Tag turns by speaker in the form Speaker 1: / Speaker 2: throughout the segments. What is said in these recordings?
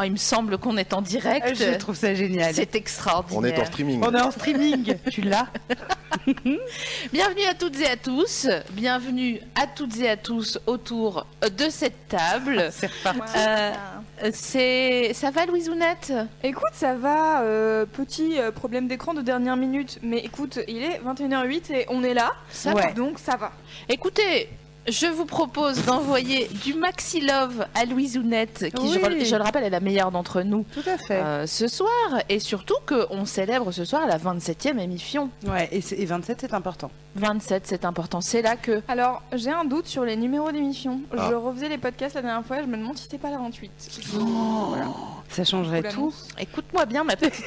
Speaker 1: Ah, il me semble qu'on est en direct.
Speaker 2: Je trouve ça génial.
Speaker 1: C'est extraordinaire.
Speaker 3: On est en streaming.
Speaker 2: On est en streaming, tu l'as
Speaker 1: Bienvenue à toutes et à tous. Bienvenue à toutes et à tous autour de cette table.
Speaker 2: Ah, C'est reparti.
Speaker 1: Euh, c'est ça va Louise Ounette
Speaker 4: Écoute, ça va, euh, petit euh, problème d'écran de dernière minute, mais écoute, il est 21h08 et on est là,
Speaker 1: Ça
Speaker 2: Ouais.
Speaker 1: va.
Speaker 4: donc ça va.
Speaker 1: Écoutez, je vous propose d'envoyer du maxi love à Louise Ounette, qui je,
Speaker 2: Oui.
Speaker 1: re- je le rappelle est la meilleure d'entre nous
Speaker 2: Tout à fait.
Speaker 1: euh, ce soir, et surtout qu'on célèbre ce soir la 27e émission.
Speaker 2: Ouais, et, c'est- et 27, c'est important.
Speaker 1: 27, c'est important. C'est là que
Speaker 4: Alors, j'ai un doute sur les numéros d'émission.
Speaker 3: Ah.
Speaker 4: Je refaisais les podcasts la dernière fois et je me demande si c'était pas la 28.
Speaker 2: Ça changerait
Speaker 4: Oula,
Speaker 2: tout.
Speaker 1: Écoute-moi bien, ma petite.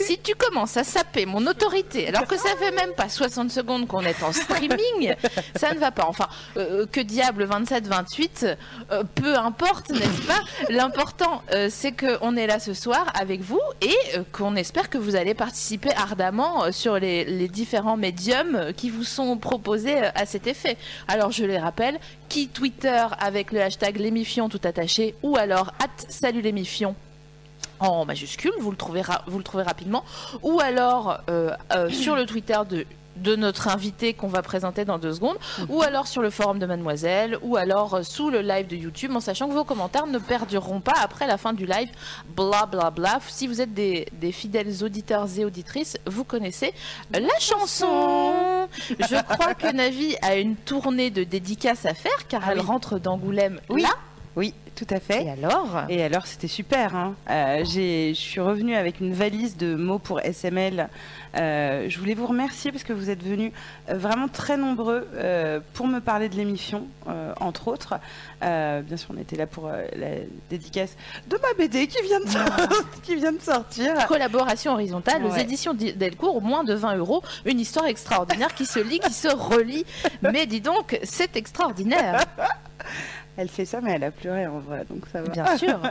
Speaker 1: si tu commences à saper mon autorité, alors que ça fait même pas 60 secondes qu'on est en streaming, ça ne va pas. Enfin, euh, que diable 27-28, euh, peu importe, n'est-ce pas L'important, euh, c'est qu'on est là ce soir avec vous et euh, qu'on espère que vous allez participer ardemment euh, sur les, les différents médiums euh, qui vous sont proposés euh, à cet effet. Alors, je les rappelle, qui Twitter avec le hashtag Lémifion tout attaché ou alors at salut Lémifion en majuscule, vous le trouvez, ra- vous le trouvez rapidement, ou alors euh, euh, sur le Twitter de de notre invité qu'on va présenter dans deux secondes, ou alors sur le forum de Mademoiselle, ou alors euh, sous le live de YouTube, en sachant que vos commentaires ne perdureront pas après la fin du live, bla bla bla. Si vous êtes des, des fidèles auditeurs et auditrices, vous connaissez la chanson. Je crois que Navi a une tournée de dédicaces à faire, car elle rentre d'Angoulême
Speaker 2: Oui.
Speaker 1: là.
Speaker 2: Oui, tout à fait.
Speaker 1: Et alors
Speaker 2: Et alors, c'était super. hein. Euh, j'ai- je suis revenue avec une valise de mots pour SML. Euh, je voulais vous remercier parce que vous êtes venus euh, vraiment très nombreux euh, pour me parler de l'émission, euh, entre autres. Euh, bien sûr, on était là pour euh, la dédicace de ma BD qui vient de, qui vient de sortir.
Speaker 1: Collaboration horizontale aux
Speaker 2: Ouais.
Speaker 1: éditions Di- Delcourt, moins de 20 euros. Une histoire extraordinaire qui se lit, qui se relie. Mais dis donc, c'est extraordinaire,
Speaker 2: Elle fait ça, mais elle a pleuré en vrai, donc ça va.
Speaker 1: bien sûr.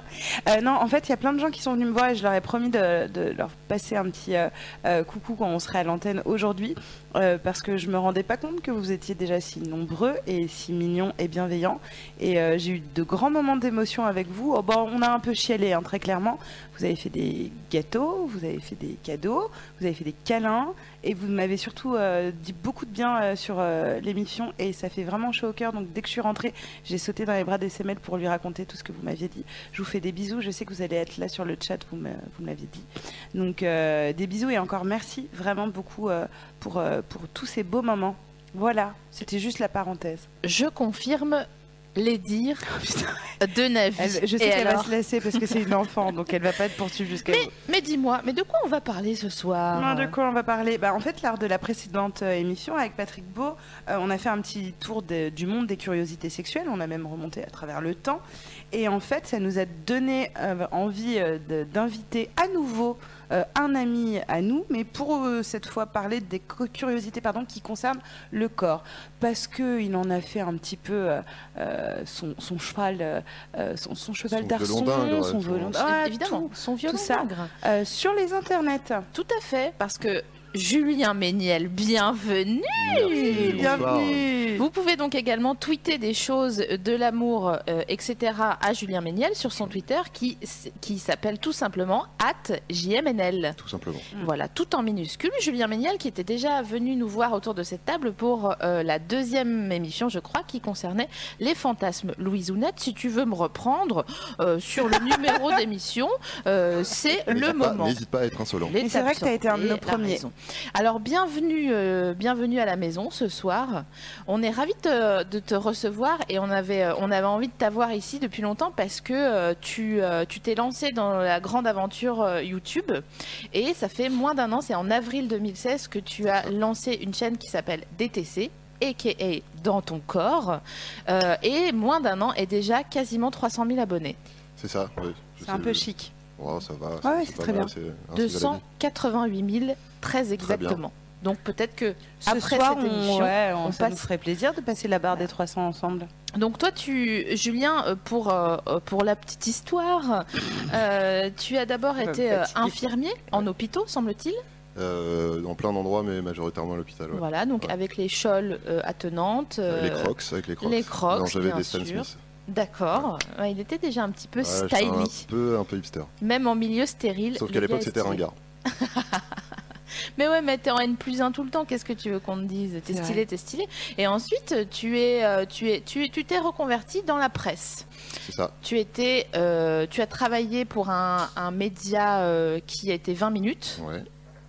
Speaker 2: Euh, non, en fait, il y a plein de gens qui sont venus me voir et je leur ai promis de, de leur passer un petit euh, euh, coucou quand on serait à l'antenne aujourd'hui, euh, parce que je me rendais pas compte que vous étiez déjà si nombreux et si mignons et bienveillants. Et euh, j'ai eu de grands moments d'émotion avec vous. Oh, bon, on a un peu chialé, hein, très clairement. Vous avez fait des gâteaux, vous avez fait des cadeaux, vous avez fait des câlins, et vous m'avez surtout euh, dit beaucoup de bien euh, sur euh, l'émission, et ça fait vraiment chaud au cœur. Donc dès que je suis rentrée, j'ai sauté dans les bras des SML pour lui raconter tout ce que vous m'aviez dit. Je vous fais des bisous. Je sais que vous allez être là sur le chat, vous me, vous me l'aviez dit. Donc, euh, des bisous et encore merci vraiment beaucoup euh, pour, euh, pour tous ces beaux moments. Voilà, c'était juste la parenthèse.
Speaker 1: Je confirme les dires
Speaker 2: Oh, Putain,
Speaker 1: de Navi.
Speaker 2: elle- je sais
Speaker 1: Et
Speaker 2: qu'elle va
Speaker 1: alors
Speaker 2: se laisser parce que c'est une enfant, donc elle va pas être poursuivie jusqu'à.
Speaker 1: mais, mais dis-moi, mais de quoi on va parler ce soir
Speaker 2: Non, de quoi on va parler bah, En fait, lors de la précédente euh, émission avec Patrick Beau, euh, on a fait un petit tour de- du monde des curiosités sexuelles. On a même remonté à travers le temps. Et en fait, ça nous a donné euh, envie euh, de- d'inviter à nouveau euh, un ami à nous, mais pour euh, cette fois parler des cu- curiosités pardon, qui concernent le corps. Parce qu'il en a fait un petit peu euh, euh, son, son cheval, euh, euh, son, son cheval
Speaker 3: Son
Speaker 2: d'arçon,
Speaker 3: violon d'Inde,
Speaker 2: son
Speaker 3: ouais,
Speaker 2: violon
Speaker 1: C'est-
Speaker 2: d'Inde, ouais,
Speaker 1: Évidemment,
Speaker 2: tout,
Speaker 1: son violon
Speaker 2: ça.
Speaker 1: d'ogre.
Speaker 2: euh, sur les internets.
Speaker 1: Tout à fait, parce que Julien Méniel, bienvenue
Speaker 3: Merci, bonsoir.
Speaker 2: Bienvenue
Speaker 1: Vous pouvez donc également tweeter des choses de l'amour, euh, etc. à Julien Méniel sur son Twitter qui, s- qui s'appelle tout simplement at JMNL.
Speaker 3: Tout simplement.
Speaker 2: Mm.
Speaker 1: Voilà, tout en minuscule. Julien Méniel qui était déjà venu nous voir autour de cette table pour euh, la deuxième émission, je crois, qui concernait les fantasmes. Louise Ounette, si tu veux me reprendre euh, sur le numéro d'émission, euh, c'est
Speaker 3: N'hésite
Speaker 1: le
Speaker 3: pas-
Speaker 1: moment.
Speaker 3: N'hésite pas à être insolent.
Speaker 1: Les
Speaker 2: Mais c'est vrai
Speaker 1: tapes
Speaker 2: que t'as été un de
Speaker 1: sont-
Speaker 2: nos
Speaker 1: et la
Speaker 2: premiers.
Speaker 1: raison. Alors bienvenue, euh, bienvenue à la maison ce soir. On est ravis de te, de te recevoir et on avait, euh, on avait envie de t'avoir ici depuis longtemps parce que euh, tu, euh, tu t'es lancé dans la grande aventure euh, YouTube et ça fait moins d'un an, c'est en avril 2016 que tu as lancé une chaîne qui s'appelle DTC. a.k.a. Dans ton corps. Euh, et moins d'un an et déjà quasiment 300 000 abonnés.
Speaker 3: C'est ça, oui. Je
Speaker 2: C'est un
Speaker 3: sais-
Speaker 2: peu chic.
Speaker 3: Ouais, ça va.
Speaker 2: ouais, c'est
Speaker 3: pas
Speaker 2: très
Speaker 3: mal,
Speaker 2: bien.
Speaker 3: c'est- hein, c'est de la vie.
Speaker 1: 288 000, très exactement. Donc peut-être que...
Speaker 2: Ce
Speaker 1: Après
Speaker 2: soir,
Speaker 1: cette
Speaker 2: on-
Speaker 1: émission,
Speaker 2: ouais, on,
Speaker 1: on
Speaker 2: ça nous
Speaker 1: passe-
Speaker 2: ferait plaisir de passer la barre des 300 ensemble.
Speaker 1: Donc toi, tu, Julien, euh, pour, euh, euh, pour la petite histoire, euh, tu as d'abord
Speaker 2: va me
Speaker 1: été euh,
Speaker 2: fatiguer.
Speaker 1: infirmier en hôpitaux, semble-t-il.
Speaker 3: Euh, dans plein d'endroits, mais majoritairement à l'hôpital. ouais.
Speaker 1: Voilà, donc
Speaker 3: Ouais.
Speaker 1: avec les choles euh, attenantes.
Speaker 3: Avec
Speaker 1: euh,
Speaker 3: Les crocs, avec les crocs.
Speaker 1: les Crocs,
Speaker 3: Non, j'avais
Speaker 1: bien
Speaker 3: des Stan
Speaker 1: sûr.
Speaker 3: Smith.
Speaker 1: D'accord. Ouais, il était déjà un petit peu
Speaker 3: Ouais, j'étais
Speaker 1: stylish.
Speaker 3: un peu, un peu hipster.
Speaker 1: Même en milieu stérile.
Speaker 3: Sauf
Speaker 1: le
Speaker 3: qu'à
Speaker 1: gars
Speaker 3: l'époque,
Speaker 1: est
Speaker 3: c'était
Speaker 1: stylé.
Speaker 3: ringard.
Speaker 1: Mais ouais, mais t'es en N plus 1 tout le temps. Qu'est-ce que tu veux qu'on te dise T'es
Speaker 2: C'est vrai.
Speaker 1: stylé, t'es stylé. Et ensuite, tu es, euh, tu es, tu es- tu t'es reconverti dans la presse.
Speaker 3: C'est ça.
Speaker 1: Tu étais, euh, tu as travaillé pour un, un média euh, qui était 20 minutes.
Speaker 3: Ouais.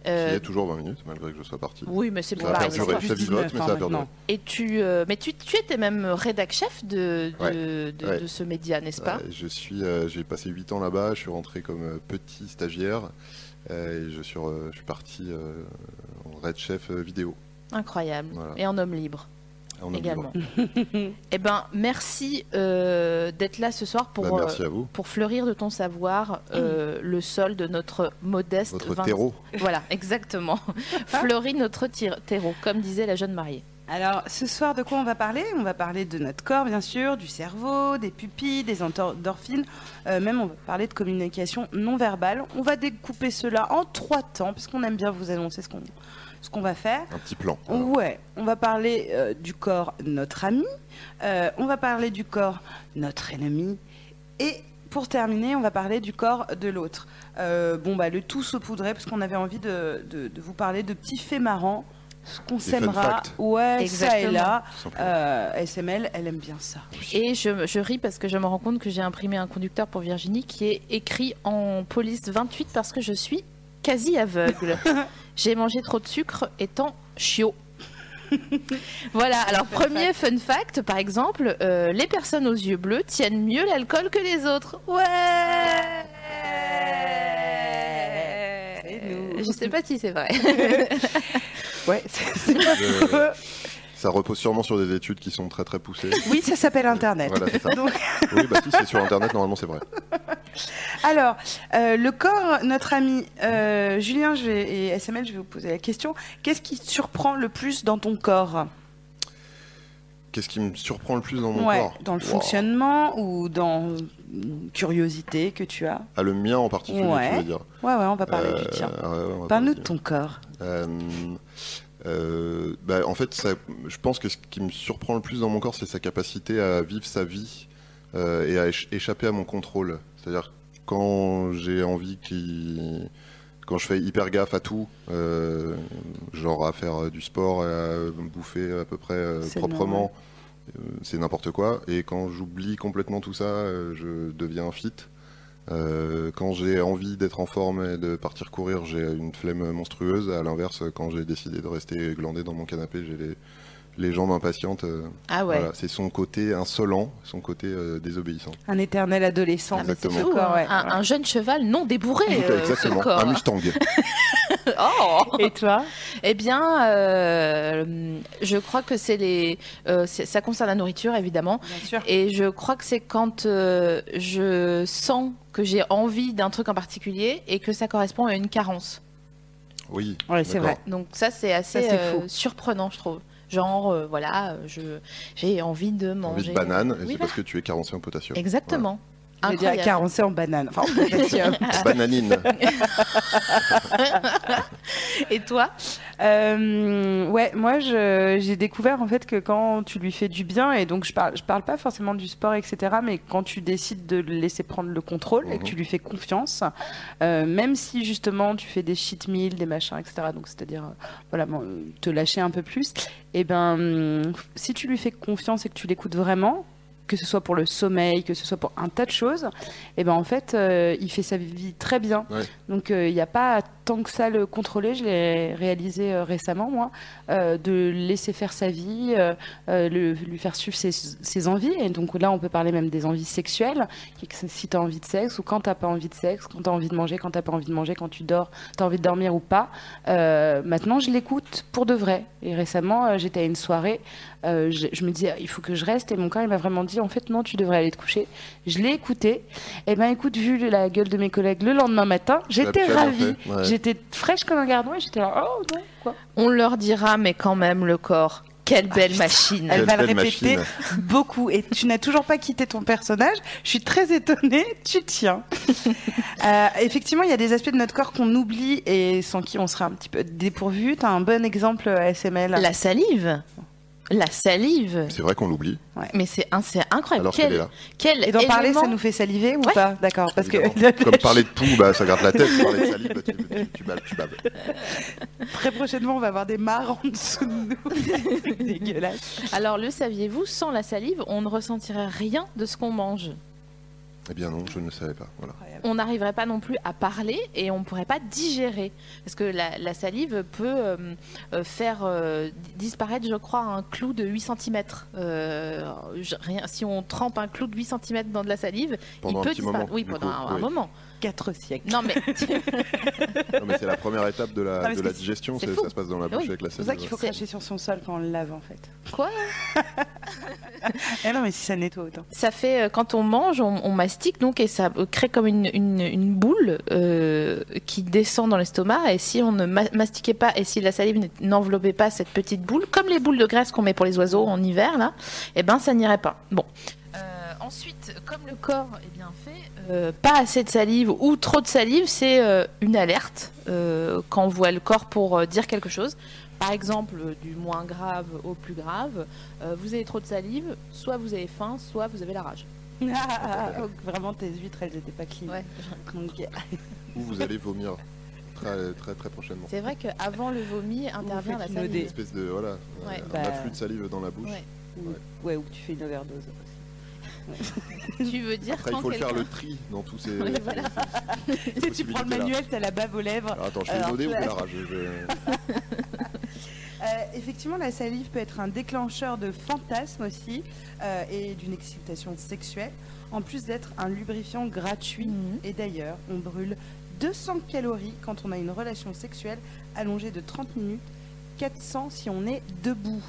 Speaker 1: Euh,
Speaker 3: Il y a toujours 20 minutes, malgré que je sois parti.
Speaker 1: Oui, mais c'est
Speaker 3: Ça
Speaker 1: bon.
Speaker 3: a
Speaker 1: pareil,
Speaker 3: perduré,
Speaker 1: c'est pas-
Speaker 3: ça
Speaker 2: Juste
Speaker 3: vivote,
Speaker 2: 19
Speaker 3: mais ça
Speaker 2: ans
Speaker 3: a perduré.
Speaker 2: hein, maintenant.
Speaker 1: Et tu, euh, mais tu, tu étais même rédac chef de, de, de,
Speaker 3: ouais.
Speaker 1: de ce média, n'est-ce pas
Speaker 3: Ouais, je suis, euh, j'ai passé 8 ans là-bas. Je suis rentré comme euh, petit stagiaire euh, et je suis, re- je suis parti euh, en red chef euh, vidéo.
Speaker 1: Incroyable.
Speaker 3: Voilà.
Speaker 1: Et en homme libre
Speaker 3: en Bah, homme
Speaker 1: également.
Speaker 3: libre.
Speaker 1: eh ben, merci euh, d'être là ce soir pour
Speaker 3: Bah,
Speaker 1: euh,
Speaker 3: merci à vous.
Speaker 1: pour fleurir de ton savoir euh, le sol de notre modeste
Speaker 3: Votre
Speaker 1: 20
Speaker 3: terreau.
Speaker 1: Voilà, exactement. Fleurit notre tir- terreau, comme disait la jeune mariée.
Speaker 2: Alors, ce soir, de quoi on va parler On va parler de notre corps, bien sûr, du cerveau, des pupilles, des endorphines. Euh, même, on va parler de communication non verbale. On va découper cela en trois temps, parce qu'on aime bien vous annoncer ce qu'on ce qu'on va faire.
Speaker 3: Un petit plan. voilà.
Speaker 2: Ouais, on va parler euh, du corps notre ami, euh, on va parler du corps notre ennemi, et pour terminer, on va parler du corps de l'autre. Euh, bon, bah le tout saupoudré, parce qu'on avait envie de, de- de vous parler de petits faits marrants, ce qu'on
Speaker 3: fun
Speaker 2: s'aimera.
Speaker 3: facts.
Speaker 2: Ouais, ça et
Speaker 1: Exactement.
Speaker 2: là.
Speaker 3: Tout simplement.
Speaker 2: Euh, SML, elle aime bien ça.
Speaker 1: Et je, je ris parce que je me rends compte que j'ai imprimé un conducteur pour Virginie qui est écrit en police 28 parce que je suis quasi aveugle. j'ai mangé trop de sucre étant chiot. voilà, alors premier fun fact, par exemple, euh, les personnes aux yeux bleus tiennent mieux l'alcool que les autres. Ouais
Speaker 2: C'est nous.
Speaker 1: Je sais pas si c'est vrai.
Speaker 2: Ouais, c'est- c'est
Speaker 3: Je- Euh, Ça repose sûrement sur des études qui sont très très poussées.
Speaker 2: Oui, ça s'appelle Internet.
Speaker 3: Voilà, c'est ça.
Speaker 2: Donc-
Speaker 3: Oui, bah si c'est sur internet, normalement c'est vrai.
Speaker 2: Alors, euh, le corps, notre ami euh, Julien je vais- et SML, je vais vous poser la question. Qu'est-ce qui te surprend le plus dans ton corps
Speaker 3: Qu'est-ce qui me surprend le plus dans mon
Speaker 2: Ouais,
Speaker 3: corps
Speaker 2: Dans le
Speaker 3: Wow.
Speaker 2: fonctionnement ou dans une curiosité que tu as
Speaker 3: Ah, le mien en particulier,
Speaker 2: Ouais.
Speaker 3: tu veux dire.
Speaker 2: Ouais, ouais, on va parler
Speaker 3: Euh,
Speaker 2: du tien.
Speaker 3: ah ouais, ouais, on va
Speaker 2: Parle-nous
Speaker 3: parler
Speaker 2: de
Speaker 3: du
Speaker 2: ton corps.
Speaker 3: Euh, euh, bah, en fait, ça- je pense que ce qui me surprend le plus dans mon corps, c'est sa capacité à vivre sa vie euh, et à éch- échapper à mon contrôle. C'est-à-dire quand j'ai envie qu'il... Quand je fais hyper gaffe à tout, euh, genre à faire euh, du sport, à bouffer à peu près euh,
Speaker 2: C'est
Speaker 3: proprement, euh, c'est n'importe quoi. Et quand j'oublie complètement tout ça, euh, je deviens fit. Euh, quand j'ai envie d'être en forme et de partir courir, j'ai une flemme monstrueuse. À l'inverse, quand j'ai décidé de rester glandé dans mon canapé, j'ai les, les jambes impatientes. euh,
Speaker 1: Ah ouais.
Speaker 3: voilà. C'est son côté insolent, son côté euh, désobéissant.
Speaker 2: Un éternel adolescent.
Speaker 1: Ah, mais c'est
Speaker 3: Exactement.
Speaker 1: fou,
Speaker 2: Corps,
Speaker 1: hein.
Speaker 2: ouais.
Speaker 1: un, un jeune cheval non débourré, euh,
Speaker 3: Exactement,
Speaker 1: ce corps.
Speaker 3: un Mustang.
Speaker 1: Oh
Speaker 2: Et toi
Speaker 1: Eh bien, euh, je crois que c'est les. euh, c'est- ça concerne la nourriture, évidemment.
Speaker 2: Bien sûr.
Speaker 1: Et je crois que c'est quand euh, je sens que j'ai envie d'un truc en particulier et que ça correspond à une carence.
Speaker 3: Oui,
Speaker 2: Ouais, c'est
Speaker 3: d'accord.
Speaker 2: vrai.
Speaker 1: Donc, ça, c'est assez
Speaker 2: Ça, c'est
Speaker 1: euh,
Speaker 2: fou.
Speaker 1: surprenant, je trouve. Genre, euh, voilà, euh, je j'ai envie de manger.
Speaker 3: Envie de banane, et
Speaker 1: Oui,
Speaker 3: c'est
Speaker 1: voilà.
Speaker 3: parce que tu es carencé en potassium.
Speaker 1: Exactement.
Speaker 2: Je vais dire
Speaker 1: Incroyable.
Speaker 2: carencé en banane. Enfin, en potassium.
Speaker 3: Voilà. Bananine.
Speaker 1: Et toi
Speaker 2: Euh, ouais, moi je- j'ai découvert en fait que quand tu lui fais du bien, et donc je parle, je parle pas forcément du sport, etc., mais quand tu décides de le laisser prendre le contrôle et que
Speaker 3: Mhm.
Speaker 2: tu lui fais confiance, euh, même si justement tu fais des cheat meals, des machins, etc., donc c'est-à-dire euh, voilà, bon, euh, eh te lâcher un peu plus, et ben hum, si tu lui fais confiance et que tu l'écoutes vraiment, que ce soit pour le sommeil, que ce soit pour un tas de choses, et ben en fait, euh, il fait sa vie très bien.
Speaker 3: Ouais.
Speaker 2: Donc euh, il n'y a pas tant que ça à le contrôler. Je l'ai réalisé euh, récemment, moi, euh, de laisser faire sa vie, euh, euh, le- lui faire suivre ses, ses envies. Et donc là, on peut parler même des envies sexuelles. qui- que Si tu as envie de sexe ou quand tu pas envie de sexe, quand tu as envie de manger, quand tu pas envie de manger, quand tu dors, tu as envie de dormir ou pas. Euh, maintenant, je l'écoute pour de vrai. Et récemment, euh, j'étais à une soirée euh, je, je me disais, il faut que je reste. Et mon corps, il m'a vraiment dit, en fait, non, tu devrais aller te coucher. Je l'ai écouté. Et ben, écoute, vu la gueule de mes collègues le lendemain matin, j'étais
Speaker 3: bien
Speaker 2: ravie.
Speaker 3: fait, ouais.
Speaker 2: J'étais fraîche comme un gardon et j'étais là, oh non, quoi.
Speaker 1: On leur dira, mais quand même, le corps. Quelle belle machine.
Speaker 3: Quelle
Speaker 2: Elle va le
Speaker 3: belle
Speaker 2: répéter
Speaker 3: machine.
Speaker 2: beaucoup. Et tu n'as toujours pas quitté ton personnage. Je suis très étonnée. Tu tiens. Euh, effectivement, il y a des aspects de notre corps qu'on oublie et sans qui on serait un petit peu dépourvu. Tu as un bon exemple euh, SML.
Speaker 1: La salive. La salive.
Speaker 3: C'est vrai qu'on l'oublie,
Speaker 1: Mais c'est un- c'est incroyable.
Speaker 3: alors
Speaker 1: Ah, quel
Speaker 3: qu'elle est là.
Speaker 1: quel
Speaker 2: Et d'en parler,
Speaker 1: élément-
Speaker 2: ça nous fait saliver ou
Speaker 1: Ouais.
Speaker 2: pas D'accord. Parce que
Speaker 3: évidemment. Comme parler de poux, bah, ça gratte la tête. Parler de salive, bah, tu, tu, tu baves, tu baves.
Speaker 2: Très prochainement, on va avoir des mares en dessous de nous. Dégueulasse.
Speaker 1: Alors, le saviez-vous, sans la salive, on ne ressentirait rien de ce qu'on mange.
Speaker 3: Eh bien non, je ne le savais pas. Voilà.
Speaker 1: On n'arriverait pas non plus à parler et on ne pourrait pas digérer. Parce que la, la salive peut euh, euh, faire euh, di- disparaître, je crois, un clou de 8 cm. rien, si on trempe un clou de 8 cm dans de la salive, il
Speaker 3: Pendant un
Speaker 1: peut
Speaker 3: petit moment.
Speaker 1: disparaître. Oui,
Speaker 3: du
Speaker 1: pendant
Speaker 3: coup,
Speaker 1: un, un
Speaker 3: oui.
Speaker 1: moment.
Speaker 2: Quatre siècles.
Speaker 1: Non, mais
Speaker 3: Non, mais c'est la première étape de
Speaker 2: Ah,
Speaker 3: la,
Speaker 2: mais
Speaker 3: de
Speaker 2: c'est-
Speaker 3: la digestion,
Speaker 1: c'est
Speaker 3: c'est-
Speaker 1: fou.
Speaker 3: ça se passe dans la bouche
Speaker 1: Oui,
Speaker 3: avec la
Speaker 2: C'est pour ça
Speaker 3: salive.
Speaker 2: qu'il faut
Speaker 1: C'est-
Speaker 2: cracher sur son sol quand on le lave en fait.
Speaker 1: quoi
Speaker 2: Eh non mais si ça nettoie autant.
Speaker 1: Ça fait euh, quand on mange, on, on mastique donc et ça euh, crée comme une, une- une boule euh, qui descend dans l'estomac. Et si on ne ma- mastiquait pas et si la salive n'est- n'enveloppait pas cette petite boule, comme les boules de graisse qu'on met pour les oiseaux en hiver là, eh ben ça n'irait pas. Bon. Euh, ensuite, comme le corps est bien fait, euh, pas assez de salive ou trop de salive, c'est euh, une alerte euh, quand on voit le corps pour euh, dire quelque chose. Par exemple, euh, du moins grave au plus grave, euh, vous avez trop de salive, soit vous avez faim, soit vous avez la rage.
Speaker 2: Ah, Donc, vraiment tes huîtres elles étaient pas clean. Donc,
Speaker 3: Ou vous allez vomir très très, très prochainement.
Speaker 1: C'est vrai qu'avant le vomi intervient la
Speaker 2: faites une
Speaker 3: Une
Speaker 1: salive.
Speaker 2: OD.
Speaker 3: espèce de voilà,
Speaker 1: Ouais.
Speaker 3: un
Speaker 2: Bah.
Speaker 3: afflux de salive dans la bouche.
Speaker 1: Ouais.
Speaker 2: ou-
Speaker 3: Ouais.
Speaker 2: euh, ouais ou tu fais une overdose.
Speaker 1: Tu veux dire
Speaker 3: Après, il
Speaker 1: quand
Speaker 3: faut
Speaker 1: quelqu'un...
Speaker 3: faire le tri dans tous ces.
Speaker 1: Oui, voilà.
Speaker 3: ces- ces
Speaker 2: tu prends le
Speaker 3: possibilités-là.
Speaker 2: manuel, t'as la bave aux lèvres.
Speaker 3: Alors, attends, je fais une
Speaker 2: Alors,
Speaker 3: OD ou
Speaker 2: tu-
Speaker 3: la rage Je vais-
Speaker 2: Euh, effectivement, la salive peut être un déclencheur de fantasmes aussi euh, et d'une excitation sexuelle, en plus d'être un lubrifiant gratuit.
Speaker 1: Mhm.
Speaker 2: Et d'ailleurs, on brûle 200 calories quand on a une relation sexuelle allongée de 30 minutes, 400 si on est debout.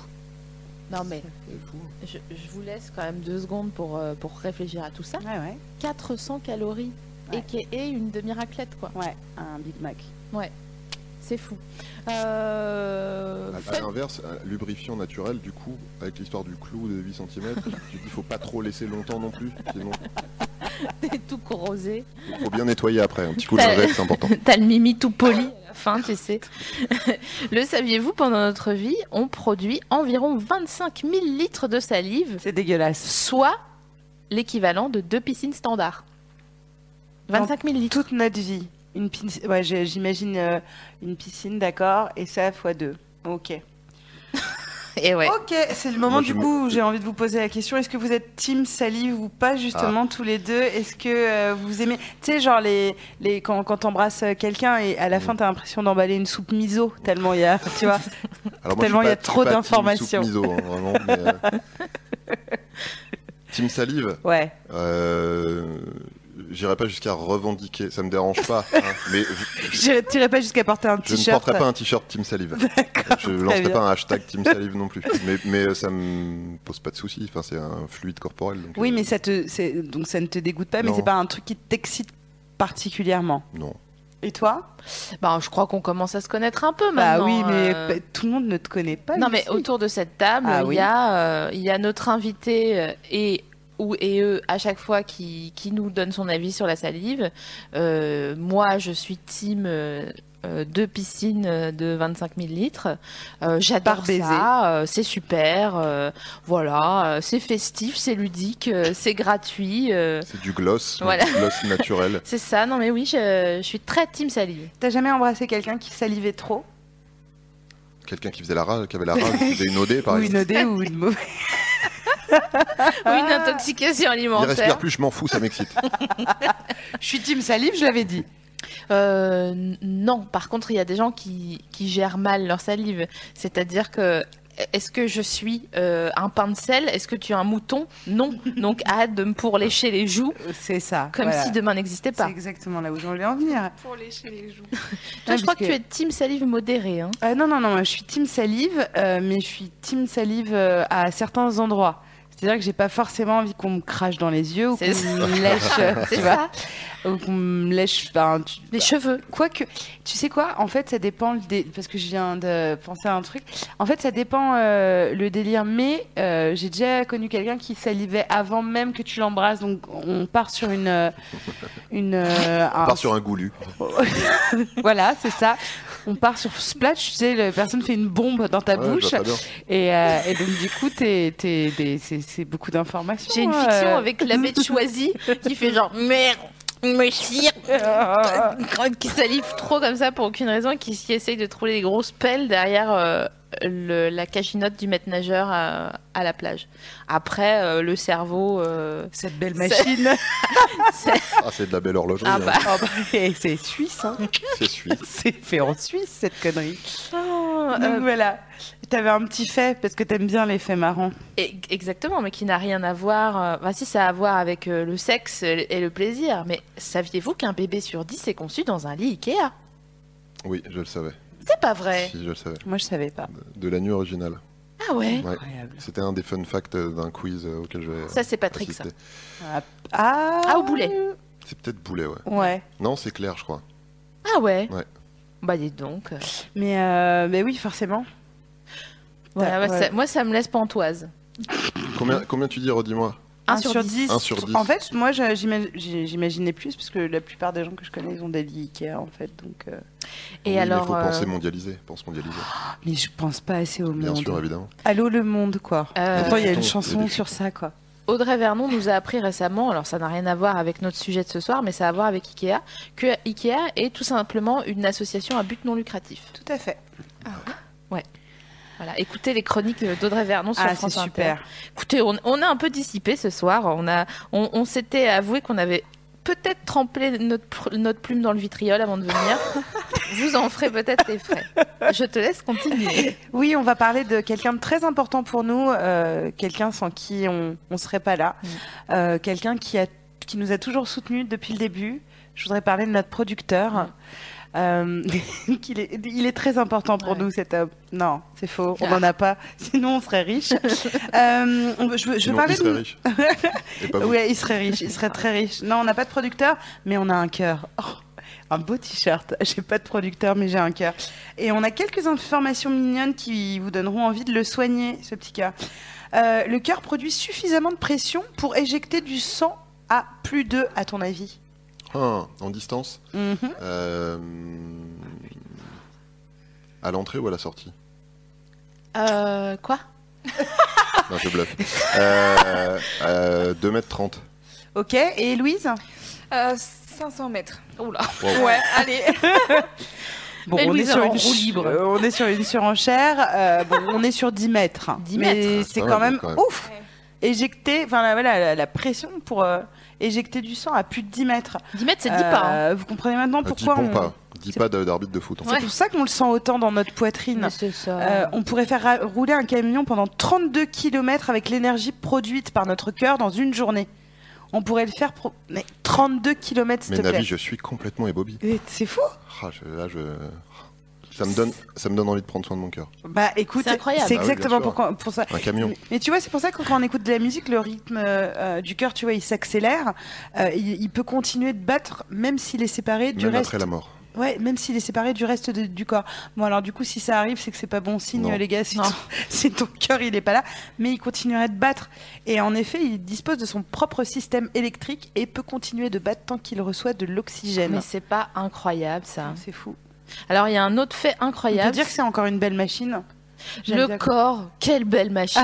Speaker 1: Non mais
Speaker 3: C'est fou.
Speaker 1: je, je vous laisse quand même deux secondes pour, euh, pour réfléchir à tout ça.
Speaker 2: Ouais, Ah ouais.
Speaker 1: 400 calories
Speaker 2: Ouais.
Speaker 1: et qui est une demi-raclette quoi.
Speaker 2: Ouais, un Big Mac.
Speaker 1: C'est fou. Euh...
Speaker 3: À- À
Speaker 1: fun-
Speaker 3: l'inverse, un lubrifiant naturel, du coup, avec l'histoire du clou de 8 cm, tu dis faut pas trop laisser longtemps non plus, sinon
Speaker 1: T'es tout corrosé.
Speaker 3: faut bien nettoyer après. Un petit coup de
Speaker 1: Ça-
Speaker 3: lingette, c'est important.
Speaker 1: T'as le mimi tout poli à Ah, la fin, tu sais. le saviez-vous, pendant notre vie, on produit environ 25 000 litres de salive
Speaker 2: C'est dégueulasse.
Speaker 1: soit l'équivalent de deux piscines standards. 25 000 litres.
Speaker 2: Toute notre vie. Une piscine, ouais, j'ai- j'imagine euh, une piscine, d'accord, et ça fois deux. Ok.
Speaker 1: Et ouais.
Speaker 2: Ok, c'est le moment
Speaker 3: Moi,
Speaker 2: du
Speaker 3: je me-
Speaker 2: coup où j'ai envie de vous poser la question. Est-ce que vous êtes team salive ou pas justement
Speaker 3: Ah.
Speaker 2: tous les deux Est-ce que euh, vous aimez Tu sais genre les les quand quand t'embrasses euh, quelqu'un et
Speaker 3: Mm.
Speaker 2: à la fin t'as l'impression d'emballer une soupe miso tellement il y a tu vois.
Speaker 3: Alors
Speaker 2: Tellement il y a
Speaker 3: je suis
Speaker 2: trop
Speaker 3: je suis team
Speaker 2: d'informations.
Speaker 3: soupe miso, hein, vraiment. mais, euh, Team salive,
Speaker 2: Ouais.
Speaker 3: euh, j'irai pas jusqu'à revendiquer, ça me dérange pas, hein, mais je, je-
Speaker 2: Je tirais pas jusqu'à porter un
Speaker 3: je ne
Speaker 2: t-shirt.
Speaker 3: porterai pas un t-shirt team salive.
Speaker 2: D'accord,
Speaker 3: Je
Speaker 2: très
Speaker 3: lancerai
Speaker 2: bien.
Speaker 3: pas un hashtag team salive non plus. Mais, mais euh, ça me pose pas de soucis. Enfin, c'est un fluide corporel. donc,
Speaker 2: Oui,
Speaker 3: euh,
Speaker 2: mais ça te c'est- donc ça ne te dégoûte pas, mais
Speaker 3: Non.
Speaker 2: c'est pas un truc qui t'excite particulièrement.
Speaker 3: non.
Speaker 2: Et toi
Speaker 1: Bah, je crois qu'on commence à se connaître un peu
Speaker 2: Bah
Speaker 1: maintenant.
Speaker 2: oui, mais
Speaker 1: euh.
Speaker 2: bah, tout le monde ne te connaît pas.
Speaker 1: Non,
Speaker 2: Lucie.
Speaker 1: mais autour de cette table,
Speaker 2: Ah
Speaker 1: il,
Speaker 2: oui.
Speaker 1: y a, euh, il y a notre invité euh, et ou et eux à chaque fois qui, qui nous donne son avis sur la salive. Euh, moi, je suis team euh, euh, deux piscines euh, de 25 000 litres. Euh,
Speaker 2: Par
Speaker 1: J'adore
Speaker 2: baiser.
Speaker 1: ça, euh, c'est super. euh, voilà, euh, c'est festif, c'est ludique, euh, c'est gratuit. euh,
Speaker 3: C'est du gloss,
Speaker 1: Voilà.
Speaker 3: du gloss naturel.
Speaker 1: c'est ça, non mais oui, je, je suis très team salive.
Speaker 2: T'as jamais embrassé quelqu'un qui salivait trop
Speaker 3: Quelqu'un qui faisait la rage, qui avait la rage, qui faisait une OD par
Speaker 2: Ou
Speaker 3: exemple.
Speaker 2: une OD ou une mauvaise.
Speaker 1: Ou une intoxication
Speaker 3: Il respire
Speaker 1: alimentaire.
Speaker 3: plus, je m'en fous, ça m'excite.
Speaker 2: Je suis team salive, je l'avais dit.
Speaker 1: Euh, n- non, par contre, il y a des gens qui, qui gèrent mal leur salive. C'est-à-dire que. Est-ce que je suis euh, un pain de sel Est-ce que tu es un mouton Non. Donc hâte de me pourlécher les joues
Speaker 2: C'est ça.
Speaker 1: comme
Speaker 2: voilà.
Speaker 1: si demain n'existait
Speaker 2: C'est
Speaker 1: pas.
Speaker 2: exactement là où je voulais en venir.
Speaker 4: Pour lécher les joues.
Speaker 1: Toi, je crois
Speaker 2: parce
Speaker 1: que... tu es team salive modérée. Hein.
Speaker 2: Euh, non, non, non, moi, je suis team salive, euh, mais je suis team salive euh, à certains endroits. C'est-à-dire que j'ai pas forcément envie qu'on me crache dans les yeux ou qu'on
Speaker 1: C'est ça.
Speaker 2: me lèche, euh, tu
Speaker 1: C'est
Speaker 2: vois,
Speaker 1: ça.
Speaker 2: ou qu'on me lèche. ben, tu-
Speaker 1: Les cheveux.
Speaker 2: Quoique, tu sais quoi En fait, ça dépend le dé- parce que je viens de penser à un truc. En fait, ça dépend euh, le délire. Mais euh, j'ai déjà connu quelqu'un qui salivait avant même que tu l'embrasses. Donc, on part sur une, euh, une, euh,
Speaker 3: On
Speaker 1: Ah.
Speaker 2: un-
Speaker 3: part sur un goulu.
Speaker 2: voilà, c'est ça. On part sur splash. Tu sais, la personne fait une bombe dans ta
Speaker 3: Ouais, je vois
Speaker 2: bouche.
Speaker 3: pas bien.
Speaker 2: Et, euh, et donc, du coup, t'es- t'es des- c'est c'est beaucoup d'informations.
Speaker 1: J'ai une
Speaker 2: hein,
Speaker 1: fiction
Speaker 2: euh.
Speaker 1: avec l'abbé de Choisy qui fait genre merde, monsieur, qui salive trop comme ça pour aucune raison, et qui, qui essaye de trouver des grosses pelles derrière euh, le- la cachinote du maître nageur à, à la plage. Après, euh, le cerveau, euh,
Speaker 2: Cette belle
Speaker 1: C'est-
Speaker 2: machine.
Speaker 1: c'est-
Speaker 3: Ah, c'est de la belle horlogerie.
Speaker 1: Ah
Speaker 3: hein.
Speaker 1: bah.
Speaker 2: Oh, bah, c'est suisse, hein.
Speaker 3: C'est suisse.
Speaker 2: C'est fait en Suisse, cette connerie. Donc
Speaker 1: euh,
Speaker 2: voilà, t'avais un petit fait parce que t'aimes bien les faits marrants.
Speaker 1: e- exactement, mais qui n'a rien à voir. euh, Enfin, si ça a à voir avec euh, le sexe et le plaisir, mais saviez-vous qu'un bébé sur 10 est conçu dans un lit Ikea
Speaker 3: Oui, je le savais.
Speaker 1: C'est pas vrai.
Speaker 3: Si, je le savais.
Speaker 2: Moi je savais pas.
Speaker 3: De la nuit originale.
Speaker 1: Ah ouais.
Speaker 3: Ouais.
Speaker 2: Incroyable.
Speaker 3: C'était un des fun facts euh, d'un quiz euh, auquel je vais.
Speaker 1: Ça c'est Patrick ça.
Speaker 3: assister.
Speaker 2: Ah,
Speaker 1: Ah, au boulet.
Speaker 3: C'est peut-être Boulet, ouais.
Speaker 2: Ouais,
Speaker 3: Non, c'est Claire, je crois.
Speaker 1: Ah ouais.
Speaker 3: Ouais.
Speaker 1: Bah dis donc.
Speaker 2: mais, euh, mais oui, forcément.
Speaker 1: Voilà,
Speaker 2: Ouais.
Speaker 1: bah, ça- moi ça me laisse pantoise.
Speaker 3: Combien, combien tu dis, redis-moi
Speaker 1: Un
Speaker 2: Un
Speaker 1: sur dix.
Speaker 2: dix.
Speaker 3: Un sur dix.
Speaker 2: En fait, moi je- j'ima- j'ai- j'imaginais plus parce que la plupart des gens que je connais ils ont des lits Ikea en fait. Donc, euh,
Speaker 1: Et
Speaker 3: Oui, mais
Speaker 1: alors
Speaker 3: Il faut
Speaker 1: euh,
Speaker 3: penser mondialisé. Pense mondialisé.
Speaker 2: Mais je pense pas assez au
Speaker 3: Bien
Speaker 2: monde.
Speaker 3: sûr, évidemment.
Speaker 2: Allô le monde quoi.
Speaker 1: euh,
Speaker 2: Pourtant, il y a
Speaker 3: Attends,
Speaker 2: une
Speaker 3: il y a
Speaker 2: chanson
Speaker 3: des-
Speaker 2: sur ça quoi.
Speaker 1: Audrey Vernon nous a appris récemment, alors ça n'a rien à voir avec notre sujet de ce soir, mais ça a à voir avec Ikea, que Ikea est tout simplement une association à but non lucratif.
Speaker 2: Tout à fait.
Speaker 1: Voilà, écoutez les chroniques d'Audrey Vernon sur
Speaker 2: Ah, c'est
Speaker 1: France Inter.
Speaker 2: super.
Speaker 1: Écoutez, on, on a un peu dissipé ce soir. On a, on, on s'était avoué qu'on avait peut-être trempé notre, pr- notre plume dans le vitriol avant de venir. Vous en ferez peut-être les frais. Je te laisse continuer.
Speaker 2: Oui, on va parler de quelqu'un de très important pour nous, euh, quelqu'un sans qui on ne serait pas là,
Speaker 1: Mm.
Speaker 2: Euh, quelqu'un qui, a, qui nous a toujours soutenus depuis le début. Je voudrais parler de notre producteur.
Speaker 1: Mm.
Speaker 2: Euh, qu'il est, il est très important pour
Speaker 1: Ouais.
Speaker 2: nous cet homme. Non, c'est faux, on
Speaker 1: Ah.
Speaker 2: n'en a pas, sinon on serait riche. Euh, on veut- je, veux- je
Speaker 3: Sinon,
Speaker 2: veux parler
Speaker 3: il serait
Speaker 2: de...
Speaker 3: riche. Et pas vous.
Speaker 2: Oui, il serait riche, il serait très riche. Non, on n'a pas de producteur, mais on a un cœur. Oh, un beau t-shirt. J'ai pas de producteur, mais j'ai un cœur. Et on a quelques informations mignonnes qui vous donneront envie de le soigner, ce petit cœur. Euh, le cœur produit suffisamment de pression pour éjecter du sang à plus de, à ton avis
Speaker 3: Ah, en distance
Speaker 2: Mhm.
Speaker 3: Euh, À l'entrée ou à la sortie
Speaker 1: Euh, quoi
Speaker 3: Non, je bluffe. Euh, euh, 2m30.
Speaker 2: Ok, et Louise
Speaker 4: Euh, 500 mètres.
Speaker 1: Oula.
Speaker 3: Wow.
Speaker 4: Ouais,
Speaker 2: Ah.
Speaker 4: allez.
Speaker 2: Bon,
Speaker 1: Et
Speaker 2: on,
Speaker 1: Louise
Speaker 2: est sur
Speaker 1: en
Speaker 2: une
Speaker 1: roue
Speaker 2: ch-
Speaker 1: libre.
Speaker 2: euh, on est sur une surenchère. euh, bon, on est sur 10 mètres.
Speaker 1: 10
Speaker 2: Mais
Speaker 1: mètres.
Speaker 2: c'est
Speaker 3: Ah,
Speaker 2: quand,
Speaker 3: ouais,
Speaker 2: même
Speaker 3: quand même.
Speaker 2: ouf.
Speaker 4: Ouais.
Speaker 2: Éjecter, enfin la, voilà, la, la pression pour euh, éjecter du sang à plus de 10 mètres.
Speaker 1: 10 mètres, c'est 10 pas. hein.
Speaker 2: Euh, Vous comprenez maintenant
Speaker 3: Euh, 10
Speaker 2: pourquoi
Speaker 3: ponts
Speaker 2: on.
Speaker 3: pas. 10 pas de- d'arbitre de foot. en fait.
Speaker 2: C'est
Speaker 1: Ouais.
Speaker 2: pour ça qu'on le sent autant dans notre poitrine.
Speaker 1: Mais c'est ça.
Speaker 2: Euh, on pourrait faire ra- rouler un camion pendant 32 km avec l'énergie produite par notre cœur dans une journée. On pourrait le faire. pro- Mais 32 km, s'il
Speaker 3: Mais
Speaker 2: te
Speaker 3: Navi,
Speaker 2: plaît.
Speaker 3: je suis complètement ébobie.
Speaker 2: Et C'est fou.
Speaker 3: Ah, je- là, je... Ça me, donne, ça me donne envie de prendre soin de mon cœur.
Speaker 2: Bah écoute,
Speaker 1: C'est incroyable.
Speaker 2: c'est
Speaker 3: Ah oui, bien
Speaker 2: exactement
Speaker 3: sûr.
Speaker 2: pourquoi- pour ça.
Speaker 3: Un camion.
Speaker 2: Mais, mais tu vois, c'est pour ça que quand on écoute de la musique, le rythme euh, euh, du cœur, tu vois, il s'accélère. Euh, il, il peut continuer de battre, même s'il est séparé du
Speaker 3: Même
Speaker 2: reste.
Speaker 3: après la mort.
Speaker 2: Ouais, même s'il est séparé du reste de- du corps. Bon, alors du coup, si ça arrive, c'est que c'est pas bon signe,
Speaker 3: Non.
Speaker 2: les gars. Si,
Speaker 1: Non.
Speaker 2: ton- si ton cœur, il est pas là, mais il continuerait de battre. Et en effet, il dispose de son propre système électrique et peut continuer de battre tant qu'il reçoit de l'oxygène.
Speaker 1: Mais c'est pas incroyable ça.
Speaker 2: C'est fou.
Speaker 1: Alors il y a un autre fait
Speaker 2: On
Speaker 1: incroyable.
Speaker 2: peut dire que c'est encore une belle machine. J'aime
Speaker 1: le
Speaker 2: bien-
Speaker 1: corps, quelle belle machine.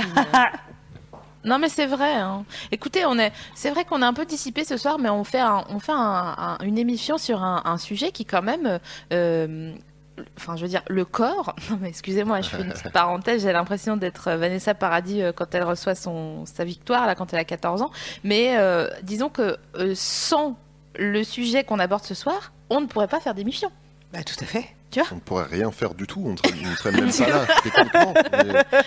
Speaker 1: non mais c'est vrai. hein. Écoutez, on est, c'est vrai qu'on est un peu dissipé ce soir, mais on fait, un- on fait un- un- une émission sur un, un sujet qui quand même. euh, enfin je veux dire le corps. Non mais excusez-moi, je fais une petite parenthèse. J'ai l'impression d'être euh, Vanessa Paradis euh, quand elle reçoit son sa victoire là quand elle a 14 ans. Mais euh, disons que euh, sans le sujet qu'on aborde ce soir, on ne pourrait pas faire d'émission.
Speaker 2: Bah, tout à fait.
Speaker 3: On ne pourrait rien faire du tout, on ne serait, on ne serait même pas là, techniquement. mais-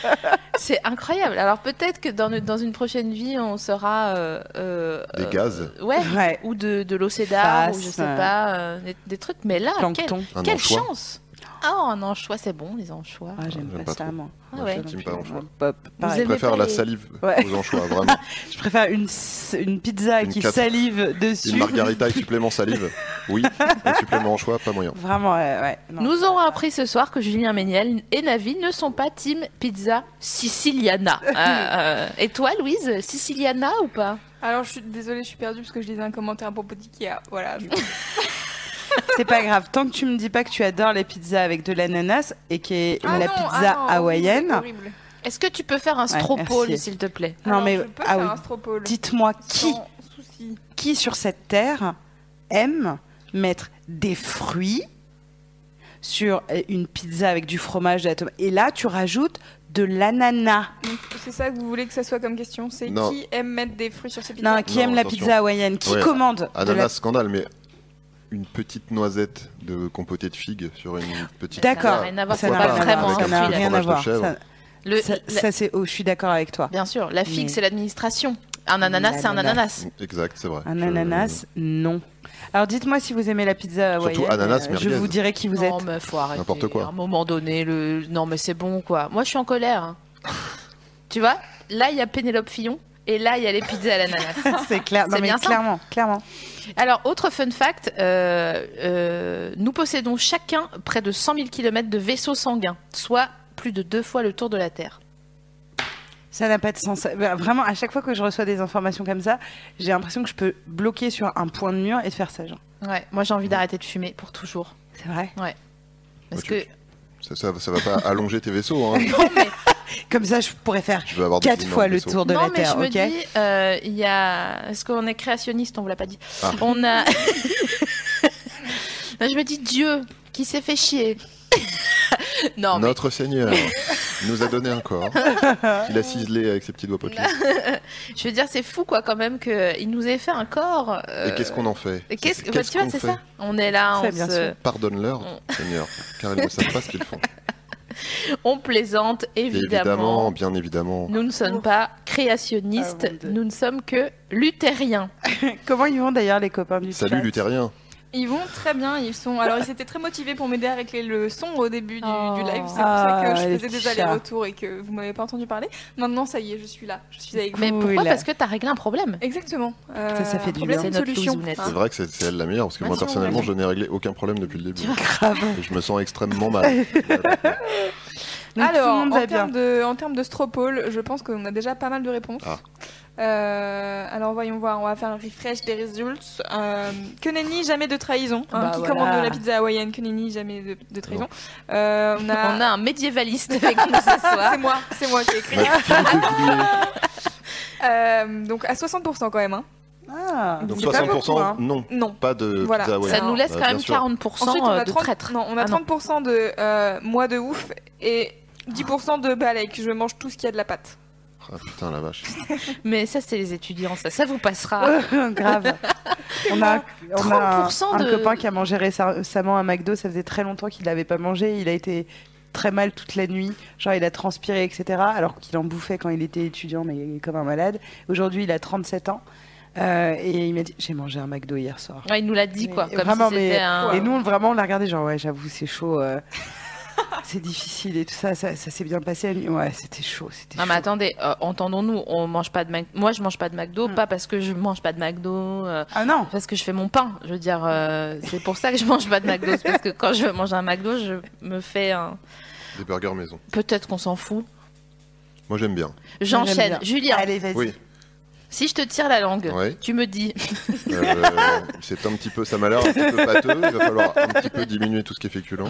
Speaker 1: C'est incroyable. Alors peut-être que dans, dans une prochaine vie, on sera euh, euh,
Speaker 3: Des
Speaker 1: euh,
Speaker 3: gaz.
Speaker 1: ouais,
Speaker 2: Ouais.
Speaker 1: ou de, de l'océdar, ou je
Speaker 2: Face,
Speaker 1: sais
Speaker 2: euh,
Speaker 1: pas, euh, des, des trucs. Mais là, quel-
Speaker 2: Plancton.
Speaker 3: Un
Speaker 1: quelle
Speaker 3: anchois.
Speaker 1: chance Ah, un anchois, c'est bon, les anchois.
Speaker 2: Ah, j'aime
Speaker 3: j'aime
Speaker 2: pas,
Speaker 3: pas
Speaker 2: ça,
Speaker 3: trop.
Speaker 2: moi.
Speaker 1: Ah
Speaker 3: moi,
Speaker 1: ouais.
Speaker 3: je suis team pas anchois.
Speaker 2: Pop, pareil.
Speaker 3: Je
Speaker 1: aimez
Speaker 3: préfère
Speaker 1: pas
Speaker 3: la
Speaker 1: les-
Speaker 3: salive
Speaker 2: Ouais.
Speaker 3: aux anchois, vraiment.
Speaker 2: Je préfère une, s- une pizza
Speaker 3: Une
Speaker 2: qui
Speaker 3: quatre-
Speaker 2: salive dessus.
Speaker 3: Une margarita avec supplément salive, oui. Un supplément anchois, pas moyen.
Speaker 2: Vraiment, ouais. ouais, non.
Speaker 1: Nous aurons appris ce soir que Julien Méniel et Navi ne sont pas team pizza siciliana. Euh, euh, et toi, Louise, siciliana ou pas
Speaker 4: Alors je suis désolée, je suis perdue parce que je lisais un commentaire à propos d'Ikea. Voilà. Ah je-
Speaker 2: C'est pas grave. Tant que tu me dis pas que tu adores les pizzas avec de l'ananas et qui est
Speaker 4: Ah
Speaker 2: la
Speaker 4: non,
Speaker 2: pizza
Speaker 4: ah non, horrible,
Speaker 2: hawaïenne.
Speaker 4: horrible.
Speaker 1: Est-ce que tu peux faire un
Speaker 2: Ouais,
Speaker 1: stropole,
Speaker 2: merci.
Speaker 1: s'il te plaît
Speaker 2: Non,
Speaker 4: Alors,
Speaker 2: mais
Speaker 4: je peux
Speaker 2: ah
Speaker 4: faire
Speaker 2: oui.
Speaker 4: un stropole.
Speaker 2: Dites-moi qui,
Speaker 4: Sans souci.
Speaker 2: qui sur cette terre aime mettre des fruits sur euh, une pizza avec du fromage, de la tomate. Et là, tu rajoutes de l'ananas.
Speaker 4: Donc, C'est ça que vous voulez que ça soit comme question C'est
Speaker 3: Non.
Speaker 4: qui aime mettre des fruits sur ses pizzas
Speaker 2: Non, qui
Speaker 3: Non,
Speaker 2: aime la
Speaker 3: attention.
Speaker 2: pizza hawaïenne Qui
Speaker 3: Ouais.
Speaker 2: commande de
Speaker 3: Ananas,
Speaker 2: la...
Speaker 3: scandale, mais une petite noisette de compotée de figues sur une petite.
Speaker 2: D'accord.
Speaker 1: Ça n'a rien à voir,
Speaker 3: Ça
Speaker 1: c'est
Speaker 3: n'a
Speaker 1: pas
Speaker 3: rien à
Speaker 1: vraiment
Speaker 3: voir,
Speaker 1: un
Speaker 2: ça n'a
Speaker 3: avec
Speaker 1: fruit,
Speaker 2: rien
Speaker 3: fromage
Speaker 2: à
Speaker 3: de
Speaker 2: voir.
Speaker 3: chèvre.
Speaker 2: Ça,
Speaker 1: la-
Speaker 3: Euh,
Speaker 1: le-
Speaker 2: ça-
Speaker 1: la-
Speaker 2: ça, c'est... Oh, je suis d'accord avec toi.
Speaker 1: Bien sûr, la figue,
Speaker 2: Mais-
Speaker 1: c'est l'administration. Un ananas, c'est un
Speaker 2: L'ananas.
Speaker 1: ananas.
Speaker 3: Exact, c'est vrai.
Speaker 2: Un
Speaker 3: Je-
Speaker 2: ananas, non. Alors dites-moi si vous aimez la pizza hawaïenne.
Speaker 3: Surtout ananas,
Speaker 2: euh, Je
Speaker 3: merguez.
Speaker 2: vous dirai qui vous êtes.
Speaker 1: non, mais faut arrêter.
Speaker 3: N'importe quoi.
Speaker 1: À un moment donné, le... non, mais c'est bon, quoi. Moi, je suis en colère. hein. tu vois Là, il y a Pénélope Fillon. Et là, il y a les pizzas à l'ananas.
Speaker 2: c'est clair. Non,
Speaker 1: C'est
Speaker 2: mais
Speaker 1: bien ça.
Speaker 2: clairement, clairement.
Speaker 1: Alors, autre fun fact, euh, euh, nous possédons chacun près de 100 000 km de vaisseaux sanguins, soit plus de deux fois le tour de la Terre.
Speaker 2: Ça n'a pas de sens. Bah, Vraiment, à chaque fois que je reçois des informations comme ça, j'ai l'impression que je peux bloquer sur un point de mur et de faire ça, genre.
Speaker 1: Ouais, moi j'ai envie d'arrêter de fumer pour toujours.
Speaker 2: C'est vrai.
Speaker 1: Parce
Speaker 3: Mm. Ok.
Speaker 1: que...
Speaker 3: Ça, ça, ça va pas allonger tes vaisseaux, hein.
Speaker 1: Non, mais,
Speaker 2: Comme ça, je pourrais faire
Speaker 3: Tu vas avoir des
Speaker 2: quatre
Speaker 3: énormes
Speaker 2: fois le
Speaker 3: vaisseaux.
Speaker 2: tour de
Speaker 1: non,
Speaker 2: la
Speaker 1: mais
Speaker 2: Terre,
Speaker 1: je me
Speaker 2: ok
Speaker 1: dis, euh, il y a... Est-ce qu'on est créationniste On vous l'a pas dit.
Speaker 3: Ah.
Speaker 1: On a... Non, je me dis, Dieu, qui s'est fait chier. non, mais...
Speaker 3: Notre Seigneur nous a donné un corps qu'il a ciselé avec ses petits doigts potelés.
Speaker 1: je veux dire, c'est fou, quoi, quand même, qu'il nous ait fait un corps. euh,
Speaker 3: Et qu'est-ce qu'on en fait
Speaker 1: et qu'est-ce- bah,
Speaker 3: Qu'est-ce
Speaker 1: tu vois,
Speaker 3: qu'on
Speaker 1: c'est
Speaker 3: fait
Speaker 1: ça. Mm. On est là,
Speaker 2: Fait,
Speaker 1: on
Speaker 2: bien
Speaker 1: se...
Speaker 2: sûr.
Speaker 3: Pardonne-leur, Seigneur, car ils ne savent pas ce qu'ils font.
Speaker 1: On plaisante,
Speaker 3: Et
Speaker 1: évidemment.
Speaker 3: évidemment, bien évidemment.
Speaker 1: Nous ne sommes pas créationnistes,
Speaker 2: Ah, mon Dieu.
Speaker 1: nous ne sommes que luthériens.
Speaker 2: Comment ils vont d'ailleurs les copains du
Speaker 3: Salut
Speaker 2: chat
Speaker 3: Luthérien.
Speaker 4: Ils vont très bien, ils sont. Alors ils étaient très motivés pour m'aider à régler le son au début du,
Speaker 1: Oh.
Speaker 4: du live, c'est pour
Speaker 2: Ah,
Speaker 4: ça que je
Speaker 2: les
Speaker 4: faisais des
Speaker 2: petits
Speaker 4: allers-retours et que vous m'avez pas entendu parler. Maintenant ça y est, je suis là, je suis avec vous.
Speaker 1: Mais
Speaker 2: Cool.
Speaker 1: pourquoi Parce que tu as réglé un problème.
Speaker 4: Exactement. Euh,
Speaker 2: Ça, ça fait du
Speaker 4: problème,
Speaker 2: bien.
Speaker 4: une
Speaker 1: C'est notre
Speaker 4: solution.
Speaker 1: louzounette.
Speaker 3: C'est
Speaker 2: Hein
Speaker 3: vrai que c'est c'est elle la meilleure,
Speaker 2: Bah
Speaker 3: parce que
Speaker 1: Ah,
Speaker 3: moi
Speaker 1: sinon,
Speaker 3: personnellement,
Speaker 4: ouais.
Speaker 3: je n'ai réglé aucun problème depuis le début.
Speaker 2: Grave.
Speaker 3: Et je me sens extrêmement mal. Voilà.
Speaker 2: Donc,
Speaker 4: Alors,
Speaker 2: tout le monde
Speaker 4: en
Speaker 2: va bien.
Speaker 4: termes de, en termes de stropole, je pense qu'on a déjà pas mal de réponses.
Speaker 3: Ah.
Speaker 4: Euh, alors voyons voir, on va faire un refresh des résultats. Euh, que nenni, jamais de trahison. hein,
Speaker 1: Bah
Speaker 4: qui
Speaker 1: voilà.
Speaker 4: commande la pizza hawaïenne Que nenni, jamais de, de trahison. Euh, on a.
Speaker 1: On a un médiévaliste avec nous ce soir.
Speaker 4: c'est moi, c'est moi qui ai écrit.
Speaker 3: Ma fille de Villiers.
Speaker 4: Euh, donc à 60% quand même. Hein.
Speaker 2: Ah,
Speaker 3: Donc
Speaker 2: c'est pas
Speaker 3: 60%,
Speaker 2: beaucoup, hein.
Speaker 3: non,
Speaker 4: Non.
Speaker 3: pas de
Speaker 4: Voilà.
Speaker 3: pizza hawaïenne.
Speaker 1: Ça nous laisse
Speaker 3: Bah,
Speaker 1: quand même
Speaker 3: bien sûr.
Speaker 1: 40%
Speaker 4: Ensuite, on a
Speaker 1: de
Speaker 4: 30
Speaker 1: traîtres.
Speaker 4: Non, on a
Speaker 1: Ah non.
Speaker 4: 30% de euh, moi de ouf et 10% de balèque. Je mange tout ce qu'il y a de la pâte.
Speaker 3: Ah putain la vache.
Speaker 1: Mais ça, c'est les étudiants, ça, ça vous passera.
Speaker 2: Grave. On a, on a un,
Speaker 1: 30%
Speaker 2: un
Speaker 1: de-
Speaker 2: copain qui a mangé récem- récemment un McDo, ça faisait très longtemps qu'il l'avait pas mangé, il a été très mal toute la nuit, genre il a transpiré, etc. Alors qu'il en bouffait quand il était étudiant, mais il est comme un malade. Aujourd'hui, il a 37 ans. euh, et il m'a dit, j'ai mangé un McDo hier soir.
Speaker 1: Ouais, il nous l'a dit, quoi.
Speaker 2: Mais
Speaker 1: Comme
Speaker 2: vraiment,
Speaker 1: si
Speaker 2: mais-
Speaker 1: c'était un...
Speaker 2: Et nous, on- vraiment, on l'a regardé, genre, ouais, j'avoue, c'est chaud, euh, c'est difficile et tout ça, ça, ça s'est bien passé. la nuit. Ouais, c'était chaud, c'était
Speaker 1: Non
Speaker 2: chaud.
Speaker 1: mais attendez, euh, entendons-nous, on mange pas de Mac- moi je mange pas de McDo,
Speaker 2: Mm.
Speaker 1: pas parce que je mange pas de McDo, euh,
Speaker 2: Ah non
Speaker 1: parce que je fais mon pain. Je veux dire, euh, c'est pour ça que je mange pas de McDo, c'est parce que quand je mange un McDo, je me fais un.
Speaker 3: Des burgers maison.
Speaker 1: Peut-être qu'on s'en fout.
Speaker 3: Moi j'aime bien.
Speaker 1: J'enchaîne.
Speaker 2: J'aime bien.
Speaker 1: Julien,
Speaker 2: Allez, vas-y.
Speaker 3: Oui.
Speaker 1: si je te tire la langue,
Speaker 3: Ouais.
Speaker 1: tu me dis.
Speaker 3: Euh, c'est un petit peu ça m'a l'air un petit peu pâteux. Il va falloir un petit peu diminuer tout ce qui est féculent.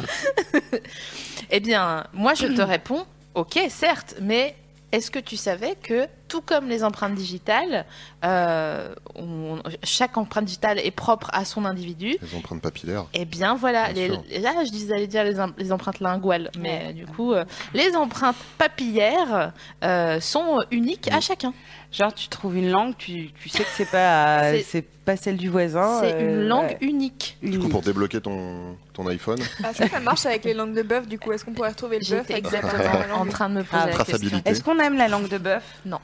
Speaker 1: eh bien, moi, je te réponds. Ok, certes, mais est-ce que tu savais que tout comme les empreintes digitales, euh, on- chaque empreinte digitale est propre à son individu.
Speaker 3: Les empreintes papillaires.
Speaker 1: Eh bien voilà,
Speaker 3: Bien
Speaker 1: les,
Speaker 3: sûr.
Speaker 1: les- là je disais j'allais dire les, em- les empreintes linguales, mais euh, du coup euh, les empreintes papillaires euh, sont euh, uniques à chacun.
Speaker 2: Genre, tu trouves une langue, tu, tu sais que c'est pas,
Speaker 1: C'est-
Speaker 2: c'est pas celle du
Speaker 3: Ah
Speaker 2: voisin.
Speaker 1: C'est
Speaker 2: euh,
Speaker 1: une langue
Speaker 2: ouais,
Speaker 1: unique.
Speaker 3: Du coup,
Speaker 2: unique.
Speaker 3: pour débloquer ton, ton iPhone,
Speaker 4: Parce que Ah, ça marche avec les langues de bœuf, du coup, est-ce qu'on pourrait retrouver le bœuf
Speaker 1: J'étais
Speaker 4: avec
Speaker 1: exactement
Speaker 4: la
Speaker 1: en
Speaker 4: langue
Speaker 1: train de me poser
Speaker 2: Ah,
Speaker 1: la question.
Speaker 3: traçabilité.
Speaker 2: Est-ce qu'on aime la langue de bœuf
Speaker 4: Bah,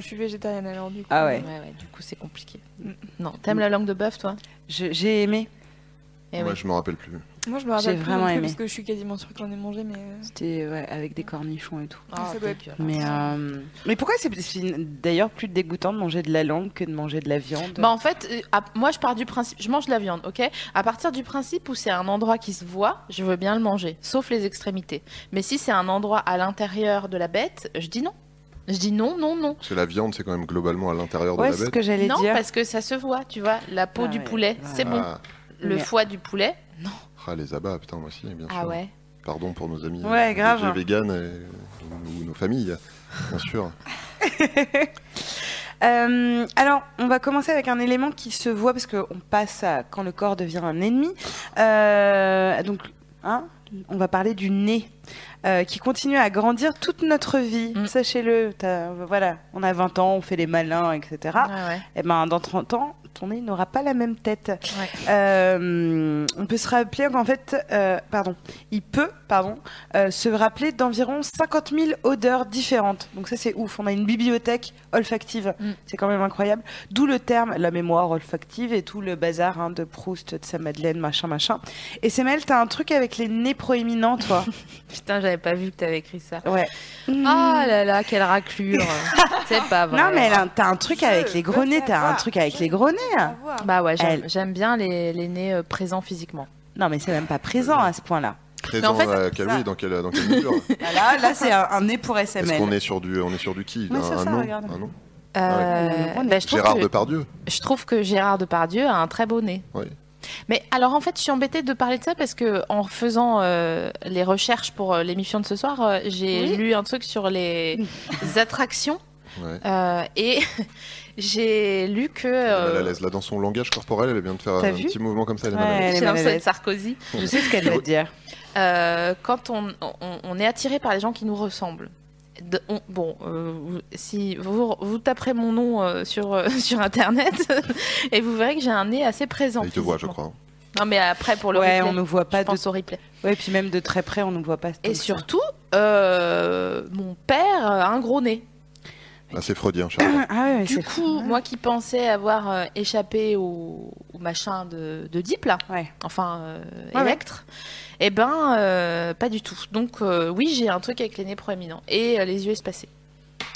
Speaker 4: je suis végétarienne alors, du coup.
Speaker 2: Ah
Speaker 1: Ouais,
Speaker 2: ouais.
Speaker 1: ouais, du coup c'est compliqué. Non, t'aimes la langue de bœuf toi
Speaker 2: Je- J'ai aimé.
Speaker 1: Eh
Speaker 3: moi
Speaker 1: oui.
Speaker 3: je me rappelle plus.
Speaker 4: Moi, je me rappelle
Speaker 2: J'ai
Speaker 4: plus
Speaker 2: vraiment
Speaker 4: non plus,
Speaker 2: aimé.
Speaker 4: parce que je suis quasiment sûre que j'en ai mangé, mais. euh,
Speaker 2: C'était ouais, avec des cornichons et tout.
Speaker 1: Ah,
Speaker 4: ça doit être-
Speaker 1: dégueulasse.
Speaker 2: Mais, euh, mais pourquoi c'est c'est d'ailleurs plus dégoûtant de manger de la langue que de manger de la viande
Speaker 1: Bah, en fait, euh, à- moi je pars du principe, je mange de la viande, ok À partir du principe où c'est un endroit qui se voit, je veux bien le manger, sauf les extrémités. Mais si c'est un endroit à l'intérieur de la bête, je dis non. Je dis non, non, non.
Speaker 3: Parce que la viande, c'est quand même globalement à l'intérieur de
Speaker 2: Ouais,
Speaker 3: la
Speaker 2: c'est ce
Speaker 3: bête.
Speaker 2: que j'allais
Speaker 1: Non,
Speaker 2: dire.
Speaker 1: parce que ça se voit, tu vois. La peau
Speaker 2: Ah
Speaker 1: du
Speaker 2: ouais,
Speaker 1: poulet,
Speaker 2: ouais.
Speaker 1: c'est bon.
Speaker 3: Ah,
Speaker 1: Le
Speaker 2: Mais-
Speaker 1: foie du poulet, non.
Speaker 3: ah, les abats, putain, moi aussi, bien
Speaker 1: Ah
Speaker 3: sûr.
Speaker 1: ouais.
Speaker 3: Pardon pour nos amis
Speaker 2: Ouais,
Speaker 3: euh,
Speaker 2: grave.
Speaker 3: végés, véganes et- ou nos familles, bien sûr.
Speaker 2: Euh, alors, on va commencer avec un élément qui se voit parce qu'on passe à quand le corps devient un ennemi. Euh, donc, hein, on va parler du nez euh, qui continue à grandir toute notre vie.
Speaker 1: Mm.
Speaker 2: Sachez-le, t'as- voilà, on a 20 ans, on fait les malins, etc.
Speaker 1: Ah Ouais, ouais.
Speaker 2: Et ben, dans 30 ans, ton nez n'aura pas la même tête.
Speaker 1: Ouais.
Speaker 2: Euh, on peut se rappeler qu'en fait, euh, pardon, il peut, pardon, euh, se rappeler d'environ 50 000 odeurs différentes. Donc ça, c'est ouf. On a une bibliothèque olfactive.
Speaker 1: Mm.
Speaker 2: C'est quand même incroyable. D'où le terme la mémoire olfactive et tout le bazar hein, de Proust, de sa Madeleine, machin, machin. Et Semel, t'as un truc avec les nez proéminents, toi.
Speaker 1: Putain, j'avais pas vu que t'avais écrit ça.
Speaker 2: ouais.
Speaker 1: Ah là là, quelle raclure. c'est pas vrai.
Speaker 2: Non, mais elle a- t'as un truc
Speaker 4: Je
Speaker 2: avec les gros
Speaker 4: veux
Speaker 2: nez. T'as un
Speaker 4: savoir.
Speaker 2: truc avec
Speaker 4: Je
Speaker 2: les gros nez. hein.
Speaker 4: veux savoir.
Speaker 1: Bah ouais, j'aime,
Speaker 2: Elle-
Speaker 1: j'aime bien les, les nez euh, présents physiquement.
Speaker 2: Non, mais c'est même pas présent à ce point-là.
Speaker 3: Présent
Speaker 1: fait,
Speaker 3: à quel,
Speaker 2: ça-
Speaker 3: oui, dans euh, quelle, dans quelle mesure
Speaker 2: Bah Là, là c'est un, un nez pour
Speaker 3: Est-ce
Speaker 2: SML.
Speaker 3: qu'on est sur du, on est sur du qui
Speaker 2: Ouais,
Speaker 3: un,
Speaker 2: c'est
Speaker 3: un
Speaker 2: ça,
Speaker 3: nom,
Speaker 2: regarde.
Speaker 3: un nom
Speaker 1: Euh,
Speaker 2: Ouais, on est-
Speaker 1: bah, je trouve
Speaker 3: Gérard
Speaker 1: que-
Speaker 3: Depardieu
Speaker 1: Je trouve que Gérard Depardieu a un très beau nez.
Speaker 3: Oui.
Speaker 1: Mais alors en fait, je suis embêtée de parler de ça parce que en faisant euh, les recherches pour euh, l'émission de ce soir, euh, j'ai
Speaker 2: Oui.
Speaker 1: lu un truc sur les attractions
Speaker 3: ouais.
Speaker 1: euh, et j'ai lu que
Speaker 3: Elle est
Speaker 1: euh,
Speaker 3: mal à l'aise. Là, dans son langage corporel, elle vient de faire
Speaker 2: T'as
Speaker 3: un
Speaker 2: vu
Speaker 3: petit mouvement comme ça. Elle est mal à
Speaker 2: Ouais.
Speaker 3: l'aise.
Speaker 2: Elle est
Speaker 1: chez
Speaker 2: mal à
Speaker 1: Vincent
Speaker 2: l'aise.
Speaker 1: Sarkozy,
Speaker 2: Je sais ce qu'elle va te dire.
Speaker 1: euh, quand on, on- on est attiré par les gens qui nous ressemblent. de- on- bon, euh, vous- si vous, vous taperez mon nom euh, sur, euh, sur internet et vous verrez que j'ai un nez assez présent.
Speaker 3: Il te voit, je
Speaker 1: physiquement.
Speaker 3: crois.
Speaker 1: Non, mais après pour le
Speaker 2: Ouais,
Speaker 1: replay,
Speaker 2: on ne voit
Speaker 1: je
Speaker 2: pas de.
Speaker 1: pense au replay.
Speaker 2: Ouais, puis même de très près, on ne voit pas.
Speaker 1: Et surtout, euh, mon père a un gros nez.
Speaker 3: Ah, c'est freudien, Charles.
Speaker 2: Ah ouais,
Speaker 1: Du
Speaker 2: c'est
Speaker 1: coup, moi qui pensais avoir euh, échappé au, au machin de, de Deep, là,
Speaker 2: Ouais.
Speaker 1: enfin euh,
Speaker 2: Ouais,
Speaker 1: Electre, eh ben, euh, pas du tout. Donc, euh, oui, j'ai un truc avec les nez proéminents et euh, les yeux espacés.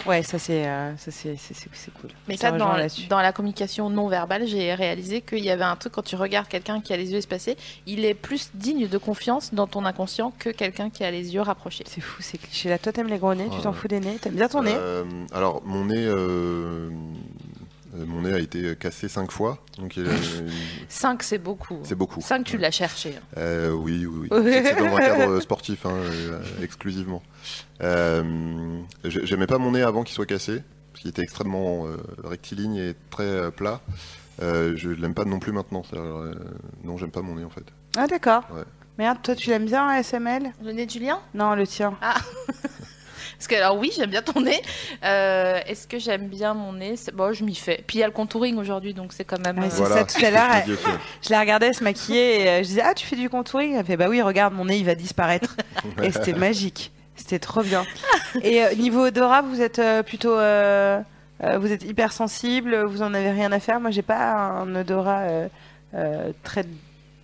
Speaker 2: Ouais, ça c'est, euh, ça c'est, c'est, c'est- c'est cool.
Speaker 1: Mais
Speaker 2: Je
Speaker 1: ça,
Speaker 2: te
Speaker 1: dans,
Speaker 2: rejoins là-dessus.
Speaker 1: dans la communication non verbale, j'ai réalisé qu'il y avait un truc quand tu regardes quelqu'un qui a les yeux espacés, il est plus digne de confiance dans ton inconscient que quelqu'un qui a les yeux rapprochés.
Speaker 2: C'est fou, c'est cliché. Là, toi t'aimes les gros nez, tu
Speaker 3: Ouais.
Speaker 2: t'en fous des nez, t'aimes bien ton nez.
Speaker 3: Euh, alors, mon nez, euh, euh, mon nez a été cassé cinq fois, donc il a- il-
Speaker 1: 5, c'est beaucoup.
Speaker 2: hein.
Speaker 3: c'est beaucoup.
Speaker 1: 5, tu l'as cherché. hein.
Speaker 3: Euh, oui, oui, oui. C'est c'est dans un cadre sportif, hein, euh, exclusivement. Euh, j'ai- J'aimais pas mon nez avant qu'il soit cassé, parce qu'il était extrêmement euh, rectiligne et très euh, plat. Euh, je l'aime pas non plus maintenant. c'est-à-dire, euh, non, j'aime pas mon nez en fait.
Speaker 2: Ah d'accord.
Speaker 3: Ouais.
Speaker 2: Merde, toi tu l'aimes bien SML
Speaker 1: Le nez de Julien
Speaker 2: Non, le tien.
Speaker 1: Parce que, alors oui, j'aime bien ton nez. Euh, Est-ce que j'aime bien mon nez C'est- Bon, je m'y fais. Puis il y a le contouring aujourd'hui, donc c'est quand même.
Speaker 2: Ouais,
Speaker 1: euh,
Speaker 2: C'est ça, tout
Speaker 3: c'est ce
Speaker 2: à
Speaker 3: que
Speaker 2: l'heure,
Speaker 3: je me dis aussi. hein.
Speaker 2: Je la regardais se maquiller et euh, je disais ah tu fais du contouring. Elle fait bah oui regarde mon nez il va disparaître. et c'était magique, c'était trop bien. Et euh, niveau odorat, vous êtes euh, plutôt, euh, euh, vous êtes hyper sensible, vous en avez rien à faire. Moi j'ai pas un odorat euh, euh, très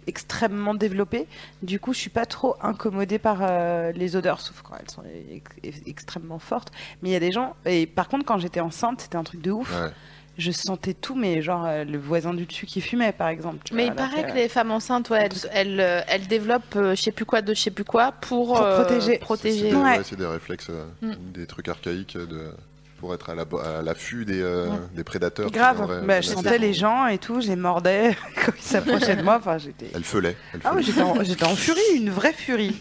Speaker 2: extrêmement développé. Du coup, je suis pas trop incommodée par euh, les odeurs, sauf quand elles sont ex- ex- extrêmement fortes. Mais il y a des gens. Et par contre, quand j'étais enceinte, c'était un truc de ouf.
Speaker 3: Ouais.
Speaker 2: Je sentais tout, mais genre euh, le voisin du dessus qui fumait, par exemple. tu
Speaker 1: Mais il
Speaker 2: vois, alors
Speaker 1: paraît
Speaker 2: que-
Speaker 1: que les femmes enceintes, ouais, elles, elles, euh, elles développent euh, je sais plus quoi de je sais plus quoi pour,
Speaker 2: Pour
Speaker 1: euh,
Speaker 2: protéger.
Speaker 3: C'est
Speaker 1: protéger.
Speaker 3: des,
Speaker 2: Ouais.
Speaker 3: ouais, c'est des réflexes, euh,
Speaker 1: Mm.
Speaker 3: des trucs archaïques de, pour être à la- à l'affût des, euh, des prédateurs. qui euh,
Speaker 2: Grave,
Speaker 3: viendraient
Speaker 2: bah, je
Speaker 3: menacer.
Speaker 2: sentais les gens et tout, je les mordais quand ils s'approchaient de moi. Enfin, j'étais.
Speaker 3: Elle feulait. elle
Speaker 2: Ah ouais,
Speaker 3: feulait.
Speaker 2: j'étais en, j'étais en furie, une vraie furie.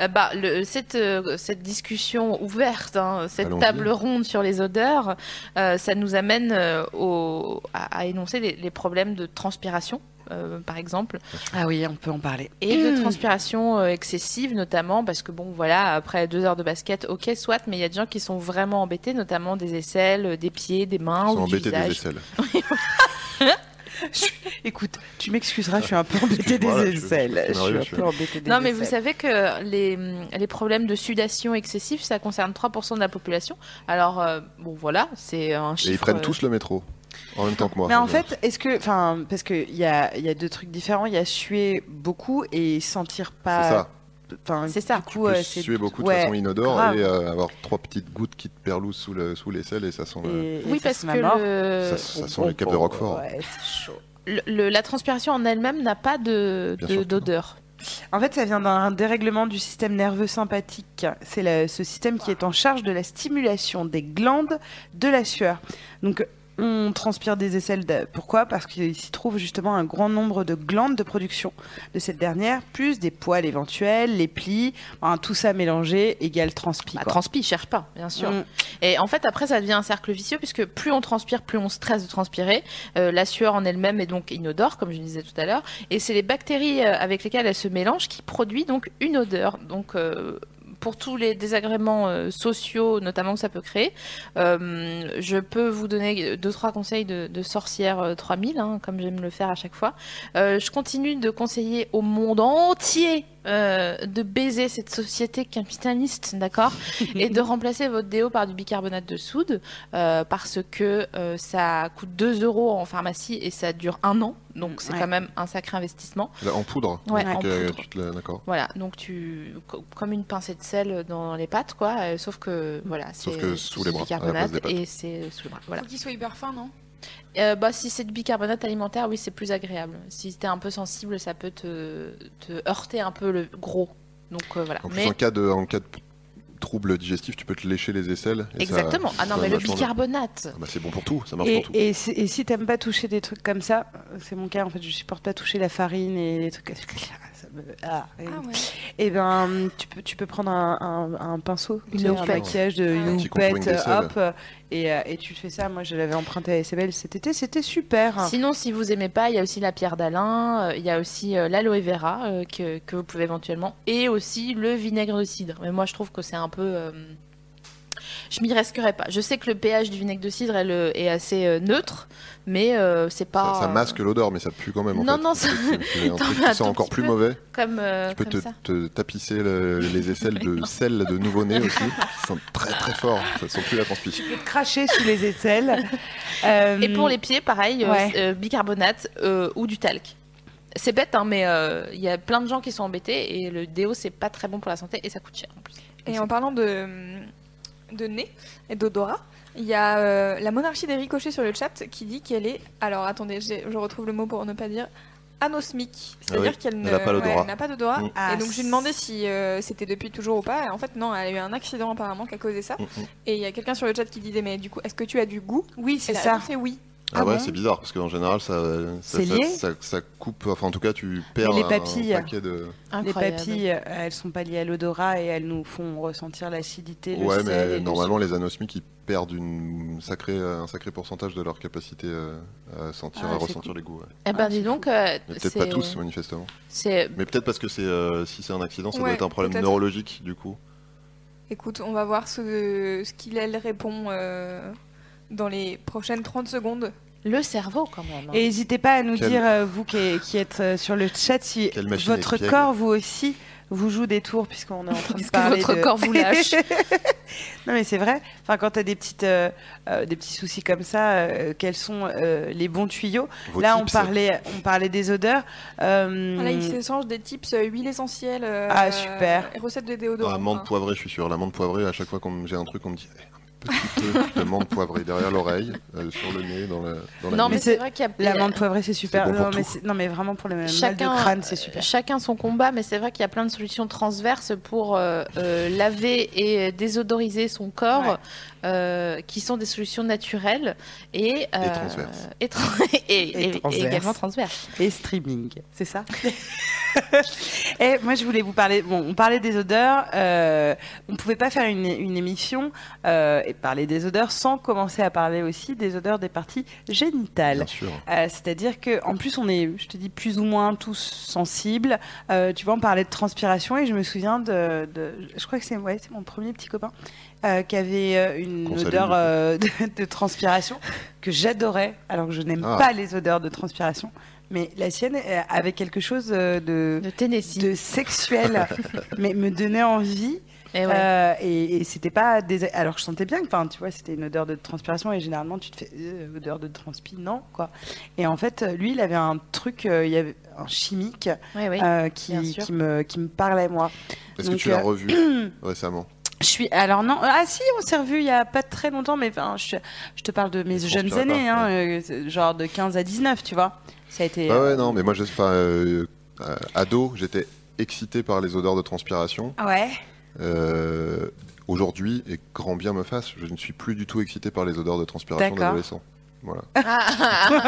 Speaker 1: Euh, bah, le- cette, euh, cette discussion ouverte, hein, cette
Speaker 3: Allons-y.
Speaker 1: table ronde sur les odeurs, euh, ça nous amène euh, au- à, à énoncer les, les problèmes de transpiration, euh, par exemple
Speaker 2: Ah oui, on peut en parler.
Speaker 1: et de transpiration euh, excessive notamment parce que bon voilà après deux heures de basket ok soit mais il y a des gens qui sont vraiment embêtés notamment des aisselles euh, des pieds des mains
Speaker 3: Ils sont
Speaker 1: ou du
Speaker 3: embêtés des
Speaker 1: visage
Speaker 3: aisselles.
Speaker 2: Écoute, tu m'excuseras, je suis un peu embêtée des
Speaker 3: Voilà, je-
Speaker 2: aisselles.
Speaker 3: je-
Speaker 2: Je
Speaker 3: je-
Speaker 2: suis un
Speaker 3: je-
Speaker 2: peu embêtée des
Speaker 1: non mais vous
Speaker 2: aisselles.
Speaker 1: savez que les, mm, les problèmes de sudation excessive ça concerne 3% de la population alors euh, bon voilà c'est un
Speaker 3: Et
Speaker 1: chiffre
Speaker 3: ils prennent
Speaker 1: euh,
Speaker 3: tous le métro en même temps que moi.
Speaker 2: Mais en fait, est-ce que, enfin, parce que il y a, il y a deux trucs différents. Il y a suer beaucoup et sentir
Speaker 3: c'est
Speaker 2: pas.
Speaker 3: ça.
Speaker 2: Enfin,
Speaker 1: c'est ça
Speaker 2: du coup, euh,
Speaker 3: tu
Speaker 2: c'est-
Speaker 3: suer beaucoup de
Speaker 2: ouais,
Speaker 3: façon inodore
Speaker 2: grave.
Speaker 3: et euh, avoir trois petites gouttes qui te perlousent sous, le, sous l'aisselle et ça sent. euh, le-
Speaker 2: et- et
Speaker 1: oui
Speaker 2: ça
Speaker 1: parce
Speaker 2: sent la
Speaker 1: que
Speaker 2: mort.
Speaker 1: le-
Speaker 3: Ça, ça sent les capes de Roquefort.
Speaker 2: Ouais, c'est chaud.
Speaker 1: le- le- la transpiration en elle-même n'a pas de,
Speaker 3: Bien
Speaker 1: de-
Speaker 3: sûr que non.
Speaker 1: d'odeur
Speaker 2: En fait, ça vient d'un dérèglement du système nerveux sympathique. C'est la- ce système qui est en charge de la stimulation des glandes de la sueur. Donc, on transpire des aisselles. de- Pourquoi Parce qu'il s'y trouve justement un grand nombre de glandes de production de cette dernière, plus des poils éventuels, les plis, Enfin, tout ça mélangé égale transpi.
Speaker 1: bah,
Speaker 2: quoi.
Speaker 1: transpi cherche pas bien sûr
Speaker 2: Mm.
Speaker 1: Et en fait, après, ça devient un cercle vicieux puisque plus on transpire, plus on stresse de transpirer. Euh, la sueur en elle-même est donc inodore, comme je disais tout à l'heure. Et c'est les bactéries euh, avec lesquelles elle se mélange qui produit donc une odeur. Donc, euh, pour tous les désagréments euh, sociaux, notamment que ça peut créer, euh, je peux vous donner deux trois conseils de, de sorcière euh, 3000, hein, comme j'aime le faire à chaque fois. Euh, je continue de conseiller au monde entier euh, de baiser cette société capitaliste, d'accord et de remplacer votre déo par du bicarbonate de soude euh, parce que euh, ça coûte 2 euros en pharmacie et ça dure un an. Donc c'est
Speaker 2: Ouais.
Speaker 1: quand même un sacré investissement.
Speaker 3: Là, en poudre.
Speaker 1: Ouais, en
Speaker 3: Donc, euh,
Speaker 1: poudre.
Speaker 3: tu te la- D'accord.
Speaker 1: Voilà, donc tu co- comme une pincée de sel dans les pâtes quoi, euh, sauf que voilà,
Speaker 3: Sauf
Speaker 1: c'est
Speaker 3: que sous
Speaker 1: c'est
Speaker 3: les
Speaker 1: du
Speaker 3: bras, à la
Speaker 1: bicarbonate
Speaker 3: place des pâtes.
Speaker 1: et c'est sous les bras. Voilà.
Speaker 4: Faut qu'il soit hyper fin, non
Speaker 1: Euh, bah si c'est du bicarbonate alimentaire, oui, c'est plus agréable. Si t'es un peu sensible, ça peut te, te heurter un peu le gros. Donc euh, voilà.
Speaker 3: En plus,
Speaker 1: Mais-
Speaker 3: en, cas de, en cas de trouble digestif, tu peux te lécher les aisselles. et ça-
Speaker 1: exactement. ah non,
Speaker 3: ça
Speaker 1: mais le
Speaker 3: marche pour-
Speaker 1: bicarbonate.
Speaker 3: Ah bah, c'est bon pour tout, ça marche
Speaker 2: Et,
Speaker 3: pour tout.
Speaker 2: et si- et si t'aimes pas toucher des trucs comme ça, c'est mon cas en fait, je supporte pas toucher la farine et les trucs. Ça me... ah, et-
Speaker 4: Ah ouais.
Speaker 2: Eh ben, tu peux, tu peux prendre un, un- un pinceau, tu sais, un
Speaker 1: houppette.
Speaker 2: maquillage de
Speaker 4: Un
Speaker 2: une
Speaker 3: petit contouring
Speaker 2: houppette,
Speaker 3: d'aisselle.
Speaker 2: hop, et, euh, et tu fais ça. Moi, je l'avais emprunté à Isabelle cet été, c'était super.
Speaker 1: Sinon, si vous aimez pas, il y a aussi la pierre d'Alain, euh, il y a aussi euh, l'aloe vera euh, que, que vous pouvez éventuellement, et aussi le vinaigre de cidre. Mais moi, je trouve que c'est un peu. euh, je m'y risquerais pas. Je sais que le pH du vinaigre de cidre est, le- est assez euh, neutre, mais euh, c'est pas.
Speaker 3: Ça, ça masque l'odeur, mais ça pue quand même. en
Speaker 1: Non,
Speaker 3: fait.
Speaker 1: non, ça-
Speaker 3: Tu- tu- tu mets un
Speaker 1: T'en
Speaker 3: truc
Speaker 1: mets un
Speaker 3: qui sent
Speaker 1: tout
Speaker 3: encore
Speaker 1: petit
Speaker 3: plus
Speaker 1: peu.
Speaker 3: mauvais.
Speaker 1: Comme, euh,
Speaker 3: Tu peux
Speaker 1: comme
Speaker 3: te,
Speaker 1: ça.
Speaker 3: te tapisser le- les aisselles de sel de nouveau-né aussi. Ça sent très très fort. Ça sent plus la transpiration.
Speaker 2: Tu peux te cracher sous les aisselles. Euh,
Speaker 1: Et pour les pieds, pareil, euh,
Speaker 2: Ouais.
Speaker 1: euh, bicarbonate euh, ou du talc. C'est bête, hein, mais euh, il y a plein de gens qui sont embêtés, et le déo, c'est pas très bon pour la santé, et ça coûte cher en plus.
Speaker 4: Et en parlant de, de nez et d'odorat, il y a euh, la monarchie des ricochets sur le chat qui dit qu'elle est. Alors attendez, j'ai- je retrouve le mot pour ne pas dire anosmique, c'est-à-dire
Speaker 3: Ah oui,
Speaker 4: qu'elle
Speaker 3: elle a
Speaker 4: ne-
Speaker 3: pas l'odorat.
Speaker 4: elle n'a pas d'odorat.
Speaker 3: Mm.
Speaker 2: Ah,
Speaker 4: et donc j'ai demandé si euh, c'était depuis toujours ou pas. Et en fait non, elle a eu un accident apparemment qui a causé ça.
Speaker 3: Mm, mm.
Speaker 4: Et il y a quelqu'un sur le chat qui disait mais du coup est-ce que tu as du goût
Speaker 2: Oui,
Speaker 4: Et
Speaker 2: c'est
Speaker 4: la
Speaker 2: ça.
Speaker 4: réponse est oui.
Speaker 3: Ah,
Speaker 2: Ah
Speaker 3: ouais,
Speaker 2: bon
Speaker 3: c'est bizarre parce qu'en général, ça, ça,
Speaker 2: C'est
Speaker 3: ça-
Speaker 2: lié
Speaker 3: ça- ça coupe. Enfin, en tout cas, tu perds
Speaker 2: les
Speaker 3: un-
Speaker 2: papilles.
Speaker 3: un paquet de.
Speaker 2: Les
Speaker 1: Incroyable.
Speaker 2: papilles, euh, elles sont pas liées à l'odorat et elles nous font ressentir l'acidité, le
Speaker 3: Ouais,
Speaker 2: sel. et
Speaker 3: mais
Speaker 2: le
Speaker 3: normalement, les anosmiques, ils perdent une sacrée, un sacré pourcentage de leur capacité euh, à sentir,
Speaker 2: Ah,
Speaker 3: à
Speaker 2: c'est
Speaker 3: ressentir
Speaker 2: cool.
Speaker 3: les goûts. ouais.
Speaker 1: Eh ben, dis donc, euh,
Speaker 3: Mais peut-être pas
Speaker 1: c'est
Speaker 3: tous, manifestement.
Speaker 1: c'est
Speaker 3: Mais peut-être parce que c'est, euh, si c'est un accident, ça doit
Speaker 4: Ouais,
Speaker 3: être un problème
Speaker 4: peut-être.
Speaker 3: neurologique, du coup.
Speaker 4: Écoute, on va voir ce, ce qu'il elle répond euh, dans les prochaines 30 secondes.
Speaker 1: Le cerveau, quand même. hein.
Speaker 2: Et n'hésitez pas à nous
Speaker 3: Quelle-
Speaker 2: dire, euh, vous qui, qui êtes euh, sur le chat, si
Speaker 3: Quelle machine
Speaker 2: votre
Speaker 3: espiègle.
Speaker 2: corps, vous aussi, vous joue des tours, puisqu'on est en train de
Speaker 1: Puisque
Speaker 2: parler
Speaker 1: votre
Speaker 2: de-
Speaker 1: corps vous lâche.
Speaker 2: non, mais c'est vrai. Enfin, quand tu as des, petites, euh, euh, des petits soucis comme ça, euh, quels sont euh, les bons tuyaux
Speaker 3: Vos
Speaker 2: Là, on
Speaker 3: tips,
Speaker 2: parlait, on parlait des odeurs. euh,
Speaker 4: Là, ils s'échangent des tips euh, huiles essentielles. euh,
Speaker 2: Ah, super.
Speaker 4: et Recettes de
Speaker 3: Ah,
Speaker 4: déodorant.
Speaker 2: hein.
Speaker 3: menthe poivrée, je suis sûr. La menthe poivrée, à chaque fois qu'on j'ai un truc, on me dit eh, un petit peu de menthe poivrée derrière l'oreille, euh, sur le nez, dans la. Dans
Speaker 1: Non,
Speaker 3: la nuque.
Speaker 1: mais c'est
Speaker 2: Mais c'est-
Speaker 1: vrai qu'il y a.
Speaker 2: la menthe poivrée, c'est super.
Speaker 3: bon pour
Speaker 2: non, mais
Speaker 3: tout.
Speaker 2: c'est- non, mais vraiment pour le mal
Speaker 1: Chacun-
Speaker 2: de crâne, c'est super.
Speaker 1: Chacun son combat, mais c'est vrai qu'il y a plein de solutions transverses pour euh, euh, laver et désodoriser son corps,
Speaker 2: Ouais.
Speaker 1: euh, qui sont des solutions naturelles et, euh,
Speaker 3: transverses.
Speaker 1: et, tra- et- et- et
Speaker 2: transverses.
Speaker 1: également transverses.
Speaker 2: Et streaming, c'est ça Et moi, je voulais vous parler. Bon, on parlait des odeurs. euh, on pouvait pas faire une, une émission euh, et parler des odeurs sans commencer à parler aussi des odeurs des parties génitales.
Speaker 3: Bien sûr.
Speaker 2: Euh, C'est-à-dire que, en plus, on est, je te dis, plus ou moins tous sensibles. Euh, tu vois, on parlait de transpiration et je me souviens de, de- je crois que c'est ouais, c'est mon premier petit copain euh, qui avait euh, une
Speaker 3: Qu'on salue.
Speaker 2: odeur euh, de, de transpiration que j'adorais, alors que je n'aime
Speaker 3: Ah.
Speaker 2: pas les odeurs de transpiration. Mais la sienne euh, avait quelque chose euh, de,
Speaker 1: De Tennessee.
Speaker 2: de sexuel, mais me donnait envie.
Speaker 1: Eh ouais.
Speaker 2: Euh, et et c'était pas des... alors je sentais bien que enfin tu vois c'était une odeur de transpiration et généralement tu te fais Euh, odeur de transpi non quoi et en fait euh, lui il avait un truc euh, il y avait un chimique
Speaker 1: Ouais, ouais.
Speaker 2: euh,
Speaker 1: bien
Speaker 2: qui,
Speaker 1: sûr.
Speaker 2: qui me qui me parlait moi
Speaker 3: Est-ce que
Speaker 2: Donc,
Speaker 3: tu l'as
Speaker 2: euh,
Speaker 3: revu récemment
Speaker 2: je suis alors non ah si on s'est revu il y a pas très longtemps mais enfin je, je te parle de mes
Speaker 3: Je
Speaker 2: jeunes
Speaker 3: transpirais
Speaker 2: années
Speaker 3: pas,
Speaker 2: hein, euh, c'est genre de 15 à 19 tu vois ça a été euh,
Speaker 3: Bah ouais, non, mais moi, je- enfin, euh, euh, ado, j'étais excité par les odeurs de transpiration.
Speaker 2: ouais
Speaker 3: Euh, Aujourd'hui, et grand bien me fasse, je ne suis plus du tout excité par les odeurs de transpiration
Speaker 2: D'accord.
Speaker 3: d'adolescent. Voilà.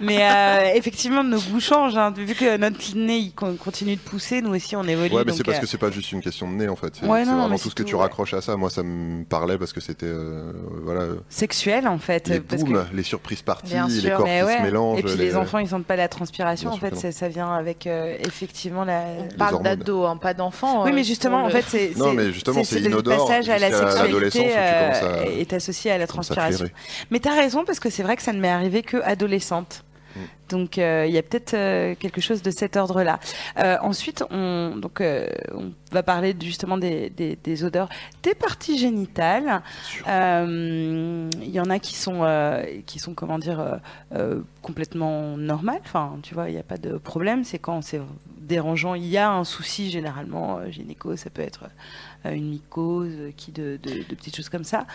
Speaker 2: mais euh, effectivement nos goûts changent hein. vu que notre nez il con- continue de pousser nous aussi on évolue
Speaker 3: Ouais, mais
Speaker 2: donc,
Speaker 3: c'est parce
Speaker 2: euh,
Speaker 3: que c'est pas juste une question de nez en fait. C'est
Speaker 2: Ouais,
Speaker 3: c'est
Speaker 2: non, non,
Speaker 3: vraiment
Speaker 2: mais
Speaker 3: tout
Speaker 2: c'est
Speaker 3: ce que tu
Speaker 2: tout, ouais.
Speaker 3: raccroches à ça. Moi, ça me parlait parce que c'était euh, voilà euh,
Speaker 2: sexuel en fait
Speaker 3: les
Speaker 2: parce
Speaker 3: booms,
Speaker 2: que
Speaker 3: les surprises parties,
Speaker 1: Bien
Speaker 3: les
Speaker 1: sûr,
Speaker 3: corps
Speaker 2: Mais
Speaker 3: qui
Speaker 2: ouais.
Speaker 3: se mélangent.
Speaker 2: et puis les... enfants ils sentent pas la transpiration
Speaker 3: Bien
Speaker 2: en
Speaker 3: sûr
Speaker 2: fait
Speaker 3: que
Speaker 2: ça, ça vient avec euh, effectivement la
Speaker 1: On
Speaker 3: les
Speaker 1: parle
Speaker 3: hormones.
Speaker 1: d'ado, hein, pas d'enfant.
Speaker 2: oui
Speaker 1: euh,
Speaker 2: mais justement
Speaker 1: pour
Speaker 2: en
Speaker 1: le-
Speaker 2: fait c'est
Speaker 3: Non,
Speaker 2: c'est-
Speaker 3: mais justement, c'est
Speaker 2: le
Speaker 3: inodore
Speaker 2: passage à la
Speaker 3: jusqu'à l'adolescence où
Speaker 2: sexualité
Speaker 3: tu commences
Speaker 2: euh,
Speaker 3: à-
Speaker 2: est associé à la
Speaker 3: commences à
Speaker 2: transpiration
Speaker 3: flairer.
Speaker 2: mais t'as raison parce que c'est vrai que ça ne m'est arrivé que adolescente
Speaker 3: Mm.
Speaker 2: donc euh, il y a peut-être euh, quelque chose de cet ordre-là. Euh, ensuite, on, donc, euh, on va parler justement des, des, des odeurs des parties génitales.
Speaker 3: Sûr.
Speaker 2: Euh, Il y en a qui sont, euh, qui sont comment dire, euh, euh, complètement normales. Enfin, tu vois, il n'y a pas de problème. C'est quand c'est dérangeant, il y a un souci généralement euh, gynéco. Ça peut être euh, une mycose, euh, qui de, de- de petites choses comme ça.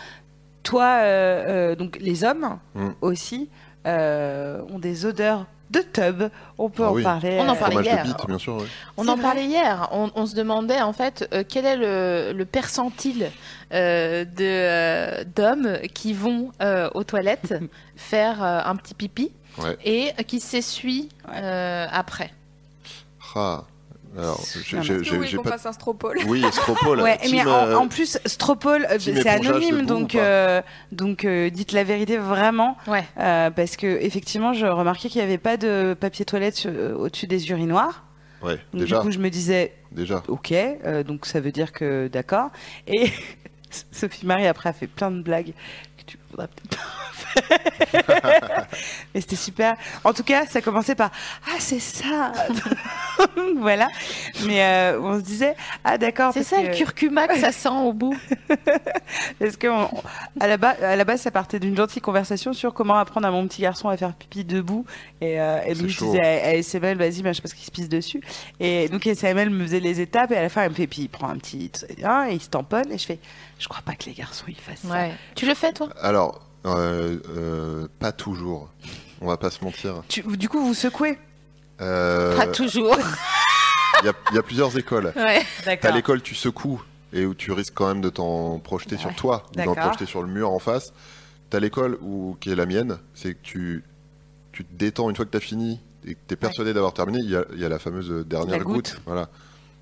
Speaker 2: Toi, euh, euh, donc les hommes
Speaker 3: Mm.
Speaker 2: aussi euh, ont des odeurs de tub. On peut
Speaker 3: Ah
Speaker 2: en
Speaker 3: oui.
Speaker 2: parler.
Speaker 1: On en
Speaker 2: euh,
Speaker 1: parlait
Speaker 3: Fromage
Speaker 1: hier.
Speaker 3: de bite, bien sûr. ouais.
Speaker 1: On
Speaker 2: C'est
Speaker 1: en
Speaker 2: vrai.
Speaker 1: parlait hier. On, on se demandait en fait euh, quel est le, le percentile euh, de euh, d'hommes qui vont euh, aux toilettes faire euh, un petit pipi
Speaker 3: Ouais.
Speaker 1: et qui s'essuient
Speaker 2: Ouais.
Speaker 1: euh, après.
Speaker 3: Ah, alors, j'ai-
Speaker 2: Non,
Speaker 3: j'ai-
Speaker 2: mais-
Speaker 4: Est-ce que vous
Speaker 3: j'ai
Speaker 4: voulez
Speaker 3: j'ai
Speaker 4: qu'on
Speaker 3: pas.
Speaker 4: fasse un stropole
Speaker 3: Oui, Estropole.
Speaker 2: Ouais,
Speaker 3: team,
Speaker 2: mais en,
Speaker 3: euh,
Speaker 2: en plus, Stropole, euh,
Speaker 3: team
Speaker 2: c'est
Speaker 3: épongeage
Speaker 2: anonyme,
Speaker 3: debout ou
Speaker 2: donc,
Speaker 3: pas
Speaker 2: euh, donc euh, dites la vérité vraiment,
Speaker 1: Ouais.
Speaker 2: euh, parce que effectivement, je remarquais qu'il n'y avait pas de papier toilette sur- euh, au-dessus des urinoirs.
Speaker 3: ouais,
Speaker 2: Donc,
Speaker 3: déjà,
Speaker 2: Du coup, je me disais,
Speaker 3: déjà.
Speaker 2: ok, euh, donc ça veut dire que d'accord. Et Sophie Marie après a fait plein de blagues que tu voudrais peut-être pas faire. Mais c'était super. En tout cas, ça commençait par ah c'est ça. Donc, voilà. Mais euh, on se disait ah d'accord.
Speaker 1: C'est
Speaker 2: parce
Speaker 1: ça
Speaker 2: que-
Speaker 1: le curcuma que ça sent au bout.
Speaker 2: Parce que on- à la, ba- à la base, ça partait d'une gentille conversation sur comment apprendre à mon petit garçon à faire pipi debout. Et, euh, et
Speaker 3: C'est
Speaker 2: donc, je
Speaker 3: chaud.
Speaker 2: disais à, à SML, vas-y, machin, parce qu'il se pisse dessus. Et donc, SML me faisait les étapes. Et à la fin, elle me fait, puis il prend un petit. hein, et il se tamponne. Et je fais, je crois pas que les garçons, ils fassent ça.
Speaker 1: Ouais. Tu le fais toi
Speaker 3: Alors, euh, euh, pas toujours. On va pas se mentir.
Speaker 2: Tu- du coup, vous secouez.
Speaker 3: Euh,
Speaker 1: Pas toujours.
Speaker 3: Il y, a- il y a plusieurs écoles.
Speaker 1: Ouais.
Speaker 3: T'as l'école, tu secoues et où tu risques quand même de t'en projeter
Speaker 2: Ouais,
Speaker 3: sur toi, ou d'en
Speaker 2: d'accord.
Speaker 3: projeter sur le mur en face. T'as l'école où, qui est la mienne, c'est que tu, tu te détends une fois que t'as fini et que t'es persuadé d'avoir terminé. Il y, a, il y a la fameuse dernière
Speaker 2: La
Speaker 3: goutte.
Speaker 2: goutte.
Speaker 3: Voilà.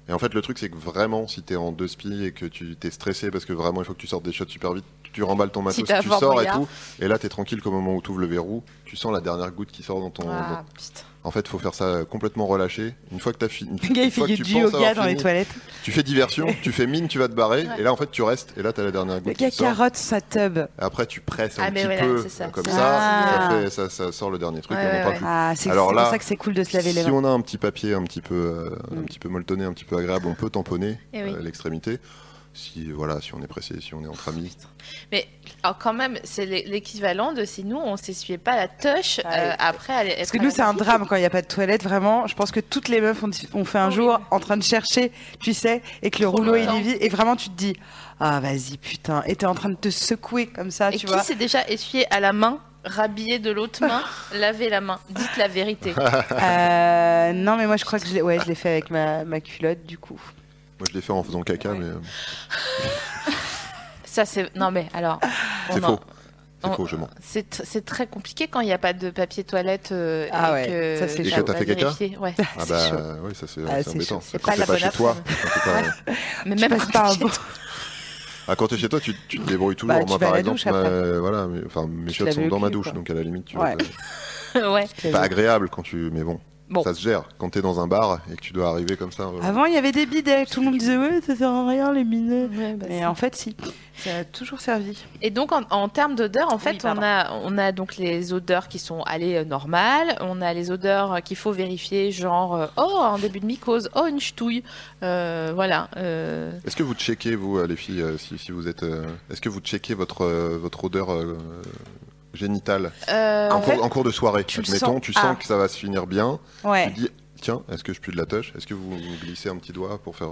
Speaker 3: Et en fait, le truc, c'est que vraiment, si t'es en deux spies et que tu t'es stressé parce que vraiment il faut que tu sortes des shots super vite, tu remballes ton
Speaker 1: Si
Speaker 3: matos,
Speaker 1: t'as
Speaker 3: tu
Speaker 1: Fort
Speaker 3: sors et
Speaker 1: Boyard.
Speaker 3: tout. Et là, t'es tranquille qu'au moment où t'ouvres le verrou, tu sens la dernière goutte qui sort dans ton.
Speaker 1: Ah,
Speaker 3: dans-
Speaker 1: putain.
Speaker 3: En fait, faut faire ça complètement relâché. Une fois que t'as fini.
Speaker 2: Le gars,
Speaker 3: une
Speaker 2: il
Speaker 3: fois
Speaker 2: fait
Speaker 3: que
Speaker 2: du
Speaker 3: tu penses avoir
Speaker 2: yoga dans les
Speaker 3: fini,
Speaker 2: toilettes.
Speaker 3: tu fais diversion, tu fais mine, tu vas te barrer, et là en fait tu restes, et là t'as la dernière
Speaker 2: Le
Speaker 3: goutte.
Speaker 2: gars
Speaker 3: qui sort.
Speaker 2: carotte sa tub.
Speaker 3: Après tu presses un
Speaker 1: Ah, mais
Speaker 3: petit
Speaker 1: voilà,
Speaker 3: peu,
Speaker 1: c'est ça.
Speaker 3: comme
Speaker 1: C'est
Speaker 3: ça,
Speaker 2: ça.
Speaker 3: ça, fait- ça- ça sort le dernier truc.
Speaker 1: Ouais,
Speaker 3: et on en
Speaker 1: ouais,
Speaker 3: parle
Speaker 1: ouais.
Speaker 3: plus.
Speaker 2: Ah, c'est c'est
Speaker 3: Alors
Speaker 2: pour
Speaker 3: là,
Speaker 2: ça que c'est cool de se laver les
Speaker 3: Si
Speaker 2: mains.
Speaker 3: on a un petit papier un petit peu, euh, un
Speaker 2: Mm.
Speaker 3: petit peu molletonné, un petit peu agréable, on peut tamponner
Speaker 1: Eh oui.
Speaker 3: euh, l'extrémité. Si voilà, si on est pressé, si on est entre amis.
Speaker 1: Mais alors, quand même, c'est l'é- l'équivalent de si nous on s'essuyait pas la touche
Speaker 2: Ah,
Speaker 1: euh,
Speaker 2: oui.
Speaker 1: après. aller-
Speaker 2: Parce que
Speaker 1: après
Speaker 2: nous,
Speaker 1: la
Speaker 2: c'est un
Speaker 1: pipi.
Speaker 2: drame quand il n'y a pas de toilette, vraiment. Je pense que toutes les meufs ont, ont fait un
Speaker 4: Horrible.
Speaker 2: jour en train de chercher, tu sais, et que le
Speaker 1: Trop
Speaker 2: rouleau, il
Speaker 1: longtemps.
Speaker 2: est vide. Et vraiment, tu te dis, ah, vas-y, putain. Et t'es en train de te secouer comme ça,
Speaker 1: Et qui
Speaker 2: tu vois.
Speaker 1: s'est déjà essuyé à la main, rhabillé de l'autre main, laver la main Dites la vérité.
Speaker 2: Euh, non, mais moi, je crois que je l'ai ouais, je l'ai fait avec ma, ma culotte, du coup.
Speaker 3: Moi je l'ai fait en faisant caca,
Speaker 4: Ouais.
Speaker 3: mais euh,
Speaker 1: Ça c'est non mais alors.
Speaker 2: Ah,
Speaker 3: c'est
Speaker 1: on en-
Speaker 3: faux. Il
Speaker 1: On-
Speaker 3: faut, je mens.
Speaker 1: C'est tr- c'est très compliqué quand il n'y a pas de papier toilette. euh,
Speaker 2: Ah
Speaker 1: et
Speaker 2: ouais,
Speaker 1: que-
Speaker 2: ça, c'est
Speaker 1: et
Speaker 2: chaud.
Speaker 1: qu'on
Speaker 3: Et que t'as
Speaker 1: va
Speaker 3: fait caca
Speaker 1: vérifier, ouais.
Speaker 3: Ah
Speaker 2: C'est chaud.
Speaker 3: bah oui, ça c'est
Speaker 2: Ah,
Speaker 3: c'est
Speaker 2: c'est
Speaker 3: embêtant.
Speaker 2: chaud.
Speaker 3: C'est
Speaker 1: C'est
Speaker 3: Quand
Speaker 1: pas
Speaker 3: t'es
Speaker 1: la
Speaker 3: pas
Speaker 1: bonne
Speaker 3: chez toi. quand t'es pas-
Speaker 1: Mais
Speaker 2: Tu
Speaker 1: même
Speaker 2: passes
Speaker 1: quand
Speaker 2: par un
Speaker 1: tu-
Speaker 2: bon-
Speaker 3: Ah, quand t'es chez toi, tu, tu te débrouilles toujours.
Speaker 2: Bah, tu
Speaker 3: Moi,
Speaker 2: vas à
Speaker 3: par
Speaker 2: la
Speaker 3: exemple,
Speaker 2: douche
Speaker 3: ma-
Speaker 2: après.
Speaker 3: voilà, mes, enfin, mes
Speaker 2: Tu te
Speaker 3: chiottes
Speaker 2: laves
Speaker 3: sont
Speaker 2: le
Speaker 3: dans ma
Speaker 2: cul,
Speaker 3: douche,
Speaker 2: quoi.
Speaker 3: donc à la limite, tu
Speaker 2: Ouais.
Speaker 3: vois,
Speaker 1: ouais.
Speaker 2: euh.
Speaker 3: c'est pas agréable quand tu. Mais bon,
Speaker 1: Bon.
Speaker 3: ça se gère. Quand t'es dans un bar et que tu dois arriver comme ça. euh,
Speaker 2: Avant, il y avait des bidets. Tout le monde disait ouais, ça sert à rien les minets.
Speaker 1: Ouais, bah,
Speaker 2: Mais en fait, si. Ça a toujours servi.
Speaker 1: Et donc en, en termes d'odeur, en fait, on
Speaker 2: pardon.
Speaker 1: a on a donc les odeurs qui sont allées euh, normales, on a les odeurs euh, qu'il faut vérifier, genre euh, oh un début de mycose, oh une ch'touille, Euh, voilà. euh,
Speaker 3: Est-ce que vous checkez, vous, euh, les filles, euh, si, si vous êtes. euh, Est-ce que vous checkez votre, euh, votre odeur euh, génitale
Speaker 2: Ah
Speaker 1: euh,
Speaker 3: en, cours, en cours de soirée
Speaker 2: tu le
Speaker 3: Mettons,
Speaker 2: sens.
Speaker 3: tu sens
Speaker 2: Ah.
Speaker 3: que ça va se finir bien. Tu
Speaker 2: Ouais.
Speaker 3: dis, tiens, est-ce que je pue de la touche Est-ce que vous, vous glissez un petit doigt pour faire.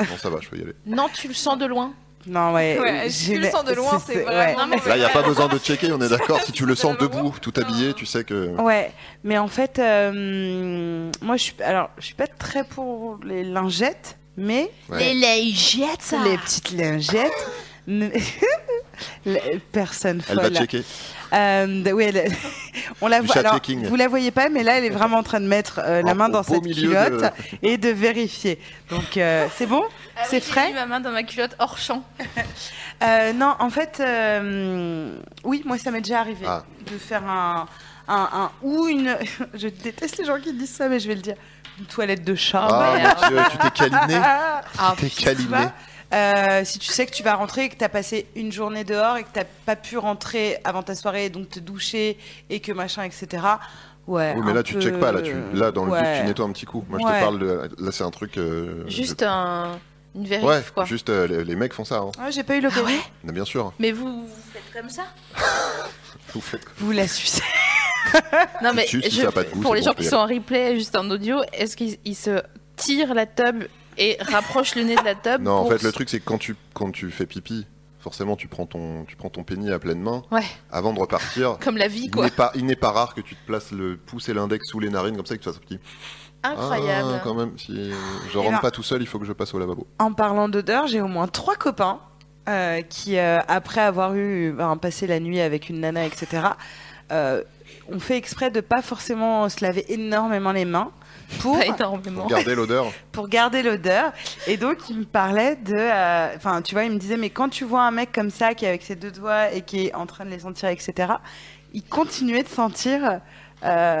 Speaker 3: Non, ça va, je peux y aller.
Speaker 1: non, tu le sens de loin.
Speaker 2: Non, ouais.
Speaker 4: Ouais,
Speaker 2: euh,
Speaker 4: tu le
Speaker 2: j'ai-
Speaker 4: sens de loin, c'est
Speaker 1: Non,
Speaker 4: vraiment
Speaker 1: mais-
Speaker 3: Là, il n'y a pas besoin de checker, on est
Speaker 4: C'est
Speaker 3: d'accord.
Speaker 4: pas
Speaker 3: Si tu le
Speaker 4: ça,
Speaker 3: sens
Speaker 4: c'est vraiment-
Speaker 3: debout, tout habillé, tu sais que.
Speaker 2: Ouais, mais en fait, euh, moi, je suis, alors, je suis pas très pour les lingettes, mais
Speaker 3: Ouais.
Speaker 1: lingettes,
Speaker 2: les petites lingettes. ne- La- Personne
Speaker 3: Elle va
Speaker 2: folle.
Speaker 3: checker.
Speaker 2: Euh, d- oui, elle- on la
Speaker 3: Du
Speaker 2: voit. Alors,
Speaker 3: chat-checking.
Speaker 2: vous la voyez pas, mais là, elle est vraiment en train de mettre euh, la
Speaker 3: En-
Speaker 2: main
Speaker 3: au
Speaker 2: dans
Speaker 3: beau
Speaker 2: cette
Speaker 3: milieu de-
Speaker 2: culotte et de vérifier. Donc, euh, c'est bon.
Speaker 1: Ah
Speaker 2: C'est frais
Speaker 1: J'ai mis ma main dans ma culotte hors champ.
Speaker 2: Euh, non, en fait, euh, oui, moi ça m'est déjà arrivé
Speaker 3: Ah.
Speaker 2: de faire un, un, un- ou une. je déteste les gens qui disent ça, mais je vais le dire. Une toilette de chat.
Speaker 3: Ah,
Speaker 1: merde.
Speaker 3: mon Dieu, tu t'es câliné.
Speaker 2: Ah,
Speaker 1: Ah,
Speaker 3: T'es
Speaker 2: tu
Speaker 3: câliné.
Speaker 2: vois, euh, si tu sais que tu vas rentrer et que t'as passé une journée dehors et que t'as pas pu rentrer avant ta soirée, donc te doucher et que machin, etc. Ouais.
Speaker 3: Oui, Oh, mais
Speaker 2: un
Speaker 3: là, tu
Speaker 2: peu-
Speaker 3: checkes pas. Là, tu, là dans le
Speaker 2: Ouais.
Speaker 3: doute, tu nettoies un petit coup. Moi, je
Speaker 2: Ouais.
Speaker 3: te parle de. Là, c'est un truc. euh,
Speaker 1: Juste
Speaker 3: je-
Speaker 1: un une vérif
Speaker 3: Ouais,
Speaker 1: quoi.
Speaker 3: juste euh, les, les mecs font ça. Hein.
Speaker 2: Ah, j'ai pas eu l'occasion.
Speaker 3: Mais Bien sûr.
Speaker 1: Mais vous, vous faites comme ça
Speaker 3: Vous faites
Speaker 2: Vous la sucez.
Speaker 1: Non mais
Speaker 3: Dessus, si
Speaker 1: je-
Speaker 3: ça a pas de goût,
Speaker 1: pour
Speaker 3: c'est
Speaker 1: les gens
Speaker 3: bon, je
Speaker 1: qui
Speaker 3: peux y
Speaker 1: sont en replay juste en audio, est-ce qu'ils ils se tirent la tube et rapprochent le nez de la tube
Speaker 3: Non, en
Speaker 1: pour
Speaker 3: fait, le truc, c'est que quand tu, quand tu fais pipi, forcément, tu prends ton, tu prends ton pénis à pleine main.
Speaker 1: Ouais.
Speaker 3: Avant de repartir,
Speaker 1: Comme la vie,
Speaker 3: il
Speaker 1: quoi.
Speaker 3: n'est pas, il n'est pas rare que tu te places le pouce et l'index sous les narines comme ça et que tu fasses un petit.
Speaker 1: Incroyable.
Speaker 3: Ah, quand même, si je
Speaker 2: Et
Speaker 3: rentre
Speaker 2: ben-
Speaker 3: pas tout seul, il faut que je passe au lavabo.
Speaker 2: En parlant d'odeur, j'ai au moins trois copains euh, qui, euh, après avoir eu ben, passé la nuit avec une nana, etc., euh, ont fait exprès de pas forcément se laver énormément les mains pour,
Speaker 1: Pas énormément.
Speaker 3: Pour garder l'odeur.
Speaker 2: pour garder l'odeur. Et donc, ils me parlaient de... euh, Enfin, tu vois, ils me disaient, mais quand tu vois un mec comme ça, qui est avec ses deux doigts et qui est en train de les sentir, etc., ils continuaient de sentir...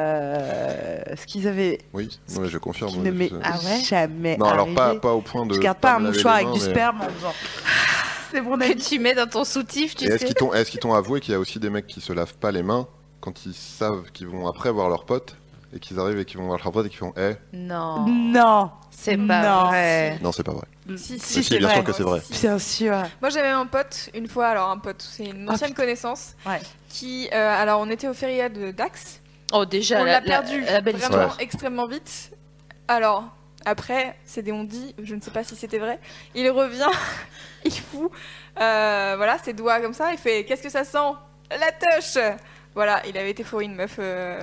Speaker 2: euh, ce qu'ils avaient
Speaker 3: Oui, ouais, je confirme.
Speaker 2: qui ne m'est
Speaker 3: je-
Speaker 1: Ah ouais
Speaker 2: jamais
Speaker 3: non, alors pas,
Speaker 2: arrivé.
Speaker 3: pas au point de.
Speaker 2: Je garde pas, un
Speaker 3: me laver les
Speaker 2: mouchoir avec
Speaker 3: mains,
Speaker 2: du
Speaker 3: mais-
Speaker 2: sperme en faisant. C'est mon
Speaker 1: Que
Speaker 2: avis.
Speaker 1: tu mets dans ton soutif, tu
Speaker 3: Et est-ce
Speaker 1: sais.
Speaker 3: qu'ils t'ont, est-ce qu'ils t'ont avoué qu'il y a aussi des mecs qui se lavent pas les mains quand ils savent qu'ils vont après voir leurs potes et qu'ils arrivent et qu'ils vont voir leurs potes et qu'ils font eh
Speaker 1: Non,
Speaker 2: Non.
Speaker 1: c'est pas
Speaker 2: Non.
Speaker 1: vrai.
Speaker 3: non c'est pas vrai.
Speaker 4: Si,
Speaker 2: Si,
Speaker 3: Si,
Speaker 2: c'est
Speaker 3: bien
Speaker 2: vrai.
Speaker 3: sûr que c'est vrai.
Speaker 4: Si.
Speaker 2: Bien sûr.
Speaker 4: Moi j'avais un pote, une fois, alors un pote, c'est une
Speaker 2: Ah,
Speaker 4: ancienne connaissance,
Speaker 2: Ouais.
Speaker 4: qui, euh, alors on était au Feria de Dax,
Speaker 1: Oh, déjà,
Speaker 4: on
Speaker 1: la,
Speaker 4: l'a perdu
Speaker 1: La, la belle
Speaker 4: vraiment
Speaker 1: histoire.
Speaker 4: extrêmement vite. Alors, après, c'est des on dit, je ne sais pas si c'était vrai, il revient, il fout, euh, voilà, ses doigts comme ça, il fait Qu'est-ce que ça sent La touche Voilà, il avait été fourré une meuf. euh,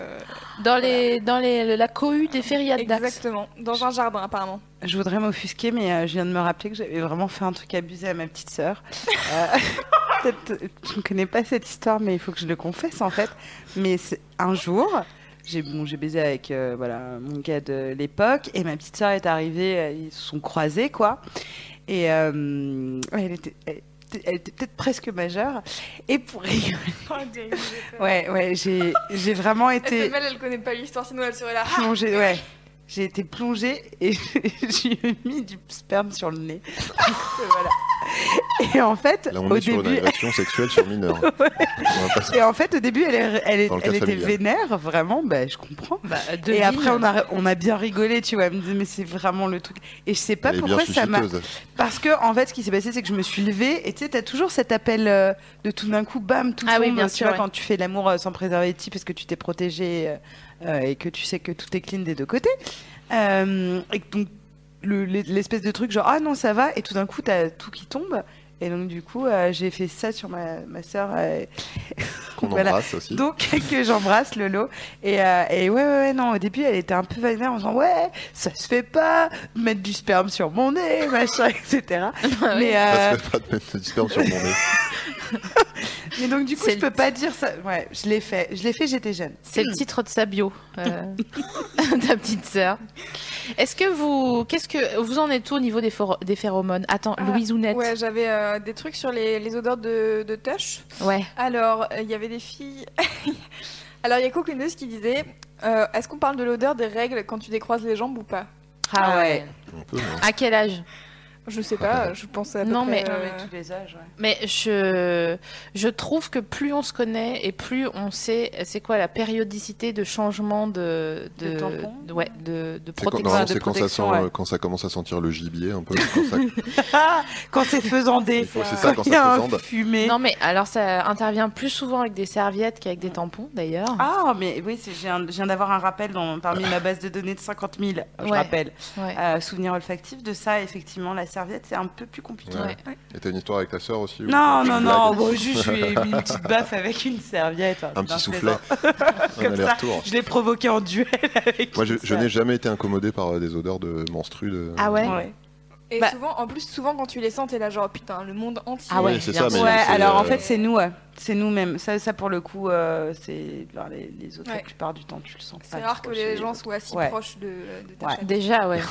Speaker 1: Dans, les, dans les, la cohue des fériades d'Ax.
Speaker 4: exactement, dans un jardin apparemment.
Speaker 2: Je voudrais m'offusquer, mais euh, je viens de me rappeler que j'avais vraiment fait un truc abusé à ma petite sœur. Euh, peut-être, euh, tu ne connais pas cette histoire, mais il faut que je le confesse en fait. Mais c'est- un jour, j'ai bon, j'ai baisé avec euh, voilà mon gars de l'époque, et ma petite sœur est arrivée, euh, ils se sont croisés quoi, et euh, elle était. elle était- elle était peut-être presque majeure. Et pour rigoler.
Speaker 4: Oh,
Speaker 2: Ouais, ouais, j'ai j'ai vraiment été.
Speaker 4: Elle, elle connaît pas l'histoire, sinon elle serait là. Ah
Speaker 2: plongée, ouais. J'ai été plongée et j'ai mis du sperme sur le nez. Voilà. Et en fait,
Speaker 3: Là on
Speaker 2: au
Speaker 3: est sur une
Speaker 2: début,
Speaker 3: agression sexuelle sur mineur. On va pas se-
Speaker 2: et en fait, au début, elle, est- elle, est-
Speaker 3: Dans le cas
Speaker 2: elle était
Speaker 3: familial.
Speaker 2: vénère, vraiment. Bah, je comprends.
Speaker 1: Bah, devine.
Speaker 2: Et après, on a, on a bien rigolé, tu vois. Elle me dit, mais c'est vraiment le truc. Et je sais pas
Speaker 3: Elle est bien
Speaker 2: pourquoi ça m'a.
Speaker 3: chuchoteuse.
Speaker 2: Parce que, en fait, ce qui s'est passé, c'est que je me suis levée. Et tu sais, t'as toujours cet appel euh, de tout d'un coup, bam, tout
Speaker 1: Ah oui,
Speaker 2: tombe,
Speaker 1: bien
Speaker 2: tu
Speaker 1: sûr,
Speaker 2: vois,
Speaker 1: ouais.
Speaker 2: quand tu fais l'amour euh, sans préservatif parce que tu t'es protégée euh, euh, et que tu sais que tout est clean des deux côtés. Euh, et que donc, le- l'es- l'espèce de truc, genre, ah non, ça va. Et tout d'un coup, t'as tout qui tombe. Et donc, du coup, euh, j'ai fait ça sur ma, ma soeur.
Speaker 3: Qu'on
Speaker 2: Voilà.
Speaker 3: embrasse aussi.
Speaker 2: Donc que j'embrasse Lolo et, euh, et ouais, ouais ouais non au début elle était un peu vénère en disant ouais ça se fait pas de mettre du sperme sur mon nez machin etc mais
Speaker 3: Ça
Speaker 1: Ah
Speaker 2: euh,
Speaker 3: se fait pas de mettre du sperme sur mon nez.
Speaker 2: Mais donc du coup,
Speaker 1: C'est
Speaker 2: je
Speaker 1: le-
Speaker 2: peux pas dire ça. Ouais, je l'ai fait. Je l'ai fait, j'étais jeune.
Speaker 1: C'est le titre de sa bio, euh, ta petite sœur. Est-ce que vous, qu'est-ce que vous en êtes où au niveau des, phoro- des phéromones Attends,
Speaker 4: Ah,
Speaker 1: Louise Ounette.
Speaker 4: Ouais,
Speaker 1: Ouais.
Speaker 4: j'avais euh, des trucs sur les, les odeurs de, de touch. Alors, euh, il y avait des filles. Alors, il y a Coquineuse qui disait euh, Est-ce qu'on parle de l'odeur des règles quand tu décroises les jambes ou pas
Speaker 1: Ah
Speaker 2: Ah
Speaker 1: ouais.
Speaker 2: ouais.
Speaker 3: Un peu, hein.
Speaker 1: À quel âge
Speaker 4: Je sais pas, je pense à peu
Speaker 1: Non,
Speaker 4: près,
Speaker 1: mais-
Speaker 4: euh,
Speaker 2: tous les âges.
Speaker 1: Mais je, je trouve que plus on se connaît et plus on sait c'est quoi la périodicité de changement de, de,
Speaker 2: De tampon
Speaker 1: de- ouais, de, de
Speaker 3: C'est quand-
Speaker 1: protection.
Speaker 3: normalement,
Speaker 2: de
Speaker 3: c'est quand, ça sent,
Speaker 2: protection, ouais.
Speaker 3: euh, quand ça commence à sentir le gibier un peu. quand ça-
Speaker 2: quand c'est faisandé.
Speaker 3: C'est ça, quand
Speaker 2: Quand il y a
Speaker 3: ça
Speaker 2: un
Speaker 3: faisande.
Speaker 2: fumée.
Speaker 1: Non, mais alors ça intervient plus souvent avec des serviettes qu'avec des tampons d'ailleurs.
Speaker 2: Ah, mais oui, c'est- je viens, je viens d'avoir un rappel dans- parmi ma base de données de 50 000, je
Speaker 1: Ouais.
Speaker 2: rappelle.
Speaker 1: Ouais.
Speaker 2: Euh, souvenir olfactif de ça, effectivement, la serviette, c'est un peu plus compliqué.
Speaker 3: Ouais. Et t'as une histoire avec ta sœur aussi ou-
Speaker 2: Non,
Speaker 3: tu
Speaker 2: non,
Speaker 3: blagues
Speaker 2: non, bon, juste, je lui ai mis une petite baffe avec une serviette. hein,
Speaker 3: Un
Speaker 2: non,
Speaker 3: petit
Speaker 2: je
Speaker 3: soufflet.
Speaker 2: plaisante.
Speaker 3: Un
Speaker 2: Comme ça,
Speaker 3: aller-retour.
Speaker 2: je l'ai provoqué en duel avec
Speaker 3: Moi, je,
Speaker 2: une
Speaker 3: je
Speaker 2: serviette.
Speaker 3: n'ai jamais été incommodé par euh, des odeurs de menstrues. de-
Speaker 1: Ah ouais
Speaker 2: Ouais.
Speaker 4: Et
Speaker 1: Bah-
Speaker 4: souvent, en plus, souvent quand tu les sens, t'es là genre putain, le monde entier.
Speaker 1: Ah ouais,
Speaker 3: Oui, c'est
Speaker 1: bien
Speaker 3: ça,
Speaker 1: sûr.
Speaker 3: mais
Speaker 2: Ouais,
Speaker 3: c'est,
Speaker 2: alors en
Speaker 3: euh,
Speaker 2: fait, c'est nous, ouais. c'est nous-mêmes. Ça, ça, pour le coup, euh, c'est ben, les, les autres, la
Speaker 4: Ouais.
Speaker 2: plupart du temps, tu le sens pas
Speaker 4: C'est rare que
Speaker 2: trop chez
Speaker 4: les gens
Speaker 2: autres.
Speaker 4: soient assez
Speaker 2: Ouais.
Speaker 4: proches de, de ta
Speaker 2: Ouais.
Speaker 4: chatte.
Speaker 1: Déjà, ouais.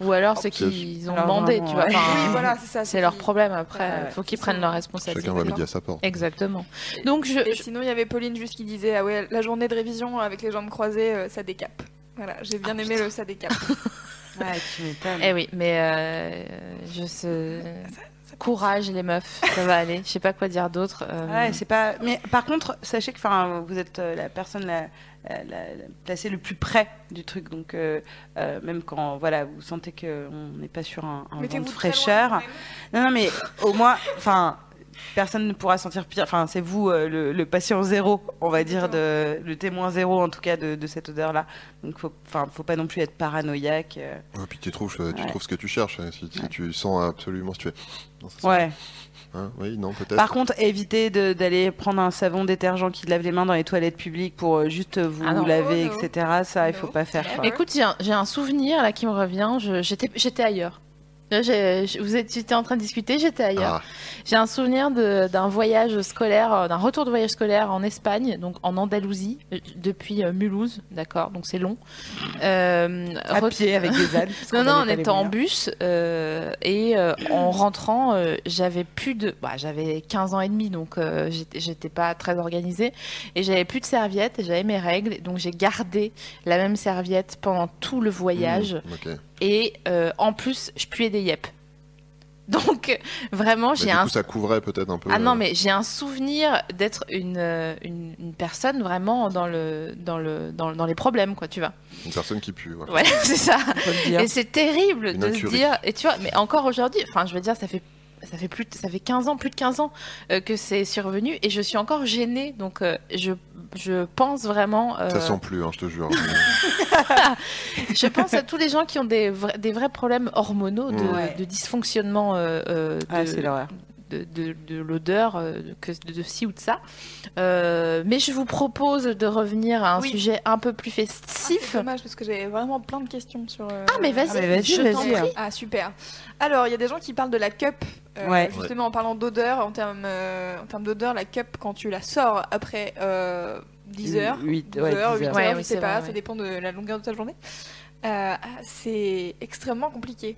Speaker 1: Ou alors c'est
Speaker 3: c'est-
Speaker 1: qu'ils ont
Speaker 2: Alors,
Speaker 1: demandé,
Speaker 2: vraiment,
Speaker 1: tu vois.
Speaker 2: ouais.
Speaker 1: enfin,
Speaker 4: Oui, voilà, c'est ça.
Speaker 1: C'est leur
Speaker 4: qui-
Speaker 1: problème après.
Speaker 2: Ouais, ouais.
Speaker 1: faut qu'ils prennent leurs responsabilités.
Speaker 3: Chacun va midi à sa porte.
Speaker 1: Exactement. Donc je,
Speaker 4: Et
Speaker 1: je-
Speaker 4: sinon, il y avait Pauline juste qui disait Ah ouais, la journée de révision avec les jambes croisées, euh, ça décape. Voilà, j'ai bien aimé le ça décape.
Speaker 2: Ouais, tu m'étonnes.
Speaker 1: eh oui, mais euh, je sais- Courage les meufs, ça va aller. Je sais pas quoi dire d'autre. euh,
Speaker 2: Ouais, c'est pas. Mais par contre, sachez que, enfin, vous êtes euh, la personne la, la- la- la- placée le plus près du truc, donc euh, euh, même quand voilà, vous sentez que on n'est pas sur un, un vent de
Speaker 4: Mettez-vous très loin,
Speaker 2: fraîcheur.
Speaker 4: quand même.
Speaker 2: Non, non, mais au moins, enfin, personne ne pourra sentir pire. Enfin, c'est vous, euh, le, le patient zéro, on va dire, de, le témoin zéro, en tout cas, de, de cette odeur-là. Donc, faut, enfin, faut pas non plus être paranoïaque. euh.
Speaker 3: Et puis tu trouves, euh, tu
Speaker 2: Ouais.
Speaker 3: trouves ce que tu cherches. hein, Si, si tu sens absolument ce que tu fais. Non, ça sent-
Speaker 2: Ouais.
Speaker 3: hein, oui, non, peut-être.
Speaker 2: Par contre, évitez de- d'aller prendre un savon détergent qui lave les mains dans les toilettes publiques pour euh, juste vous
Speaker 1: Ah non.
Speaker 2: laver,
Speaker 4: Oh, Ah no.
Speaker 2: etc. Ça, il
Speaker 4: No.
Speaker 2: faut pas faire. quoi.
Speaker 4: Ouais.
Speaker 1: Écoute, j'ai un, j'ai un souvenir là qui me revient. Je- J'étais j'étais ailleurs. Là, j'ai- je- vous étiez en train de discuter, j'étais ailleurs.
Speaker 3: Ah,
Speaker 1: J'ai un souvenir de- d'un voyage scolaire, euh, d'un retour de voyage scolaire en Espagne, donc en Andalousie, euh, depuis euh, Mulhouse, d'accord, donc c'est long. Euh,
Speaker 2: À
Speaker 1: re-
Speaker 2: pied avec des ânes. parce
Speaker 1: Non,
Speaker 2: qu'on
Speaker 1: non, on
Speaker 2: avait pas les
Speaker 1: était en
Speaker 2: moyens.
Speaker 1: bus euh, et euh, en rentrant, euh, j'avais plus de. Bah, j'avais 15 ans et demi, donc euh, j'étais- j'étais pas très organisée. Et j'avais plus de serviettes et j'avais mes règles. et Donc j'ai gardé la même serviette pendant tout le voyage.
Speaker 2: Mm.
Speaker 3: hmm, ok. Mais
Speaker 1: Et euh, en plus, je puais des yep. Donc
Speaker 2: Bah,
Speaker 1: vraiment, j'ai
Speaker 3: du
Speaker 1: un
Speaker 3: coup, ça couvrait peut-être un peu.
Speaker 1: ah
Speaker 3: euh,
Speaker 1: non, mais j'ai un souvenir d'être une, euh, une, une personne vraiment dans, le, dans, le, dans, le- dans les problèmes, quoi, tu vois.
Speaker 3: euh, Une personne qui pue. voilà.
Speaker 1: Ouais, c'est ça.
Speaker 2: On peut le dire.
Speaker 1: Et c'est terrible
Speaker 3: Une
Speaker 1: de se
Speaker 3: incurie.
Speaker 1: dire. Et tu vois, mais encore aujourd'hui, enfin, je veux dire, ça fait. Ça fait, plus, de- ça fait 15 ans, plus de 15 ans euh, que c'est survenu et je suis encore gênée. Donc, euh, je, je pense vraiment. euh,
Speaker 3: Ça sent plus, hein, je te jure.
Speaker 1: je pense à tous les gens qui ont des, vra- des vrais problèmes hormonaux, de,
Speaker 2: Ouais.
Speaker 1: de dysfonctionnement euh, euh, de,
Speaker 2: Ah, c'est l'horreur.
Speaker 1: de, de- de l'odeur euh, que de, de ci ou de ça. Euh, mais je vous propose de revenir à un
Speaker 4: Oui.
Speaker 1: sujet un peu plus
Speaker 4: Ah,
Speaker 1: festif.
Speaker 4: c'est dommage parce que j'avais vraiment plein de questions sur. euh,
Speaker 1: Ah, mais vas-y,
Speaker 2: Ah, mais vas-y,
Speaker 1: je t'en
Speaker 2: vas-y, hein.
Speaker 1: prie.
Speaker 4: Ah super. Alors il y a des gens qui parlent de la cup. euh,
Speaker 2: Ouais.
Speaker 4: Justement en parlant d'odeur, en termes euh, en termes d'odeur, la cup quand tu la sors après euh, 10 heures,
Speaker 2: Huit-
Speaker 4: 12
Speaker 2: ouais,
Speaker 4: heures,
Speaker 2: 10
Speaker 4: 8
Speaker 2: heures.
Speaker 4: heures,
Speaker 1: Ouais,
Speaker 4: je
Speaker 1: oui,
Speaker 4: sais
Speaker 1: c'est
Speaker 4: pas,
Speaker 1: vrai, ouais.
Speaker 4: ça dépend de la longueur de ta journée. Euh, c'est extrêmement compliqué.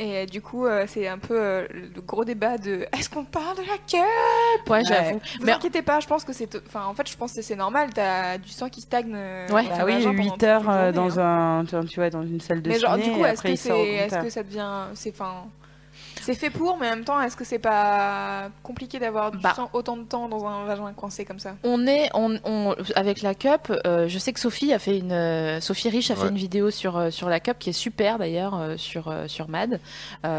Speaker 4: Et euh, du coup, euh, c'est un peu euh, le gros débat de est-ce qu'on parle de la cup
Speaker 1: Ouais, j'avoue.
Speaker 4: Vous
Speaker 1: Mais-
Speaker 4: inquiétez pas, je pense que c'est enfin en fait, je pense que c'est normal, t'as du sang qui stagne. euh,
Speaker 1: Ouais.
Speaker 4: dans
Speaker 2: Bah
Speaker 4: ton
Speaker 2: oui,
Speaker 4: vagin
Speaker 2: 8
Speaker 4: pendant
Speaker 2: heures
Speaker 4: toute la
Speaker 2: euh,
Speaker 4: journée, hein.
Speaker 2: dans un, tu vois, tu vois, dans une salle de
Speaker 4: Mais genre,
Speaker 2: ciné.
Speaker 4: du coup,
Speaker 2: et
Speaker 4: est-ce
Speaker 2: après,
Speaker 4: que
Speaker 2: il sort au
Speaker 4: c'est, est-ce
Speaker 2: compteur.
Speaker 4: que ça devient, c'est, enfin, c'est fait pour, mais en même temps, est-ce que c'est pas compliqué d'avoir du
Speaker 1: Bah.
Speaker 4: sang autant de temps dans un vagin coincé comme ça
Speaker 1: On est on, on- avec la cup. euh, je sais que Sophie a fait une euh, Sophie Rich a fait
Speaker 3: Ouais.
Speaker 1: une vidéo sur euh, sur la cup qui est super d'ailleurs euh, sur euh, sur Mad.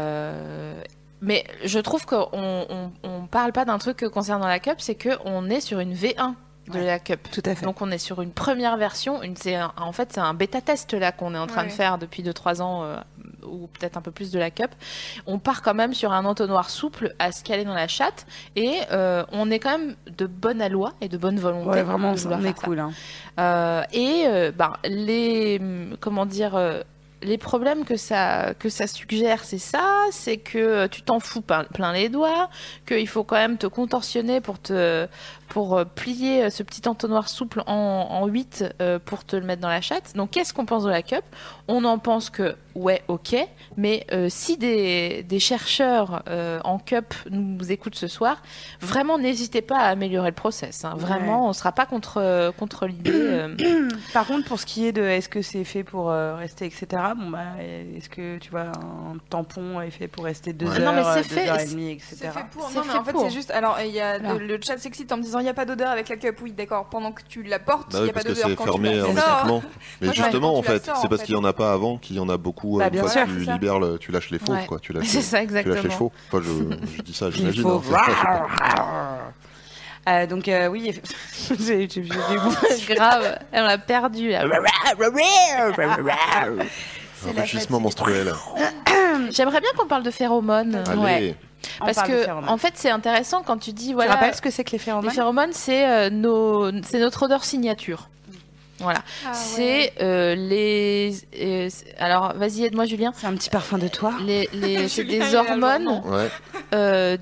Speaker 1: Euh, mais je trouve qu'on on, on parle pas d'un truc concernant la cup, c'est que on est sur une V1 de
Speaker 2: Ouais.
Speaker 1: la cup.
Speaker 2: Tout à fait.
Speaker 1: Donc on est sur une première version, une, c'est un- en fait c'est un bêta test là qu'on est en train de
Speaker 4: Ouais.
Speaker 1: faire depuis 2-3 ans euh, ou peut-être un peu plus de la cup. On part quand même sur un entonnoir souple à se caler dans la chatte et euh, on est quand même de bonne aloi et de bonne volonté.
Speaker 2: Ouais, vraiment,
Speaker 1: de
Speaker 2: on hein.
Speaker 1: vouloir
Speaker 2: est
Speaker 1: faire ça.
Speaker 2: cool. hein.
Speaker 1: Euh, et euh, ben, les hum, comment dire euh, les problèmes que ça, que ça suggère, c'est ça, c'est que tu t'en fous plein, plein les doigts, qu'il faut quand même te contorsionner pour, te, pour euh, plier euh, ce petit entonnoir souple en, en 8 euh, pour te le mettre dans la chatte. Donc qu'est-ce qu'on pense de la cup On en pense que, ouais, ok, mais euh, si des, des chercheurs euh, en cup nous écoutent ce soir, vraiment n'hésitez pas à améliorer le process. hein. Vraiment, on ne sera pas contre, contre l'idée. euh,
Speaker 2: Par contre, pour ce qui est de est-ce que c'est fait pour euh, rester, etc., bon, bah, est-ce que tu vois, un tampon est fait pour rester deux
Speaker 3: Ouais.
Speaker 1: Non,
Speaker 2: heures,
Speaker 1: mais c'est
Speaker 2: euh, deux
Speaker 1: fait,
Speaker 2: heures et
Speaker 1: c'est-
Speaker 2: demie,
Speaker 4: C'est
Speaker 2: etc.
Speaker 4: fait pour.
Speaker 1: C'est
Speaker 4: Non, mais
Speaker 1: fait
Speaker 4: en fait,
Speaker 1: pour.
Speaker 4: c'est juste. Alors, il y a
Speaker 1: Voilà.
Speaker 4: le, le chat sexiste en me disant il n'y a pas d'odeur avec la cup. Oui, d'accord. Pendant que tu la portes, il
Speaker 3: Bah
Speaker 4: n'y
Speaker 3: oui,
Speaker 4: a pas
Speaker 3: parce que
Speaker 4: d'odeur
Speaker 3: c'est
Speaker 4: quand tu
Speaker 3: fermé
Speaker 4: la sors.
Speaker 3: hermétiquement. Mais
Speaker 4: Moi, je
Speaker 3: justement,
Speaker 4: réponds,
Speaker 3: en
Speaker 4: tu la
Speaker 3: fait,
Speaker 4: sors,
Speaker 3: c'est
Speaker 4: en
Speaker 3: parce
Speaker 4: fait.
Speaker 3: qu'il y en a pas avant qu'il y en a beaucoup.
Speaker 2: Bah,
Speaker 3: euh, une
Speaker 2: bien
Speaker 3: fois
Speaker 2: sûr,
Speaker 3: que
Speaker 4: c'est
Speaker 3: tu
Speaker 4: ça.
Speaker 3: libères, le- tu lâches les fauves,
Speaker 1: Ouais.
Speaker 3: quoi. Tu lâches,
Speaker 1: C'est ça,
Speaker 3: tu lâches les
Speaker 1: exactement.
Speaker 3: chevaux. Enfin, je, je dis ça, j'imagine.
Speaker 2: faut
Speaker 3: hein, c'est- je sais pas.
Speaker 2: Ah, Euh, donc, euh, oui, eff- j'ai j'ai- j'ai des goûts.
Speaker 1: Grave, Et on l'a perdu. là.
Speaker 3: Un enrichissement menstruel.
Speaker 1: J'aimerais bien qu'on parle de phéromones.
Speaker 3: Allez,
Speaker 1: Ouais.
Speaker 2: On
Speaker 1: Parce
Speaker 2: parle de
Speaker 1: que,
Speaker 2: phéromones.
Speaker 1: en fait, c'est intéressant quand tu dis
Speaker 2: Tu
Speaker 1: voilà.
Speaker 2: rappelles ce que c'est que les phéromones
Speaker 1: Les phéromones, c'est euh, nos- c'est notre odeur signature. Voilà.
Speaker 4: Ah, ouais.
Speaker 1: c'est euh, les. euh, c'est- alors, vas-y, aide-moi, Julien.
Speaker 2: C'est un petit parfum de toi
Speaker 1: Les, les- c'est
Speaker 4: Julien, il
Speaker 1: des
Speaker 4: est à jour,
Speaker 1: hormones
Speaker 4: non.
Speaker 3: ouais.
Speaker 1: euh,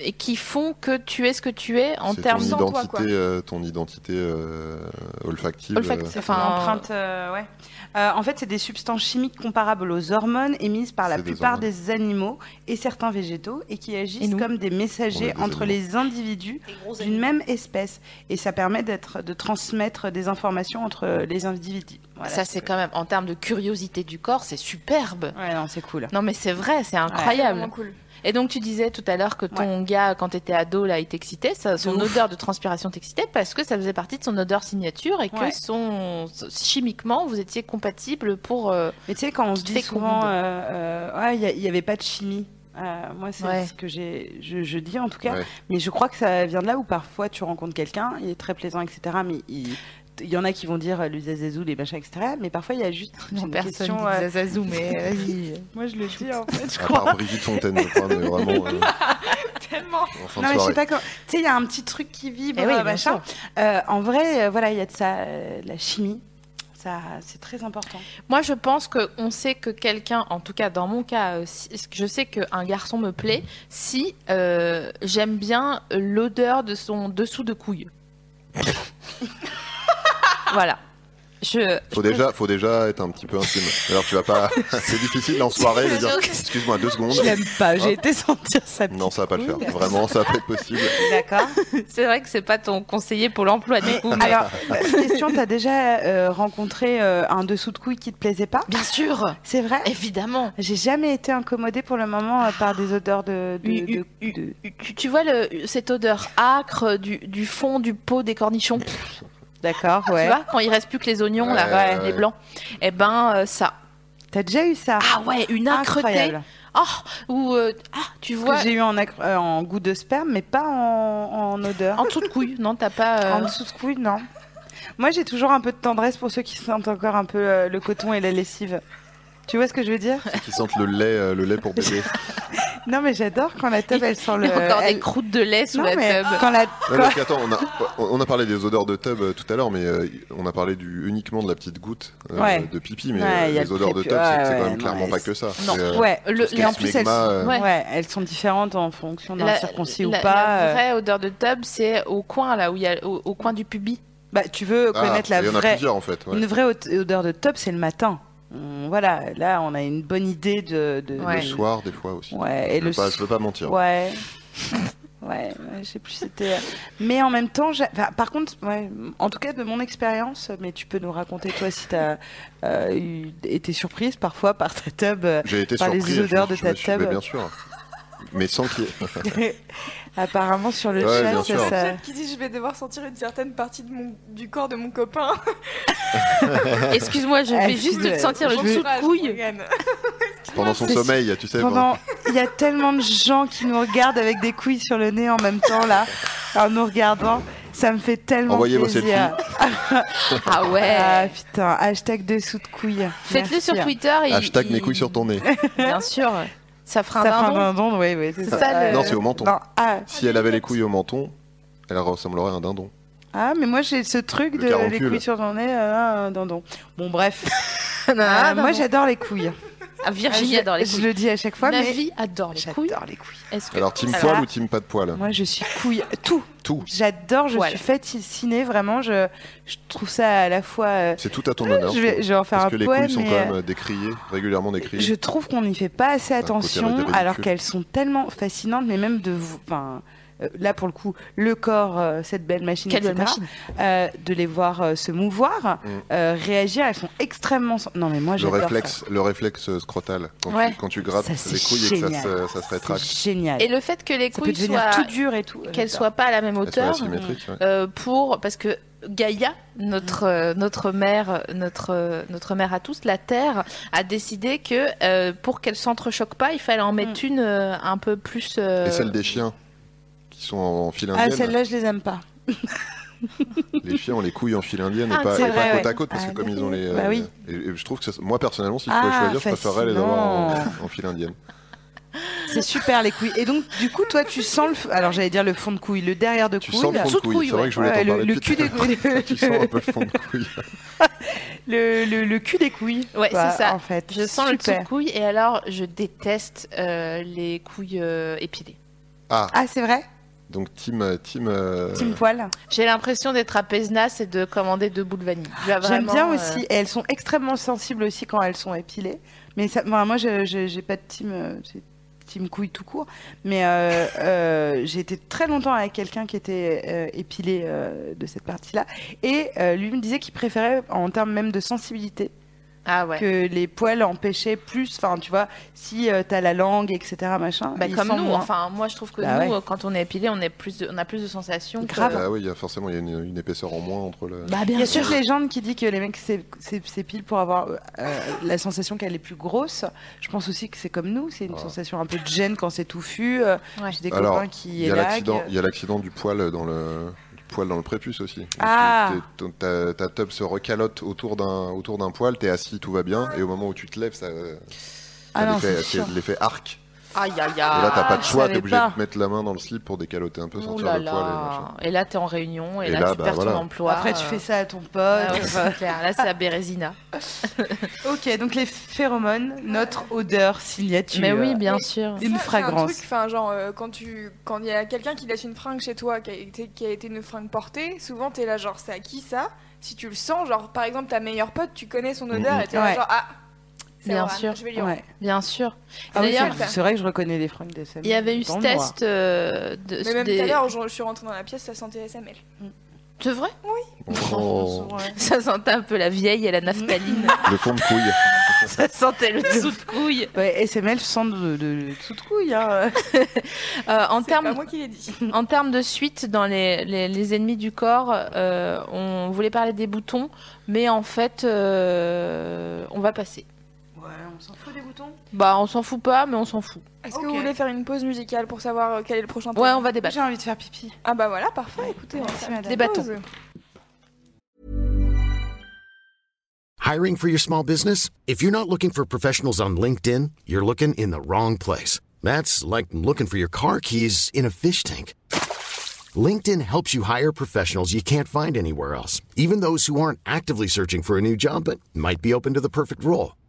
Speaker 1: et qui font que tu es ce que tu es en
Speaker 3: c'est
Speaker 1: termes
Speaker 3: ton
Speaker 4: sans toi,
Speaker 3: identité, euh, ton identité euh, olfactive.
Speaker 1: olfactifs.
Speaker 3: euh,
Speaker 1: Enfin,
Speaker 2: L'empreinte, euh, ouais. Euh, en fait, c'est des substances chimiques comparables aux hormones émises par la
Speaker 3: C'est des
Speaker 2: plupart
Speaker 3: hormones.
Speaker 2: des animaux et certains végétaux et qui
Speaker 1: Et
Speaker 2: agissent
Speaker 1: nous
Speaker 2: comme des
Speaker 3: On est
Speaker 2: messagers
Speaker 3: des
Speaker 2: entre
Speaker 3: animaux.
Speaker 2: les individus d'une même espèce. Et ça permet d'être, de transmettre des informations entre les individus. Voilà.
Speaker 1: ça, c'est quand même, en termes de curiosité du corps, c'est superbe.
Speaker 2: Ouais, non, c'est cool.
Speaker 1: Non, mais c'est vrai, c'est
Speaker 4: C'est
Speaker 1: incroyable.
Speaker 4: vraiment cool.
Speaker 1: Et donc tu disais tout à l'heure que ton gars, quand t'étais ado, là, il t'excitait, ça- son
Speaker 2: De ouf.
Speaker 1: odeur de transpiration t'excitait parce que ça faisait partie de son odeur signature et que
Speaker 2: Ouais.
Speaker 1: son chimiquement vous étiez compatibles pour. euh,
Speaker 2: Mais tu sais, quand on se
Speaker 1: Tu te
Speaker 2: dit
Speaker 1: fais courir.
Speaker 2: souvent, euh, euh, Ouais, il n'y avait pas de chimie. Euh, moi, c'est
Speaker 1: Ouais.
Speaker 2: ce que j'ai, je, je dis en tout cas.
Speaker 3: Ouais.
Speaker 2: Mais je crois que ça vient de là où parfois tu rencontres quelqu'un, il est très plaisant, etc. Mais il, il y en a qui vont dire euh, Zazou, les machins, etc. Mais parfois, il y a juste
Speaker 1: Non,
Speaker 2: une
Speaker 1: personne
Speaker 2: question.
Speaker 1: dit
Speaker 2: euh,
Speaker 1: Zazazou, mais euh, vas-y.
Speaker 2: moi, je le dis en fait, je
Speaker 3: à
Speaker 2: crois.
Speaker 3: part Brigitte Fontaine, je crois, mais vraiment. euh,
Speaker 4: Tellement.
Speaker 3: en fin
Speaker 2: Non,
Speaker 3: de
Speaker 2: mais je sais
Speaker 3: soirée.
Speaker 2: pas quand. Tu sais, il y a un petit truc qui vibre,
Speaker 1: Eh oui,
Speaker 2: euh,
Speaker 1: bien
Speaker 2: machin. Euh, en vrai, euh, voilà, il y a de ça, euh, la chimie. Ça, c'est très important.
Speaker 1: Moi, je pense que on sait que quelqu'un, en tout cas dans mon cas, euh, si- je sais qu'un garçon me plaît si euh, j'aime bien l'odeur de son dessous de couille. voilà. Je,
Speaker 3: Faut déjà, faut déjà être un petit peu intime. Alors tu vas pas, c'est difficile en soirée de dire, excuse-moi deux secondes.
Speaker 2: Je Mmh. l'aime pas, j'ai
Speaker 3: j'ai
Speaker 2: été sentir ça.
Speaker 3: Non, ça va pas le faire. Vraiment, ça va pas être possible.
Speaker 2: D'accord.
Speaker 1: C'est vrai que c'est pas ton conseiller pour l'emploi du coup. mais-
Speaker 2: Alors, euh, question, t'as déjà euh, rencontré euh, un dessous de couille qui te plaisait pas
Speaker 1: Bien sûr,
Speaker 2: C'est vrai
Speaker 1: évidemment.
Speaker 2: J'ai jamais été incommodée pour le moment euh, par des odeurs de. de-
Speaker 1: U-
Speaker 2: de-
Speaker 1: u- u-
Speaker 2: de-
Speaker 1: Tu, tu vois le, cette odeur âcre du, du fond du pot des cornichons,
Speaker 2: D'accord,
Speaker 1: tu
Speaker 2: ouais.
Speaker 1: vois, quand il reste plus que les oignons là,
Speaker 3: Ouais, ouais,
Speaker 1: les
Speaker 3: ouais.
Speaker 1: blancs. Eh ben euh, ça.
Speaker 2: T'as déjà eu ça
Speaker 1: Ah ouais, une âcreté.
Speaker 2: Incroyable.
Speaker 1: Oh, ou euh, ah, tu
Speaker 2: Que
Speaker 1: vois
Speaker 2: J'ai eu en, acre- euh, en goût de sperme, mais pas en, en odeur.
Speaker 1: en dessous de couille. Non, t'as pas. euh,
Speaker 2: En dessous de couille, non. Moi, j'ai toujours un peu de tendresse pour ceux qui sentent encore un peu euh, le coton et la lessive. Tu vois ce que je veux dire
Speaker 3: Qui sentent le lait, euh, le lait pour bébé.
Speaker 2: Non, mais j'adore quand la table, elle sent
Speaker 1: il
Speaker 2: le.
Speaker 1: y a encore des
Speaker 2: elle-
Speaker 1: croûtes de lait sous
Speaker 2: Non,
Speaker 1: la
Speaker 2: mais
Speaker 1: table.
Speaker 2: quand la.
Speaker 3: Ouais, parce qu'attends, on a, on a parlé des odeurs de tub euh, tout à l'heure, mais euh, on a parlé du, uniquement de la petite goutte euh,
Speaker 2: Ouais.
Speaker 3: de pipi, mais
Speaker 2: Ouais,
Speaker 3: euh,
Speaker 2: il y a
Speaker 3: les
Speaker 2: le
Speaker 3: odeurs de
Speaker 2: prépu-
Speaker 3: tub, c'est- c'est
Speaker 2: ouais,
Speaker 3: quand même
Speaker 2: ouais,
Speaker 3: clairement
Speaker 2: non,
Speaker 3: pas que ça.
Speaker 1: non.
Speaker 3: C'est, euh,
Speaker 2: Ouais,
Speaker 1: Le-
Speaker 3: tout ce qui
Speaker 2: et
Speaker 3: est
Speaker 2: en plus, elles,
Speaker 3: smegma,
Speaker 2: sont-
Speaker 3: euh,
Speaker 2: ouais. elles sont différentes en fonction d'un
Speaker 1: La-
Speaker 2: hein, circoncis
Speaker 1: la-
Speaker 2: ou pas.
Speaker 1: La
Speaker 2: euh.
Speaker 1: vraie odeur de tub, c'est au coin là où il y a au, au coin du pubis.
Speaker 2: Bah, tu veux
Speaker 3: ah,
Speaker 2: connaître la
Speaker 3: Il y en a
Speaker 2: vraie.
Speaker 3: plusieurs en fait. ouais.
Speaker 2: Une vraie haute- odeur de top, c'est le matin. On- voilà, là, on a une bonne idée de. de-
Speaker 1: Ouais.
Speaker 3: Le soir, des fois aussi.
Speaker 2: Ouais, et
Speaker 3: je,
Speaker 2: le
Speaker 3: veux pas, je
Speaker 2: soir.
Speaker 3: veux pas mentir.
Speaker 2: Ouais. Ouais, ouais, je sais plus si c'était. euh, Mais en même temps, j'a- enfin, par contre, ouais, en tout cas de mon expérience, mais tu peux nous raconter toi si t'as euh, eu- été surprise parfois par ta tub euh,
Speaker 3: J'ai été
Speaker 2: Par les
Speaker 3: surpris. je-
Speaker 2: odeurs
Speaker 3: je
Speaker 2: de
Speaker 3: me
Speaker 2: ta
Speaker 3: suis- mais
Speaker 2: tub.
Speaker 3: Bien sûr. Mais sans qu'il y ait-
Speaker 2: apparemment sur le
Speaker 3: Ouais,
Speaker 2: chat.
Speaker 3: bien
Speaker 2: Ça,
Speaker 3: sûr.
Speaker 2: ça-
Speaker 4: Jade qui dit je vais devoir sentir une certaine partie de mon- du corps de mon copain.
Speaker 1: Excuse-moi, je
Speaker 2: Ah,
Speaker 1: vais juste
Speaker 2: je-
Speaker 1: te sentir le
Speaker 2: je-
Speaker 1: dessous de
Speaker 4: Courage,
Speaker 1: couille.
Speaker 4: Morgane.
Speaker 3: pendant son
Speaker 2: C'est-
Speaker 3: sommeil, tu sais.
Speaker 2: Pendant, il y a tellement de gens qui nous regardent avec des couilles sur le nez en même temps là, en nous regardant. Ça me fait tellement
Speaker 3: Envoyez vos
Speaker 2: plaisir.
Speaker 1: Ah ouais.
Speaker 2: Ah putain, hashtag dessous de couilles.
Speaker 1: Faites-le
Speaker 2: Merci. hein.
Speaker 1: sur Twitter. et-
Speaker 3: Hashtag mes
Speaker 1: et-
Speaker 3: couilles sur ton nez.
Speaker 1: Bien sûr. Ça fera
Speaker 2: Ça
Speaker 1: un
Speaker 2: prend un
Speaker 1: dindon.
Speaker 2: dindon, oui, oui, c'est
Speaker 1: C'est
Speaker 2: ça.
Speaker 1: ça, le-
Speaker 3: Non, c'est au menton.
Speaker 2: Non, ah,
Speaker 3: Si elle avait les couilles au menton, elle ressemblerait à un dindon.
Speaker 2: ah, mais moi j'ai ce truc
Speaker 3: Le
Speaker 2: de les
Speaker 3: caroncule.
Speaker 2: couilles sur ton nez, euh, un dindon. ah, Bon, bref. Euh,
Speaker 1: Ah,
Speaker 2: moi,
Speaker 1: non.
Speaker 2: j'adore les couilles.
Speaker 1: Ah, Virginie
Speaker 2: Je-
Speaker 1: adore les
Speaker 2: je
Speaker 1: couilles.
Speaker 2: le dis à chaque fois, mais
Speaker 1: Navi adore les couilles.
Speaker 2: j'adore les couilles.
Speaker 1: Est-ce que-
Speaker 3: Alors, team
Speaker 2: Alors- ah.
Speaker 3: poil ou team pas de poil
Speaker 2: Moi, je suis couille. Tout.
Speaker 3: Tout.
Speaker 2: J'adore, je
Speaker 1: Poil.
Speaker 2: suis fascinée, vraiment. Je, je trouve ça à la fois. euh,
Speaker 3: C'est tout à ton honneur.
Speaker 2: je, vais, je vais en faire
Speaker 3: Parce
Speaker 2: un
Speaker 3: que les
Speaker 2: poème.
Speaker 3: couilles sont
Speaker 2: mais,
Speaker 3: quand
Speaker 2: euh,
Speaker 3: même décriées, régulièrement décriées.
Speaker 2: Je trouve qu'on n'y fait pas assez
Speaker 3: côté
Speaker 2: attention,
Speaker 3: ridicule.
Speaker 2: alors qu'elles sont tellement fascinantes, mais même de vous. Enfin, euh, là, pour le coup, le corps, euh, cette belle machine,
Speaker 1: Quelle belle
Speaker 2: etc.,
Speaker 1: machine.
Speaker 2: euh, de les voir euh, se mouvoir,
Speaker 3: Mm.
Speaker 2: euh, réagir, elles sont extrêmement. sen- Non, mais moi,
Speaker 3: Le
Speaker 2: j'adore
Speaker 3: réflexe, le réflexe euh, scrotal. Quand,
Speaker 1: Ouais.
Speaker 3: tu, quand tu
Speaker 2: ça.
Speaker 3: grattes
Speaker 2: Ça,
Speaker 3: les
Speaker 2: c'est
Speaker 3: couilles et que ça
Speaker 2: génial.
Speaker 3: se, ça se
Speaker 2: C'est
Speaker 3: rétracte.
Speaker 2: Génial.
Speaker 1: Et le fait que les
Speaker 2: ça peut
Speaker 1: couilles
Speaker 2: devenir
Speaker 1: soient
Speaker 2: tout dur et tout.
Speaker 1: qu'elles
Speaker 2: J'adore.
Speaker 1: soient pas à la même
Speaker 3: Elles sont
Speaker 1: hauteur.
Speaker 3: asymétriques, ouais.
Speaker 1: euh, pour parce que Gaïa, notre
Speaker 2: Mm.
Speaker 1: euh, notre mère, notre euh, notre mère à tous, la Terre a décidé que euh, pour qu'elle s'entrechoque pas, il fallait en
Speaker 2: Mm.
Speaker 1: mettre une euh, un peu plus. euh,
Speaker 3: Et celles des chiens qui sont en file
Speaker 2: Ah,
Speaker 3: indienne.
Speaker 2: celles-là, je les aime pas.
Speaker 3: les chiens ont les couilles en file indienne et
Speaker 1: Ah,
Speaker 3: pas, et
Speaker 2: c'est
Speaker 3: pas
Speaker 2: vrai,
Speaker 3: côte
Speaker 2: ouais.
Speaker 3: à côte parce
Speaker 2: Ah,
Speaker 3: que comme ils ont les. euh,
Speaker 2: bah oui.
Speaker 3: et- et je trouve que ça- moi personnellement, si je
Speaker 2: Ah,
Speaker 3: pouvais choisir, je préférerais les avoir en,
Speaker 2: fascinant.
Speaker 3: en file indienne.
Speaker 2: C'est super les couilles. Et donc, du coup, toi, tu sens le. f- Alors, j'allais dire le fond de couille, le derrière de
Speaker 3: Tu
Speaker 2: couille.
Speaker 3: sens le fond de
Speaker 1: sous de
Speaker 3: couille.
Speaker 1: couille,
Speaker 3: C'est vrai
Speaker 1: ouais.
Speaker 3: que je voulais
Speaker 2: Ouais,
Speaker 3: t'en
Speaker 2: le-
Speaker 3: parler
Speaker 2: le
Speaker 3: depuis
Speaker 2: cul
Speaker 3: tout à
Speaker 2: des-
Speaker 3: l'heure. Tu sens un peu le fond de couille.
Speaker 2: le, le- le cul des couilles.
Speaker 1: Ouais,
Speaker 2: quoi,
Speaker 1: c'est ça.
Speaker 2: Bah, En fait,
Speaker 1: Je sens le
Speaker 2: Super.
Speaker 1: dessous de couille et alors je déteste euh, les couilles euh, épilées.
Speaker 3: Ah,
Speaker 2: Ah, c'est vrai
Speaker 3: donc team. euh, team euh,
Speaker 2: Team poil.
Speaker 1: J'ai l'impression d'être à Pézenas et de commander deux boules vanille. Tu vois,
Speaker 2: J'aime
Speaker 1: vraiment,
Speaker 2: bien
Speaker 1: euh,
Speaker 2: aussi. Et elles sont extrêmement sensibles aussi quand elles sont épilées. Mais ça, enfin, moi, je- je- j'ai pas de team, euh, c'est team couille tout court. Mais euh, euh, j'ai été très longtemps avec quelqu'un qui était euh, épilé euh, de cette partie-là. Et euh, lui me disait qu'il préférait, en termes même de sensibilité,
Speaker 1: Ah ouais.
Speaker 2: que les poils empêchaient plus. Enfin, tu vois, si euh, t'as la langue, etc., machin.
Speaker 1: Bah,
Speaker 2: il
Speaker 1: comme
Speaker 2: sent
Speaker 1: nous.
Speaker 2: moins.
Speaker 1: Enfin, moi je trouve que
Speaker 2: Bah
Speaker 1: nous,
Speaker 2: ouais.
Speaker 1: euh, quand on est épilé, on, est plus de- on a plus de sensations. que-
Speaker 2: Grave.
Speaker 3: Ah oui, il y a forcément il y a une, une épaisseur en moins entre le.
Speaker 1: Bah
Speaker 2: Il y
Speaker 1: bien
Speaker 2: a
Speaker 1: sûr.
Speaker 2: cette légende qui dit que les mecs s'é- s'é- s'épilent pour avoir euh, euh, la sensation qu'elle est plus grosse. Je pense aussi que c'est comme nous, c'est une
Speaker 3: Ouais.
Speaker 2: sensation un peu de gêne quand c'est touffu. euh,
Speaker 1: Ouais.
Speaker 2: J'ai des
Speaker 3: Ah. Alors,
Speaker 2: copains qui
Speaker 3: Il y a
Speaker 2: élaguent.
Speaker 3: l'accident, il y a l'accident du poil dans le du poil dans le prépuce aussi. Donc,
Speaker 2: Ah.
Speaker 3: t'es- ton- Ta, ta tub se recalote autour d'un autour d'un poil, t'es assis, tout va bien, et au moment où tu te lèves, ça,
Speaker 2: Ah
Speaker 3: t'as
Speaker 2: non,
Speaker 3: l'effet-
Speaker 2: c'est
Speaker 3: c'est
Speaker 2: chiant.
Speaker 3: l'effet arc.
Speaker 1: Aïe aïe aïe.
Speaker 3: et là, t'as pas de
Speaker 2: je
Speaker 3: choix, t'es
Speaker 2: savais
Speaker 3: obligé
Speaker 2: pas.
Speaker 3: de mettre la main dans le slip pour décaloter un peu,
Speaker 1: Ouh
Speaker 3: sortir
Speaker 1: là
Speaker 3: le poil. Et machin.
Speaker 1: là. Et là, t'es en réunion et,
Speaker 3: Et
Speaker 1: là,
Speaker 3: là,
Speaker 1: tu
Speaker 3: bah,
Speaker 1: perds
Speaker 3: voilà.
Speaker 1: ton emploi.
Speaker 2: Après, tu
Speaker 1: euh.
Speaker 2: fais ça à ton pote.
Speaker 1: Ah ouais, c'est clair. Là, c'est à Bérésina.
Speaker 2: ok, donc les phéromones, notre odeur signature.
Speaker 1: Mais oui, bien sûr.
Speaker 2: Une
Speaker 4: Ça,
Speaker 2: fragrance.
Speaker 4: C'est un truc, enfin, genre, euh, quand tu, quand il y a quelqu'un qui laisse une fringue chez toi, qui a été, qui a été une fringue portée, souvent t'es là, genre, c'est à qui ça Si tu le sens, genre, par exemple, ta meilleure pote, tu connais son odeur
Speaker 3: Mhm.
Speaker 4: et t'es là,
Speaker 2: Ouais.
Speaker 4: genre, ah, c'est
Speaker 1: Bien
Speaker 4: Aurane,
Speaker 1: sûr.
Speaker 4: je vais lui rendre.
Speaker 2: Ouais.
Speaker 1: Bien sûr.
Speaker 2: Ah oui,
Speaker 1: D'ailleurs,
Speaker 2: c'est c'est vrai que je reconnais les fringues de Sam.
Speaker 1: il y avait eu
Speaker 2: dans
Speaker 1: ce
Speaker 2: moi.
Speaker 1: test euh, de.
Speaker 4: Mais même
Speaker 1: des-
Speaker 4: tout à l'heure, je, je suis rentrée dans la pièce, ça sentait SML.
Speaker 1: C'est vrai
Speaker 3: Oh,
Speaker 1: Ça sentait un peu la vieille et la naphtaline.
Speaker 3: le fond de couille.
Speaker 1: ça sentait le dessous de couille.
Speaker 2: Ouais, SML sent de, de, de tout de couille. hein.
Speaker 1: Euh, en
Speaker 4: C'est pas
Speaker 1: termes
Speaker 4: moi qui l'ai dit.
Speaker 1: En termes de suite dans les, les- les ennemis du corps, euh, on voulait parler des boutons, mais en fait, euh, on va passer.
Speaker 2: Ouais, on s'en fout des boutons.
Speaker 1: Bah, on s'en fout pas, mais on s'en fout.
Speaker 4: Est-ce
Speaker 2: Ok.
Speaker 4: que vous voulez faire une pause musicale pour savoir euh, quel est le prochain
Speaker 1: Ouais,
Speaker 4: thème
Speaker 1: on va débattre.
Speaker 2: J'ai envie de faire pipi.
Speaker 4: Ah bah voilà, parfait, écoutez, on va
Speaker 2: Merci,
Speaker 4: faire une
Speaker 2: madame.
Speaker 1: Débattons.
Speaker 4: pause.
Speaker 5: Hiring for your small business? If you're not looking for professionals on LinkedIn, you're looking in the wrong place. That's like looking for your car keys in a fish tank. LinkedIn helps you hire professionals you can't find anywhere else, even those who aren't actively searching for a new job but might be open to the perfect role.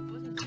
Speaker 1: pause.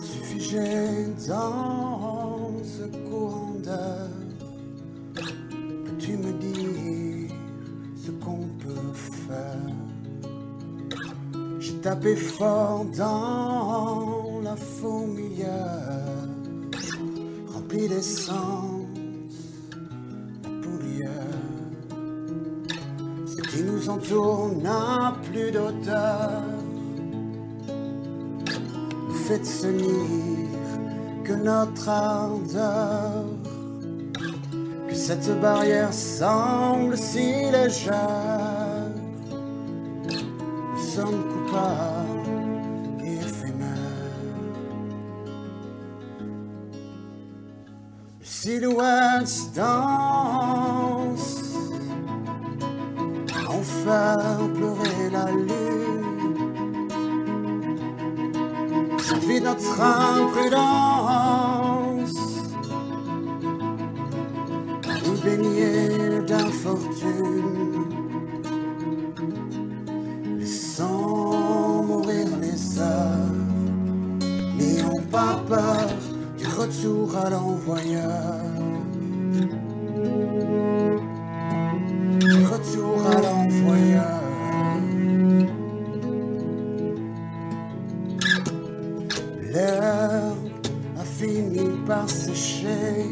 Speaker 6: Suffisait dans ce courant d'air Peux-tu me dire ce qu'on peut faire J'ai tapé fort dans la faux milliard rempli d'essence poulière. Ce qui nous entoure n'a plus d'auteur. Vous faites se que notre ardeur, que cette barrière semble si légère. Nous sommes coupables et éphémères. silhouettes dansent en faire pleurer la lune. Ça vit notre imprudence nous baigner d'infortune. Laissons mourir les heures n'ayons pas peur du retour à l'envoyeur. Du retour à l'envoyeur. L'air a fini par sécher,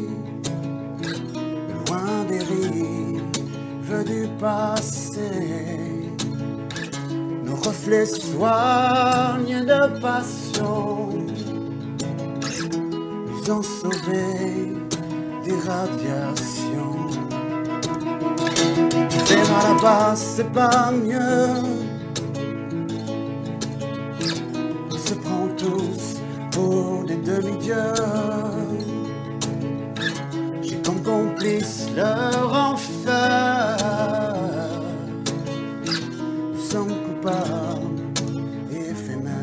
Speaker 6: loin des rives du passé nos reflets soignent de passion, nous ont sauvés des radiations. Faire à la base, c'est pas mieux. On se prend tous pour des demi-dieux. J'ai comme complice leur enfer nous sommes coupables et éphémères.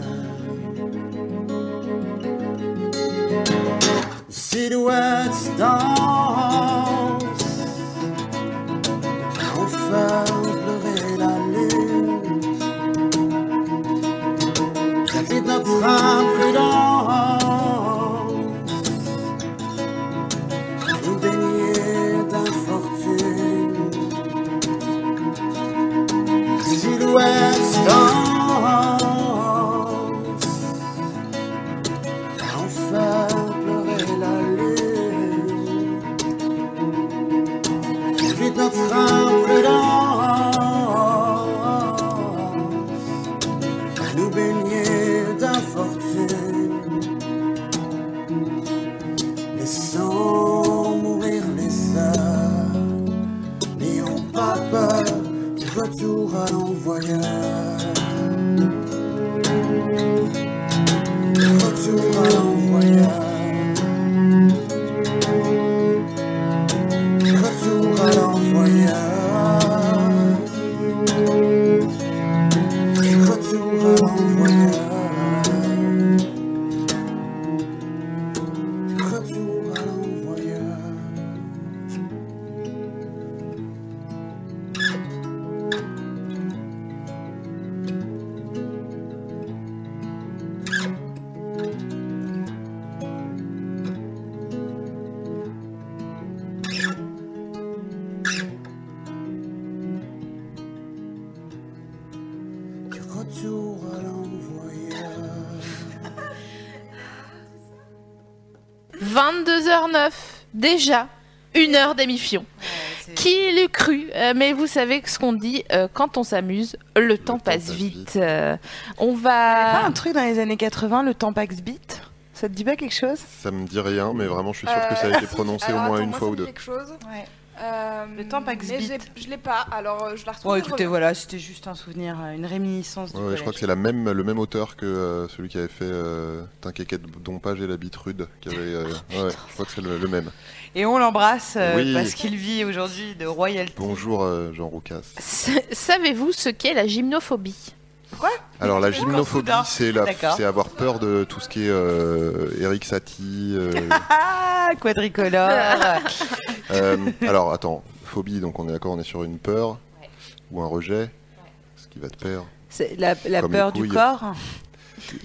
Speaker 6: Silhouettes dansent, enfin pleurer la lune. La vie de notre imprudence, nous baigner d'infortune silhouettes dansent. Enfin pleurer la lune. Vite notre imprudence. Nous baigner d'infortune. Laissons mourir les heures. N'ayons pas peur du retour à l'envoyeur. Du Retour à l'envoyeur. Du Retour à l'envoyeur. Du Retour à l'envoyeur. Du Retour à l'envoyeur. du retour à l'envoyeur.
Speaker 1: 22h09, déjà, une heure d'émission.
Speaker 2: c'est-
Speaker 1: Qui l'eût cru Euh, Mais vous savez que ce qu'on dit, euh, quand on s'amuse, le temps passe vite. Euh, on
Speaker 2: Pas
Speaker 1: va...
Speaker 2: un truc dans les années 80, le Tampax Beat Ça te dit pas quelque chose
Speaker 3: Ça me dit rien, mais vraiment, je suis sûr que ça a été prononcé au
Speaker 4: Alors,
Speaker 3: moins
Speaker 4: attends,
Speaker 3: une
Speaker 4: moi,
Speaker 3: fois
Speaker 4: ça
Speaker 3: ou
Speaker 4: me dit
Speaker 3: deux.
Speaker 4: quelque chose.
Speaker 2: Ouais.
Speaker 4: Euh,
Speaker 2: Le Tampax
Speaker 4: mais
Speaker 2: Beat.
Speaker 4: j'ai- Je l'ai pas, alors euh, je la retrouve.
Speaker 2: Bon, écoutez, voilà, c'était juste un souvenir, euh, une réminiscence. du
Speaker 3: Ouais, ouais, je crois que
Speaker 2: collège.
Speaker 3: c'est la même, le même auteur que euh, celui qui avait fait euh, T'inquiète, Dompage et la bite rude. Qui avait, euh, ouais, je crois que c'est le, le même.
Speaker 2: Et on l'embrasse euh,
Speaker 3: Oui.
Speaker 2: parce qu'il vit aujourd'hui de royalty.
Speaker 3: Bonjour euh, Jean Roucas.
Speaker 1: S- Savez-vous ce qu'est la gymnophobie
Speaker 3: Alors la
Speaker 2: Encore
Speaker 3: gymnophobie,
Speaker 2: soudain.
Speaker 3: c'est la-
Speaker 2: D'accord.
Speaker 3: c'est avoir peur de tout ce qui est euh, Eric Satie. euh,
Speaker 2: Ah, quadricolore.
Speaker 3: euh, alors attends, phobie, donc on est d'accord, on est sur une peur ou un rejet, ce qui va de pair.
Speaker 2: c'est la la
Speaker 3: Comme
Speaker 2: peur
Speaker 3: les
Speaker 2: du
Speaker 3: couilles.
Speaker 2: corps.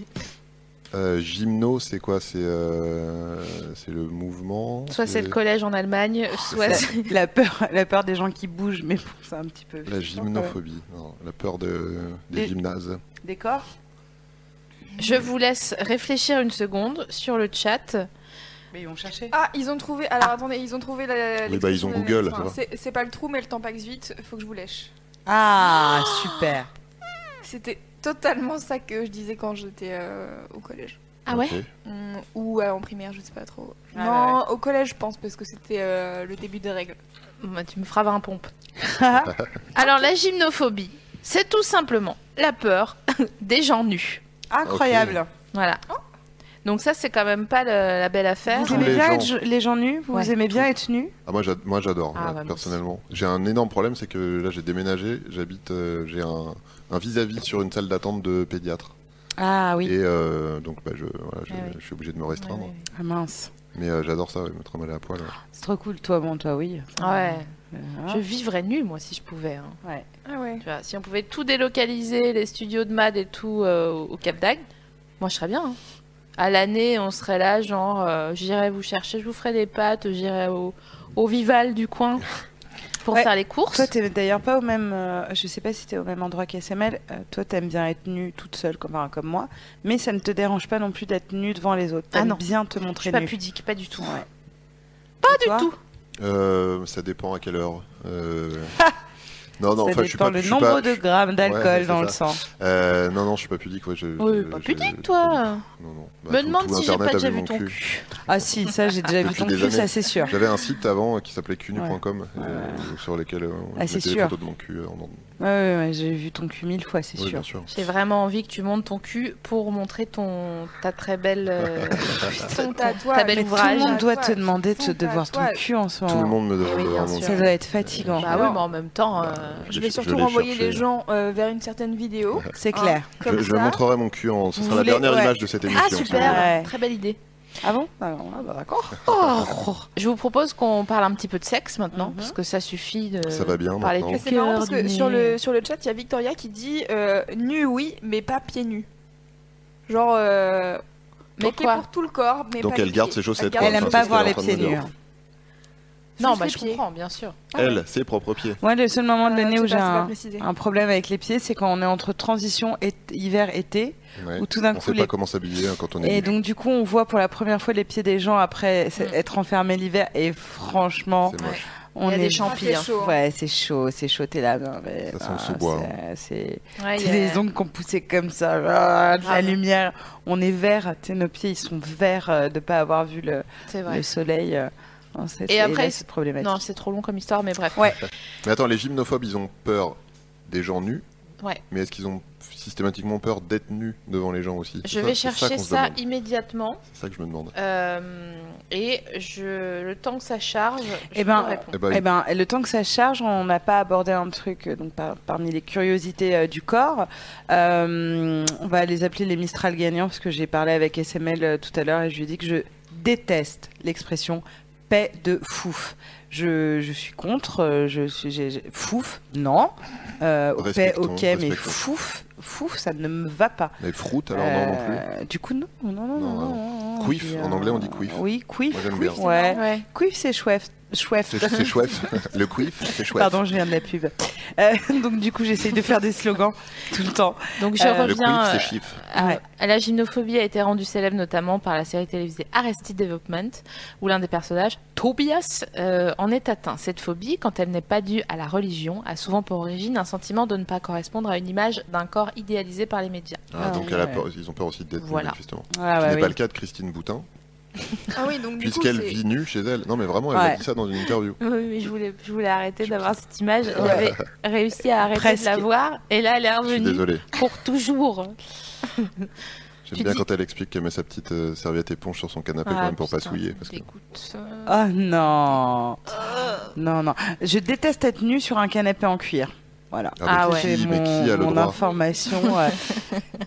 Speaker 3: Euh, gymno, c'est quoi C'est euh, c'est le mouvement.
Speaker 1: Soit c'est le collège en Allemagne, soit...
Speaker 2: La,
Speaker 1: c'est-
Speaker 2: la peur, la peur des gens qui bougent, mais bon, c'est un petit peu. Euh,
Speaker 3: La gymnophobie, non, la peur de, des
Speaker 2: Des-
Speaker 3: gymnases.
Speaker 2: Des corps
Speaker 1: Je vous laisse réfléchir une seconde sur le chat.
Speaker 2: Mais ils vont chercher.
Speaker 4: Ah, ils ont trouvé. Alors attendez, ils ont trouvé la.
Speaker 3: Oui, bah, ils
Speaker 4: l'expression
Speaker 3: ont
Speaker 4: de-
Speaker 3: Google,
Speaker 4: enfin,
Speaker 3: ça va.
Speaker 4: c'est- C'est pas le trou, mais le tampax vite. Faut que je vous lèche.
Speaker 2: Ah, super.
Speaker 4: C'était totalement ça que je disais quand j'étais euh, au collège.
Speaker 1: Ah ouais
Speaker 3: Ok.
Speaker 4: Hmm, ou euh, en primaire, je sais pas trop.
Speaker 2: Ah,
Speaker 4: non, au collège, je pense, parce que c'était euh, le début des règles.
Speaker 1: Bah, tu me frappes un pompe. Alors la gymnophobie, c'est tout simplement la peur des gens nus.
Speaker 2: Incroyable.
Speaker 1: Voilà. Donc ça, c'est quand même pas le- la belle affaire.
Speaker 3: Tous
Speaker 2: Vous aimez
Speaker 3: les
Speaker 2: bien
Speaker 3: gens.
Speaker 2: être je- les gens nus Vous
Speaker 1: Ah, Ouais.
Speaker 2: aimez bien être nus
Speaker 3: Ah, moi, j'ad- moi, j'adore,
Speaker 1: Ah,
Speaker 3: ouais,
Speaker 1: bah, moi
Speaker 3: personnellement. J'ai un énorme problème, c'est que là j'ai déménagé, j'habite, euh, j'ai un un vis-à-vis sur une salle d'attente de pédiatre.
Speaker 2: Ah oui.
Speaker 3: Et euh, donc bah, je, voilà, je,
Speaker 1: Ah oui.
Speaker 3: je suis obligé de me restreindre.
Speaker 1: Ouais, Ah.
Speaker 2: Ah mince.
Speaker 3: Mais euh, j'adore ça, ouais, me trimballer à poil. ouais.
Speaker 2: C'est trop cool. Toi, bon, toi, oui.
Speaker 1: Ouais.
Speaker 2: Euh,
Speaker 1: Je vivrais nu, moi, si je pouvais. hein.
Speaker 2: ouais.
Speaker 4: Ah ouais.
Speaker 1: Tu vois, si on pouvait tout délocaliser, les studios de MAD et tout euh, au Cap d'Agde, moi, je serais bien. hein. À l'année, on serait là, genre, euh, j'irai vous chercher, je vous ferai des pâtes, j'irai au, au Vival du coin pour
Speaker 2: Ouais.
Speaker 1: faire les courses.
Speaker 2: Toi, t'es d'ailleurs pas au même. euh, je sais pas si t'es au même endroit qu'SML. Euh, toi, t'aimes bien être nue toute seule, comme, enfin, comme moi. Mais ça ne te dérange pas non plus d'être nue devant les autres.
Speaker 1: Ah
Speaker 2: T'aimes
Speaker 1: non.
Speaker 2: bien te
Speaker 1: je suis
Speaker 2: montrer
Speaker 1: pas
Speaker 2: nue.
Speaker 1: pudique, pas du tout.
Speaker 2: Ouais.
Speaker 1: Pas
Speaker 2: Et toi
Speaker 1: du tout.
Speaker 3: Euh, ça dépend à quelle heure. Euh, non, non,
Speaker 2: ça
Speaker 3: enfin, je suis
Speaker 2: dépend
Speaker 3: pas.
Speaker 2: le
Speaker 3: je suis
Speaker 2: nombre
Speaker 3: pas-
Speaker 2: de grammes
Speaker 3: Ouais,
Speaker 2: d'alcool
Speaker 3: c'est
Speaker 2: dans le
Speaker 3: ça.
Speaker 2: sang.
Speaker 3: Euh, non, non, je suis pas pudique. Ouais, je,
Speaker 1: Oui,
Speaker 3: je-
Speaker 1: pas
Speaker 3: je-
Speaker 1: pudique,
Speaker 3: je-
Speaker 1: toi.
Speaker 3: Non, non. Bah,
Speaker 1: Me
Speaker 3: tout-
Speaker 1: demande
Speaker 3: tout
Speaker 1: si j'ai
Speaker 3: Internet
Speaker 1: pas déjà
Speaker 3: avait
Speaker 1: vu
Speaker 3: mon
Speaker 1: ton
Speaker 3: cul.
Speaker 1: cul.
Speaker 2: Ah si, ça, j'ai déjà vu
Speaker 3: Depuis
Speaker 2: ton
Speaker 3: des
Speaker 2: cul,
Speaker 3: années.
Speaker 2: ça c'est sûr.
Speaker 3: J'avais un site avant euh, qui s'appelait cunu.com euh, sur lequel euh,
Speaker 2: Ah,
Speaker 3: je
Speaker 2: c'est
Speaker 3: mettais des
Speaker 2: sûr.
Speaker 3: photos de mon cul. euh, en- en-
Speaker 2: Ouais, ouais, ouais, j'ai vu ton cul mille fois, c'est
Speaker 3: Oui,
Speaker 2: sûr.
Speaker 3: bien sûr.
Speaker 1: J'ai vraiment envie que tu montes ton cul pour montrer ton ta très belle euh,
Speaker 4: Ton
Speaker 1: ta
Speaker 4: tatouage.
Speaker 1: belle
Speaker 4: Mais
Speaker 2: Tout le
Speaker 1: ouvrage.
Speaker 2: monde doit te
Speaker 4: Tatouage.
Speaker 2: demander de,
Speaker 4: Ton
Speaker 2: de voir ton
Speaker 4: tatouage.
Speaker 2: cul en ce
Speaker 3: Tout le
Speaker 2: moment.
Speaker 3: monde me demande
Speaker 1: oui, bien
Speaker 3: vraiment
Speaker 1: sûr.
Speaker 3: ça.
Speaker 2: Ça doit être fatigant.
Speaker 1: Bah oui, mais en même temps euh,
Speaker 4: Je vais
Speaker 3: Je- je
Speaker 4: surtout
Speaker 3: l'ai
Speaker 4: renvoyer
Speaker 3: cherché.
Speaker 4: les gens euh, vers une certaine vidéo.
Speaker 2: C'est clair.
Speaker 4: hein, comme
Speaker 3: Je, je
Speaker 4: ça.
Speaker 3: montrerai mon cul en. Ce
Speaker 2: Vous
Speaker 3: sera la
Speaker 2: voulez-
Speaker 3: dernière
Speaker 2: ouais.
Speaker 3: image de cette émission. euh,
Speaker 1: Ah
Speaker 3: si vous
Speaker 1: super,
Speaker 3: voulez.
Speaker 2: Ouais.
Speaker 1: très belle idée.
Speaker 2: Ah bon Alors là, bah, d'accord.
Speaker 1: Je vous propose qu'on parle un petit peu de sexe maintenant
Speaker 2: Mhm.
Speaker 1: parce que ça suffit de
Speaker 3: Ça va bien
Speaker 1: parler
Speaker 3: maintenant.
Speaker 1: du
Speaker 4: C'est marrant
Speaker 1: cœur,
Speaker 4: parce
Speaker 1: du
Speaker 4: que
Speaker 1: nez.
Speaker 4: sur le, sur le chat, il y a Victoria qui dit euh, nu, oui, mais pas pieds nus. Genre. euh,
Speaker 1: Mais
Speaker 4: ok
Speaker 1: quoi
Speaker 4: pour tout le corps, mais
Speaker 3: Donc
Speaker 4: pas les
Speaker 3: elle garde
Speaker 4: pieds.
Speaker 3: ses chaussettes,
Speaker 4: Elle garde-
Speaker 3: quoi.
Speaker 2: Elle
Speaker 3: Enfin,
Speaker 2: aime
Speaker 3: Ah, c'est
Speaker 2: pas
Speaker 3: ce
Speaker 2: voir
Speaker 3: qu'elle
Speaker 2: les
Speaker 3: est en train
Speaker 2: pieds
Speaker 3: de me
Speaker 2: nus. hein.
Speaker 3: dire.
Speaker 1: Non,
Speaker 4: Juste
Speaker 1: bah
Speaker 4: les
Speaker 1: je
Speaker 4: pieds.
Speaker 1: comprends bien sûr.
Speaker 4: Ah ouais.
Speaker 3: Elle, ses propres pieds.
Speaker 2: Moi, le seul moment de
Speaker 4: Euh,
Speaker 2: l'année
Speaker 4: c'est
Speaker 2: où
Speaker 4: pas-
Speaker 2: j'ai
Speaker 4: c'est pas
Speaker 2: un,
Speaker 4: précisé.
Speaker 2: un problème avec les pieds, c'est quand on est entre transition et hiver-été,
Speaker 3: Ouais.
Speaker 2: où tout d'un
Speaker 3: On
Speaker 2: coup
Speaker 3: sait
Speaker 2: les
Speaker 3: pas comment s'habiller hein, quand on est. nu.
Speaker 2: et donc du coup on voit pour la première fois les pieds des gens après c'est- être enfermé l'hiver et franchement
Speaker 3: C'est moche.
Speaker 2: on
Speaker 1: Mm. Il y a
Speaker 2: est
Speaker 1: des Ah, champis,
Speaker 4: hein.
Speaker 2: ouais c'est chaud c'est chaud t'es là non, mais,
Speaker 3: Ça sent le
Speaker 2: ah,
Speaker 3: sous-bois, hein.
Speaker 2: c'est- c'est
Speaker 1: Ouais, il
Speaker 2: c'est
Speaker 1: y a-
Speaker 2: les ongles qu'on poussait comme ça ah, de la
Speaker 1: Grave.
Speaker 2: lumière on est vert tu sais, nos pieds ils sont verts euh, de pas avoir vu le,
Speaker 1: c'est
Speaker 2: le
Speaker 1: vrai.
Speaker 2: soleil euh, non, c'est-
Speaker 1: Et
Speaker 2: là,
Speaker 1: après,
Speaker 2: c'est problématique
Speaker 1: Non, c'est trop long comme histoire mais bref.
Speaker 2: Ouais.
Speaker 3: Mais attends, les gymnophobes, ils ont peur des gens nus.
Speaker 1: Ouais.
Speaker 3: Mais est-ce qu'ils ont systématiquement peur d'être nus devant les gens aussi
Speaker 1: Je
Speaker 3: C'est ça-
Speaker 1: vais
Speaker 3: c'est ça
Speaker 1: chercher
Speaker 3: qu'on se
Speaker 1: ça
Speaker 3: demande.
Speaker 1: immédiatement.
Speaker 3: C'est ça que je me demande.
Speaker 1: Euh, et je, le temps que ça charge, je
Speaker 2: Eh ben,
Speaker 1: te réponds.
Speaker 3: Eh ben,
Speaker 2: Eh ben, le temps que ça charge, on n'a pas abordé un truc euh, donc par- parmi les curiosités euh, du corps. Euh, on va les appeler les Mistral gagnants parce que j'ai parlé avec SML euh, tout à l'heure et je lui ai dit que je déteste l'expression paix de fouf. Je, je suis contre, euh, je suis j'ai- j'ai- fouf, non. Euh, paix,
Speaker 3: Respectons,
Speaker 2: ok, mais
Speaker 3: respectons.
Speaker 2: fouf, fouf, ça ne me va pas.
Speaker 3: Mais froute, alors non, non plus.
Speaker 2: Euh, Du coup, non, non, non,
Speaker 3: Non,
Speaker 2: non. non,
Speaker 3: non.
Speaker 2: non, non.
Speaker 3: Quiff,
Speaker 2: Puis,
Speaker 3: en anglais, on dit quiff.
Speaker 2: Oui, quiff,
Speaker 3: Moi, j'aime
Speaker 2: quiff,
Speaker 3: bien.
Speaker 2: ouais.
Speaker 1: Ouais.
Speaker 2: Quiff, c'est chouette, chouette.
Speaker 3: C'est c'est chouette. Le quiff, c'est chouette.
Speaker 2: Pardon, je viens de la pub. Euh, donc du coup, j'essaye de faire des slogans tout le temps.
Speaker 1: Donc je
Speaker 2: Euh,
Speaker 3: Le
Speaker 1: reviens.
Speaker 3: quiff,
Speaker 1: euh,
Speaker 3: c'est chiffre.
Speaker 1: Ah
Speaker 2: Ouais.
Speaker 1: ouais. La gymnophobie a été rendue célèbre notamment par la série télévisée Arrested Development, où l'un des personnages, Tobias, euh, en est atteint. Cette phobie, quand elle n'est pas due à la religion, a souvent pour origine un sentiment de ne pas correspondre à une image d'un corps idéalisé par les médias.
Speaker 3: Ah,
Speaker 2: Ah,
Speaker 3: donc elle a
Speaker 2: ouais.
Speaker 3: peur- ils ont peur aussi d'être
Speaker 1: Voilà.
Speaker 3: nus, justement.
Speaker 2: Ah,
Speaker 3: Ce
Speaker 2: bah
Speaker 3: n'est
Speaker 2: oui.
Speaker 3: pas le cas de Christine Boutin,
Speaker 4: Ah oui, donc du coup,
Speaker 3: puisqu'elle
Speaker 4: c'est-
Speaker 3: vit nue chez elle. Non, mais vraiment, elle a
Speaker 2: Ouais.
Speaker 3: dit ça dans une interview.
Speaker 1: Oui, oui, je voulais, je voulais arrêter d'avoir cette image. J'avais réussi à arrêter
Speaker 2: Presque.
Speaker 1: de la voir, et là, elle est
Speaker 3: Je suis
Speaker 1: revenue
Speaker 3: désolé.
Speaker 1: pour toujours.
Speaker 3: J'aime
Speaker 1: Tu
Speaker 3: bien
Speaker 1: dis-
Speaker 3: quand elle explique qu'elle met sa petite euh, serviette éponge sur son canapé quand
Speaker 1: Ah,
Speaker 3: même pour pas
Speaker 1: putain,
Speaker 3: souiller. Parce que...
Speaker 1: j'écoute, euh,
Speaker 2: Oh non, non, non. Je déteste être nue sur un canapé en cuir. Voilà.
Speaker 1: Ah
Speaker 3: mais
Speaker 1: ouais.
Speaker 3: qui,
Speaker 2: C'est
Speaker 3: mais qui a le
Speaker 2: mon, mon
Speaker 3: droit
Speaker 2: information. euh,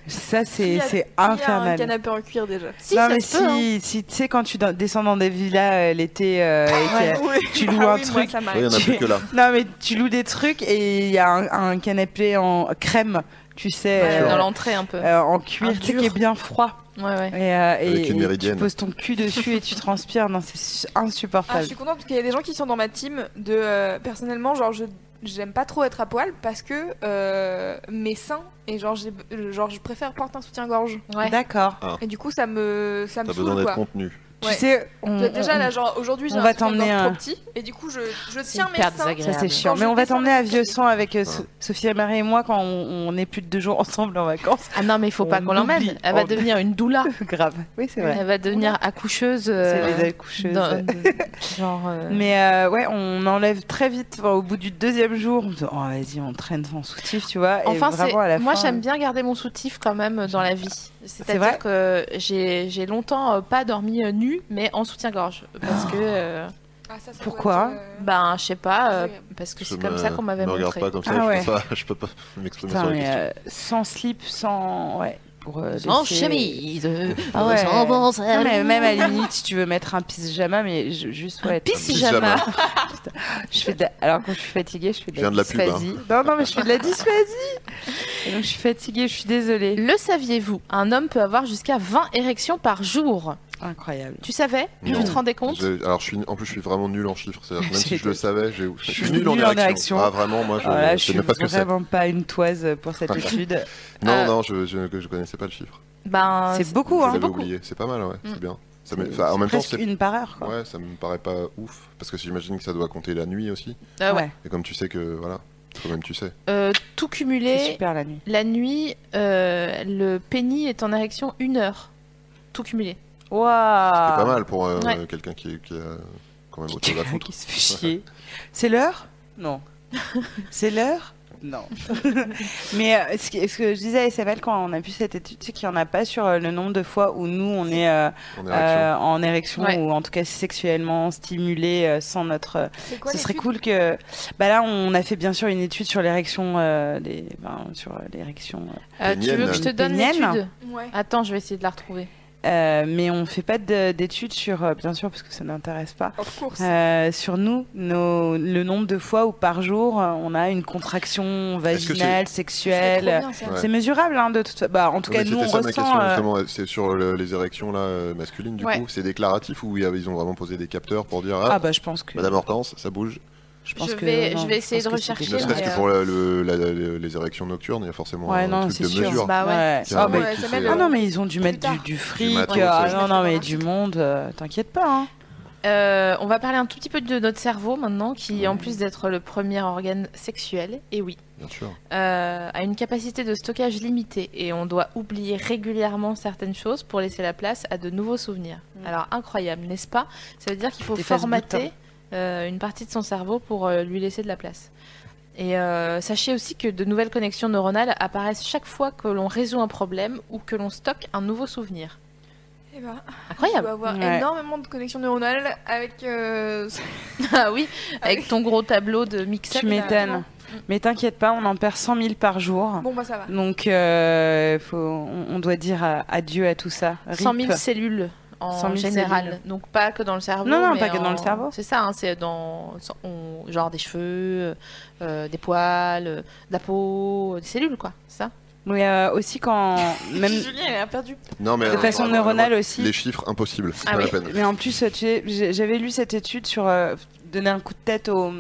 Speaker 2: ça,
Speaker 4: Qui
Speaker 2: c'est
Speaker 4: a-
Speaker 2: c'est
Speaker 4: qui a un
Speaker 2: infernal.
Speaker 4: canapé en cuir déjà.
Speaker 1: Si,
Speaker 2: non
Speaker 1: ça
Speaker 2: mais
Speaker 1: se peut, hein.
Speaker 2: si, si tu sais quand tu dans- descends dans des villas euh, l'été euh, et qu'il y a- tu
Speaker 4: Ah
Speaker 2: loues un
Speaker 4: oui, moi,
Speaker 2: truc
Speaker 4: ça
Speaker 3: Oui, il y
Speaker 4: m'arrive.
Speaker 3: en a plus que là.
Speaker 2: Non, mais tu loues des trucs et il y a un, un canapé en crème, tu sais,
Speaker 1: Ouais,
Speaker 2: euh,
Speaker 1: dans l'entrée un peu.
Speaker 2: euh, en cuir,
Speaker 1: Un
Speaker 2: tu sais,
Speaker 1: dur.
Speaker 2: qui est bien froid.
Speaker 1: Ouais, ouais.
Speaker 2: Et, euh, et-
Speaker 3: Avec une
Speaker 2: et tu
Speaker 3: méridienne.
Speaker 2: poses ton cul dessus et tu transpires. Non, c'est su-
Speaker 4: Ah, je
Speaker 2: insupportable.
Speaker 4: suis contente parce qu'il y a des gens qui sont dans ma team de euh, personnellement genre je j'aime pas trop être à poil parce que euh, mes seins et genre, j'ai- genre je préfère porter un soutien-gorge.
Speaker 2: D'accord.
Speaker 4: Et du coup ça me ça me
Speaker 3: T'as besoin
Speaker 4: saoule
Speaker 3: d'être
Speaker 4: quoi.
Speaker 3: contenu.
Speaker 4: Ouais.
Speaker 2: Tu sais, on,
Speaker 4: Tu vois, déjà
Speaker 2: on-
Speaker 4: là genre aujourd'hui j'ai
Speaker 2: Mm, on
Speaker 4: un
Speaker 2: va
Speaker 4: soutien-gorge
Speaker 2: t'emmener un-
Speaker 4: trop petit et du coup je, je tiens mes
Speaker 1: hyper
Speaker 4: seins.
Speaker 2: ça c'est
Speaker 1: agréable.
Speaker 2: chiant.
Speaker 4: Quand
Speaker 2: Mais
Speaker 4: je
Speaker 2: on va
Speaker 4: descends
Speaker 2: t'emmener
Speaker 4: la
Speaker 2: à
Speaker 4: petite-
Speaker 2: Vieux Sang avec euh, So- Sophie et Marie et moi quand on, on est plus de deux jours ensemble en vacances.
Speaker 1: Ah non, mais il faut pas
Speaker 2: On
Speaker 1: qu'on l'emmène.
Speaker 2: oublie.
Speaker 1: Elle va
Speaker 2: On-
Speaker 1: devenir une doula.
Speaker 2: Grave. Oui, c'est vrai.
Speaker 1: Elle va devenir accoucheuse. euh,
Speaker 2: C'est des accoucheuses.
Speaker 1: dans- genre. euh,
Speaker 2: Mais euh, ouais, on enlève très vite. Enfin, au bout du deuxième jour, on se dit, oh, vas-y, on traîne sans soutif, tu vois.
Speaker 1: Enfin,
Speaker 2: et
Speaker 1: c'est...
Speaker 2: vraiment, à la
Speaker 1: moi
Speaker 2: fin, euh,
Speaker 1: j'aime bien garder mon soutif quand même dans la vie.
Speaker 2: vrai
Speaker 1: C'est-à-dire que j'ai, j'ai longtemps euh, pas dormi euh, nue, mais en soutien-gorge. Parce que, euh,
Speaker 4: Ah, ça, ça doit
Speaker 2: Pourquoi
Speaker 4: être, euh,
Speaker 1: ben, je sais pas, euh,
Speaker 4: Désagréable.
Speaker 1: parce que
Speaker 3: Je
Speaker 1: c'est
Speaker 3: me-
Speaker 1: comme ça qu'on m'avait
Speaker 3: me
Speaker 1: montré.
Speaker 3: regarde pas comme ça,
Speaker 2: Ah
Speaker 3: je,
Speaker 2: ouais.
Speaker 3: peux pas, je peux pas m'exprimer
Speaker 2: Putain,
Speaker 3: sur la
Speaker 2: mais,
Speaker 3: question.
Speaker 2: euh, sans slip, sans. Ouais. Pour, euh,
Speaker 1: En
Speaker 2: laisser-
Speaker 1: chemise,
Speaker 2: Ah ouais.
Speaker 1: sans bon
Speaker 2: Non, mais
Speaker 1: salut.
Speaker 2: même à la limite, si tu veux mettre un pyjama, mais je- juste ouais.
Speaker 3: Un
Speaker 1: Pissi
Speaker 3: pyjama.
Speaker 1: pyjama.
Speaker 2: Je fais de la- Alors quand je suis fatiguée, je fais de
Speaker 3: Je viens de
Speaker 2: la
Speaker 3: la pub, hein.
Speaker 2: dysphasie. Non, non, mais je fais de la dysphasie. Et donc je suis fatiguée, je suis désolée.
Speaker 1: Le saviez-vous Un homme peut avoir jusqu'à 20 érections par jour.
Speaker 2: Incroyable.
Speaker 1: Tu savais
Speaker 3: Non.
Speaker 1: Tu te rendais compte
Speaker 3: Je- alors, je suis, en plus, je suis vraiment nul en chiffres. C'est-à-dire que même si je le savais, j'ai- je suis
Speaker 2: suis
Speaker 3: nul en
Speaker 2: nul en
Speaker 3: érection.
Speaker 2: érection.
Speaker 3: Ah, vraiment, moi, je
Speaker 2: Alors Oh là,
Speaker 3: je
Speaker 2: je
Speaker 3: sais
Speaker 2: suis
Speaker 3: même pas ce que c'est.
Speaker 2: vraiment pas une toise pour cette étude.
Speaker 3: Non,
Speaker 1: Euh,
Speaker 3: non, je, je, je connaissais pas le chiffre.
Speaker 1: Ben,
Speaker 2: C'est beaucoup,
Speaker 3: Je
Speaker 2: hein.
Speaker 3: l'avais oublié. C'est pas mal, ouais.
Speaker 1: Mm.
Speaker 3: C'est bien. Ça me-
Speaker 2: C'est
Speaker 3: enfin, en même temps,
Speaker 2: presque
Speaker 3: c'est.
Speaker 2: une par heure, quoi.
Speaker 3: Ouais, ça me paraît pas ouf. Parce que j'imagine que ça doit compter la nuit aussi.
Speaker 2: Ah
Speaker 1: euh, ouais.
Speaker 3: Et comme tu sais que. Voilà. Toi-même, tu sais.
Speaker 1: Euh, tout
Speaker 2: C'est
Speaker 1: cumulé,
Speaker 2: super la nuit.
Speaker 1: la nuit, euh, le pénis est en érection une heure. Tout cumulé.
Speaker 2: Waouh.
Speaker 3: C'est pas mal pour euh,
Speaker 1: Ouais.
Speaker 3: quelqu'un qui, qui a quand même autre chose à foutre.
Speaker 2: Ah. Qui se fait chier. C'est l'heure Non. C'est l'heure Non. Mais euh, ce, qui- ce que je disais à SML quand on a vu cette étude, c'est qu'il n'y en a pas sur euh, le nombre de fois où nous, on est euh,
Speaker 3: En érection.
Speaker 2: euh, en érection
Speaker 1: Ouais.
Speaker 2: ou en tout cas sexuellement stimulé euh, sans notre...
Speaker 4: C'est quoi
Speaker 2: ce
Speaker 4: les
Speaker 2: serait
Speaker 4: pubs
Speaker 2: cool que... Bah là, on a fait bien sûr une étude sur l'érection euh, des... ben, sur euh, l'érection... euh.
Speaker 1: Euh, tu veux
Speaker 3: Pénienne.
Speaker 1: que je te donne
Speaker 2: Pénienne
Speaker 1: l'étude
Speaker 4: Ouais.
Speaker 1: Attends, je vais essayer de la retrouver.
Speaker 2: Euh, mais on fait pas de- d'études sur... euh, bien sûr, parce que ça n'intéresse pas.
Speaker 4: Of course.
Speaker 2: Euh, sur nous, nos- le nombre de fois où par jour euh, on a une contraction
Speaker 3: Est-ce que
Speaker 2: vaginale,
Speaker 4: C'est trop
Speaker 2: sexuelle. euh,
Speaker 4: bien, ça.
Speaker 3: Ouais.
Speaker 2: C'est mesurable, hein, de toute fa- Bah, en tout
Speaker 3: Ouais,
Speaker 2: cas,
Speaker 3: mais
Speaker 2: nous, on
Speaker 3: c'était ça ma question
Speaker 2: ressent. euh,
Speaker 3: justement, euh, c'est sur le- les érections là, euh, masculines du
Speaker 1: Ouais.
Speaker 3: coup, c'est déclaratif ou il y avait- ils ont vraiment posé des capteurs pour dire ah,
Speaker 2: Ah, bah, je pense que.
Speaker 3: Madame Hortense, ça bouge
Speaker 2: je,
Speaker 1: Je
Speaker 2: pense que-
Speaker 1: vais-
Speaker 2: non,
Speaker 1: je vais essayer
Speaker 2: pense
Speaker 1: de
Speaker 2: que c'est
Speaker 1: rechercher,
Speaker 3: Ne
Speaker 2: des-
Speaker 1: mais,
Speaker 3: serait-ce que
Speaker 1: euh,
Speaker 3: pour la- le- la- la- les érections nocturnes, il y a forcément
Speaker 2: Ouais,
Speaker 3: un
Speaker 2: non,
Speaker 3: truc
Speaker 2: c'est
Speaker 3: de
Speaker 2: sûr.
Speaker 3: mesure.
Speaker 1: Bah ouais.
Speaker 3: C'est
Speaker 2: Ah,
Speaker 3: un
Speaker 2: mais-
Speaker 3: mec
Speaker 4: ouais,
Speaker 3: qui
Speaker 4: ça
Speaker 3: fait,
Speaker 4: met
Speaker 3: euh,
Speaker 2: ah non, mais ils ont dû
Speaker 4: Plus
Speaker 2: mettre du,
Speaker 4: tard.
Speaker 2: du fric.
Speaker 3: matos,
Speaker 2: ah,
Speaker 3: ouais.
Speaker 2: non, non, mais du monde. euh, T'inquiète pas. hein.
Speaker 1: Euh, on va parler un tout petit peu de notre cerveau maintenant, qui en plus d'être le premier organe sexuel, et oui,
Speaker 3: Mmh. Bien sûr.
Speaker 1: euh, a une capacité de stockage limitée et on doit oublier régulièrement certaines choses pour laisser la place à de nouveaux souvenirs. Alors incroyable, n'est-ce pas Ça veut dire qu'il faut
Speaker 2: Mmh. Des phases
Speaker 1: formater
Speaker 2: boutons.
Speaker 1: euh, une partie de son cerveau pour euh, lui laisser de la place. Et euh, sachez aussi que de nouvelles connexions neuronales apparaissent chaque fois que l'on résout un problème ou que l'on stocke un nouveau souvenir.
Speaker 4: Eh ben, tu
Speaker 2: Mmh.
Speaker 1: Incroyable
Speaker 4: dois avoir
Speaker 2: Ouais.
Speaker 4: énormément de connexions neuronales avec. euh,
Speaker 1: Ah oui, avec ton gros tableau de mixer.
Speaker 2: Tu
Speaker 4: là,
Speaker 2: m'étonnes.
Speaker 4: non.
Speaker 2: Mais t'inquiète pas, on en perd 100 000 par jour.
Speaker 4: Bon, bah ça va.
Speaker 2: Donc, euh, faut- on, on doit dire euh, adieu à tout ça. Rip.
Speaker 1: 100 000 cellules en
Speaker 2: 100 000
Speaker 1: général.
Speaker 2: cellules.
Speaker 1: Donc pas que dans le cerveau.
Speaker 2: Non, non,
Speaker 1: mais
Speaker 2: pas que dans
Speaker 1: en-
Speaker 2: le cerveau.
Speaker 1: C'est ça, hein, c'est dans on- genre des cheveux, euh, des poils, euh, de la peau, euh, des cellules quoi, c'est ça.
Speaker 2: Mais euh, aussi quand. même
Speaker 4: Julien, elle a perdu.
Speaker 3: Non, mais,
Speaker 2: De
Speaker 3: euh,
Speaker 2: façon
Speaker 3: vraiment,
Speaker 2: neuronale
Speaker 3: vraiment,
Speaker 2: aussi.
Speaker 3: Les chiffres, impossible, c'est
Speaker 1: Ah
Speaker 3: pas
Speaker 1: oui.
Speaker 3: la peine.
Speaker 2: Mais en plus, tu sais, j'ai- j'avais lu cette étude sur euh, donner un coup de tête au,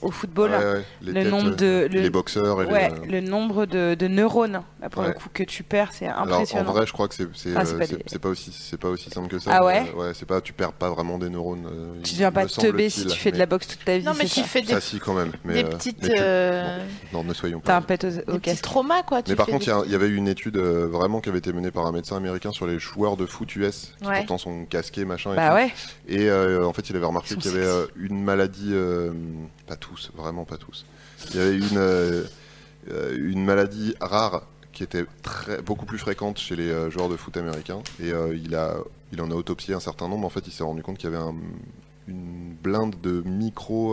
Speaker 2: au football.
Speaker 3: Ouais, ouais, les
Speaker 2: Le
Speaker 3: têtes,
Speaker 2: nombre
Speaker 3: euh,
Speaker 2: de- le-
Speaker 3: les boxeurs et les,
Speaker 2: Ouais,
Speaker 3: euh,
Speaker 2: le nombre de, de neurones, là, pour
Speaker 3: Ouais.
Speaker 2: le coup, que tu perds, c'est
Speaker 3: Alors en
Speaker 2: impressionnant.
Speaker 3: vrai, je crois que c'est c'est
Speaker 2: Ah,
Speaker 3: euh,
Speaker 2: c'est pas
Speaker 3: c'est-
Speaker 2: des-
Speaker 3: c'est pas aussi c'est pas aussi simple que ça.
Speaker 2: Ah
Speaker 3: mais,
Speaker 2: ouais
Speaker 3: euh, Ouais, c'est pas tu perds pas vraiment des neurones. euh,
Speaker 2: tu
Speaker 3: il
Speaker 2: deviens
Speaker 3: me
Speaker 2: pas teubé si
Speaker 3: semble-t-il,
Speaker 2: tu fais de la boxe toute ta vie.
Speaker 1: Non mais
Speaker 2: c'est
Speaker 1: tu
Speaker 2: ça.
Speaker 1: fais des,
Speaker 3: ça si quand même, mais
Speaker 1: des
Speaker 3: euh,
Speaker 1: petites
Speaker 3: mais tu-
Speaker 1: euh,
Speaker 3: non, ne soyons
Speaker 2: T'as
Speaker 3: pas.
Speaker 2: un pète au,
Speaker 1: des
Speaker 2: au
Speaker 1: petits
Speaker 2: casque.
Speaker 1: traumas quoi. tu
Speaker 3: Mais par
Speaker 1: fais
Speaker 3: contre,
Speaker 1: des-
Speaker 3: il y a- il y, avait une étude euh, vraiment qui avait été menée par un médecin américain sur les joueurs de foot US, qui
Speaker 1: Ouais.
Speaker 3: pourtant sont casqués, machin. et
Speaker 2: Bah
Speaker 3: tout.
Speaker 2: ouais,
Speaker 3: Et euh, en fait, il avait remarqué
Speaker 2: Ils sont
Speaker 3: qu'il y avait euh, une maladie, euh, pas tous, vraiment pas tous. Il y avait une, euh, euh, une maladie rare qui était très, beaucoup plus fréquente chez les euh, joueurs de foot américains. Et euh, il, a, il en a autopsié un certain nombre. En fait, il s'est rendu compte qu'il y avait un- une blinde de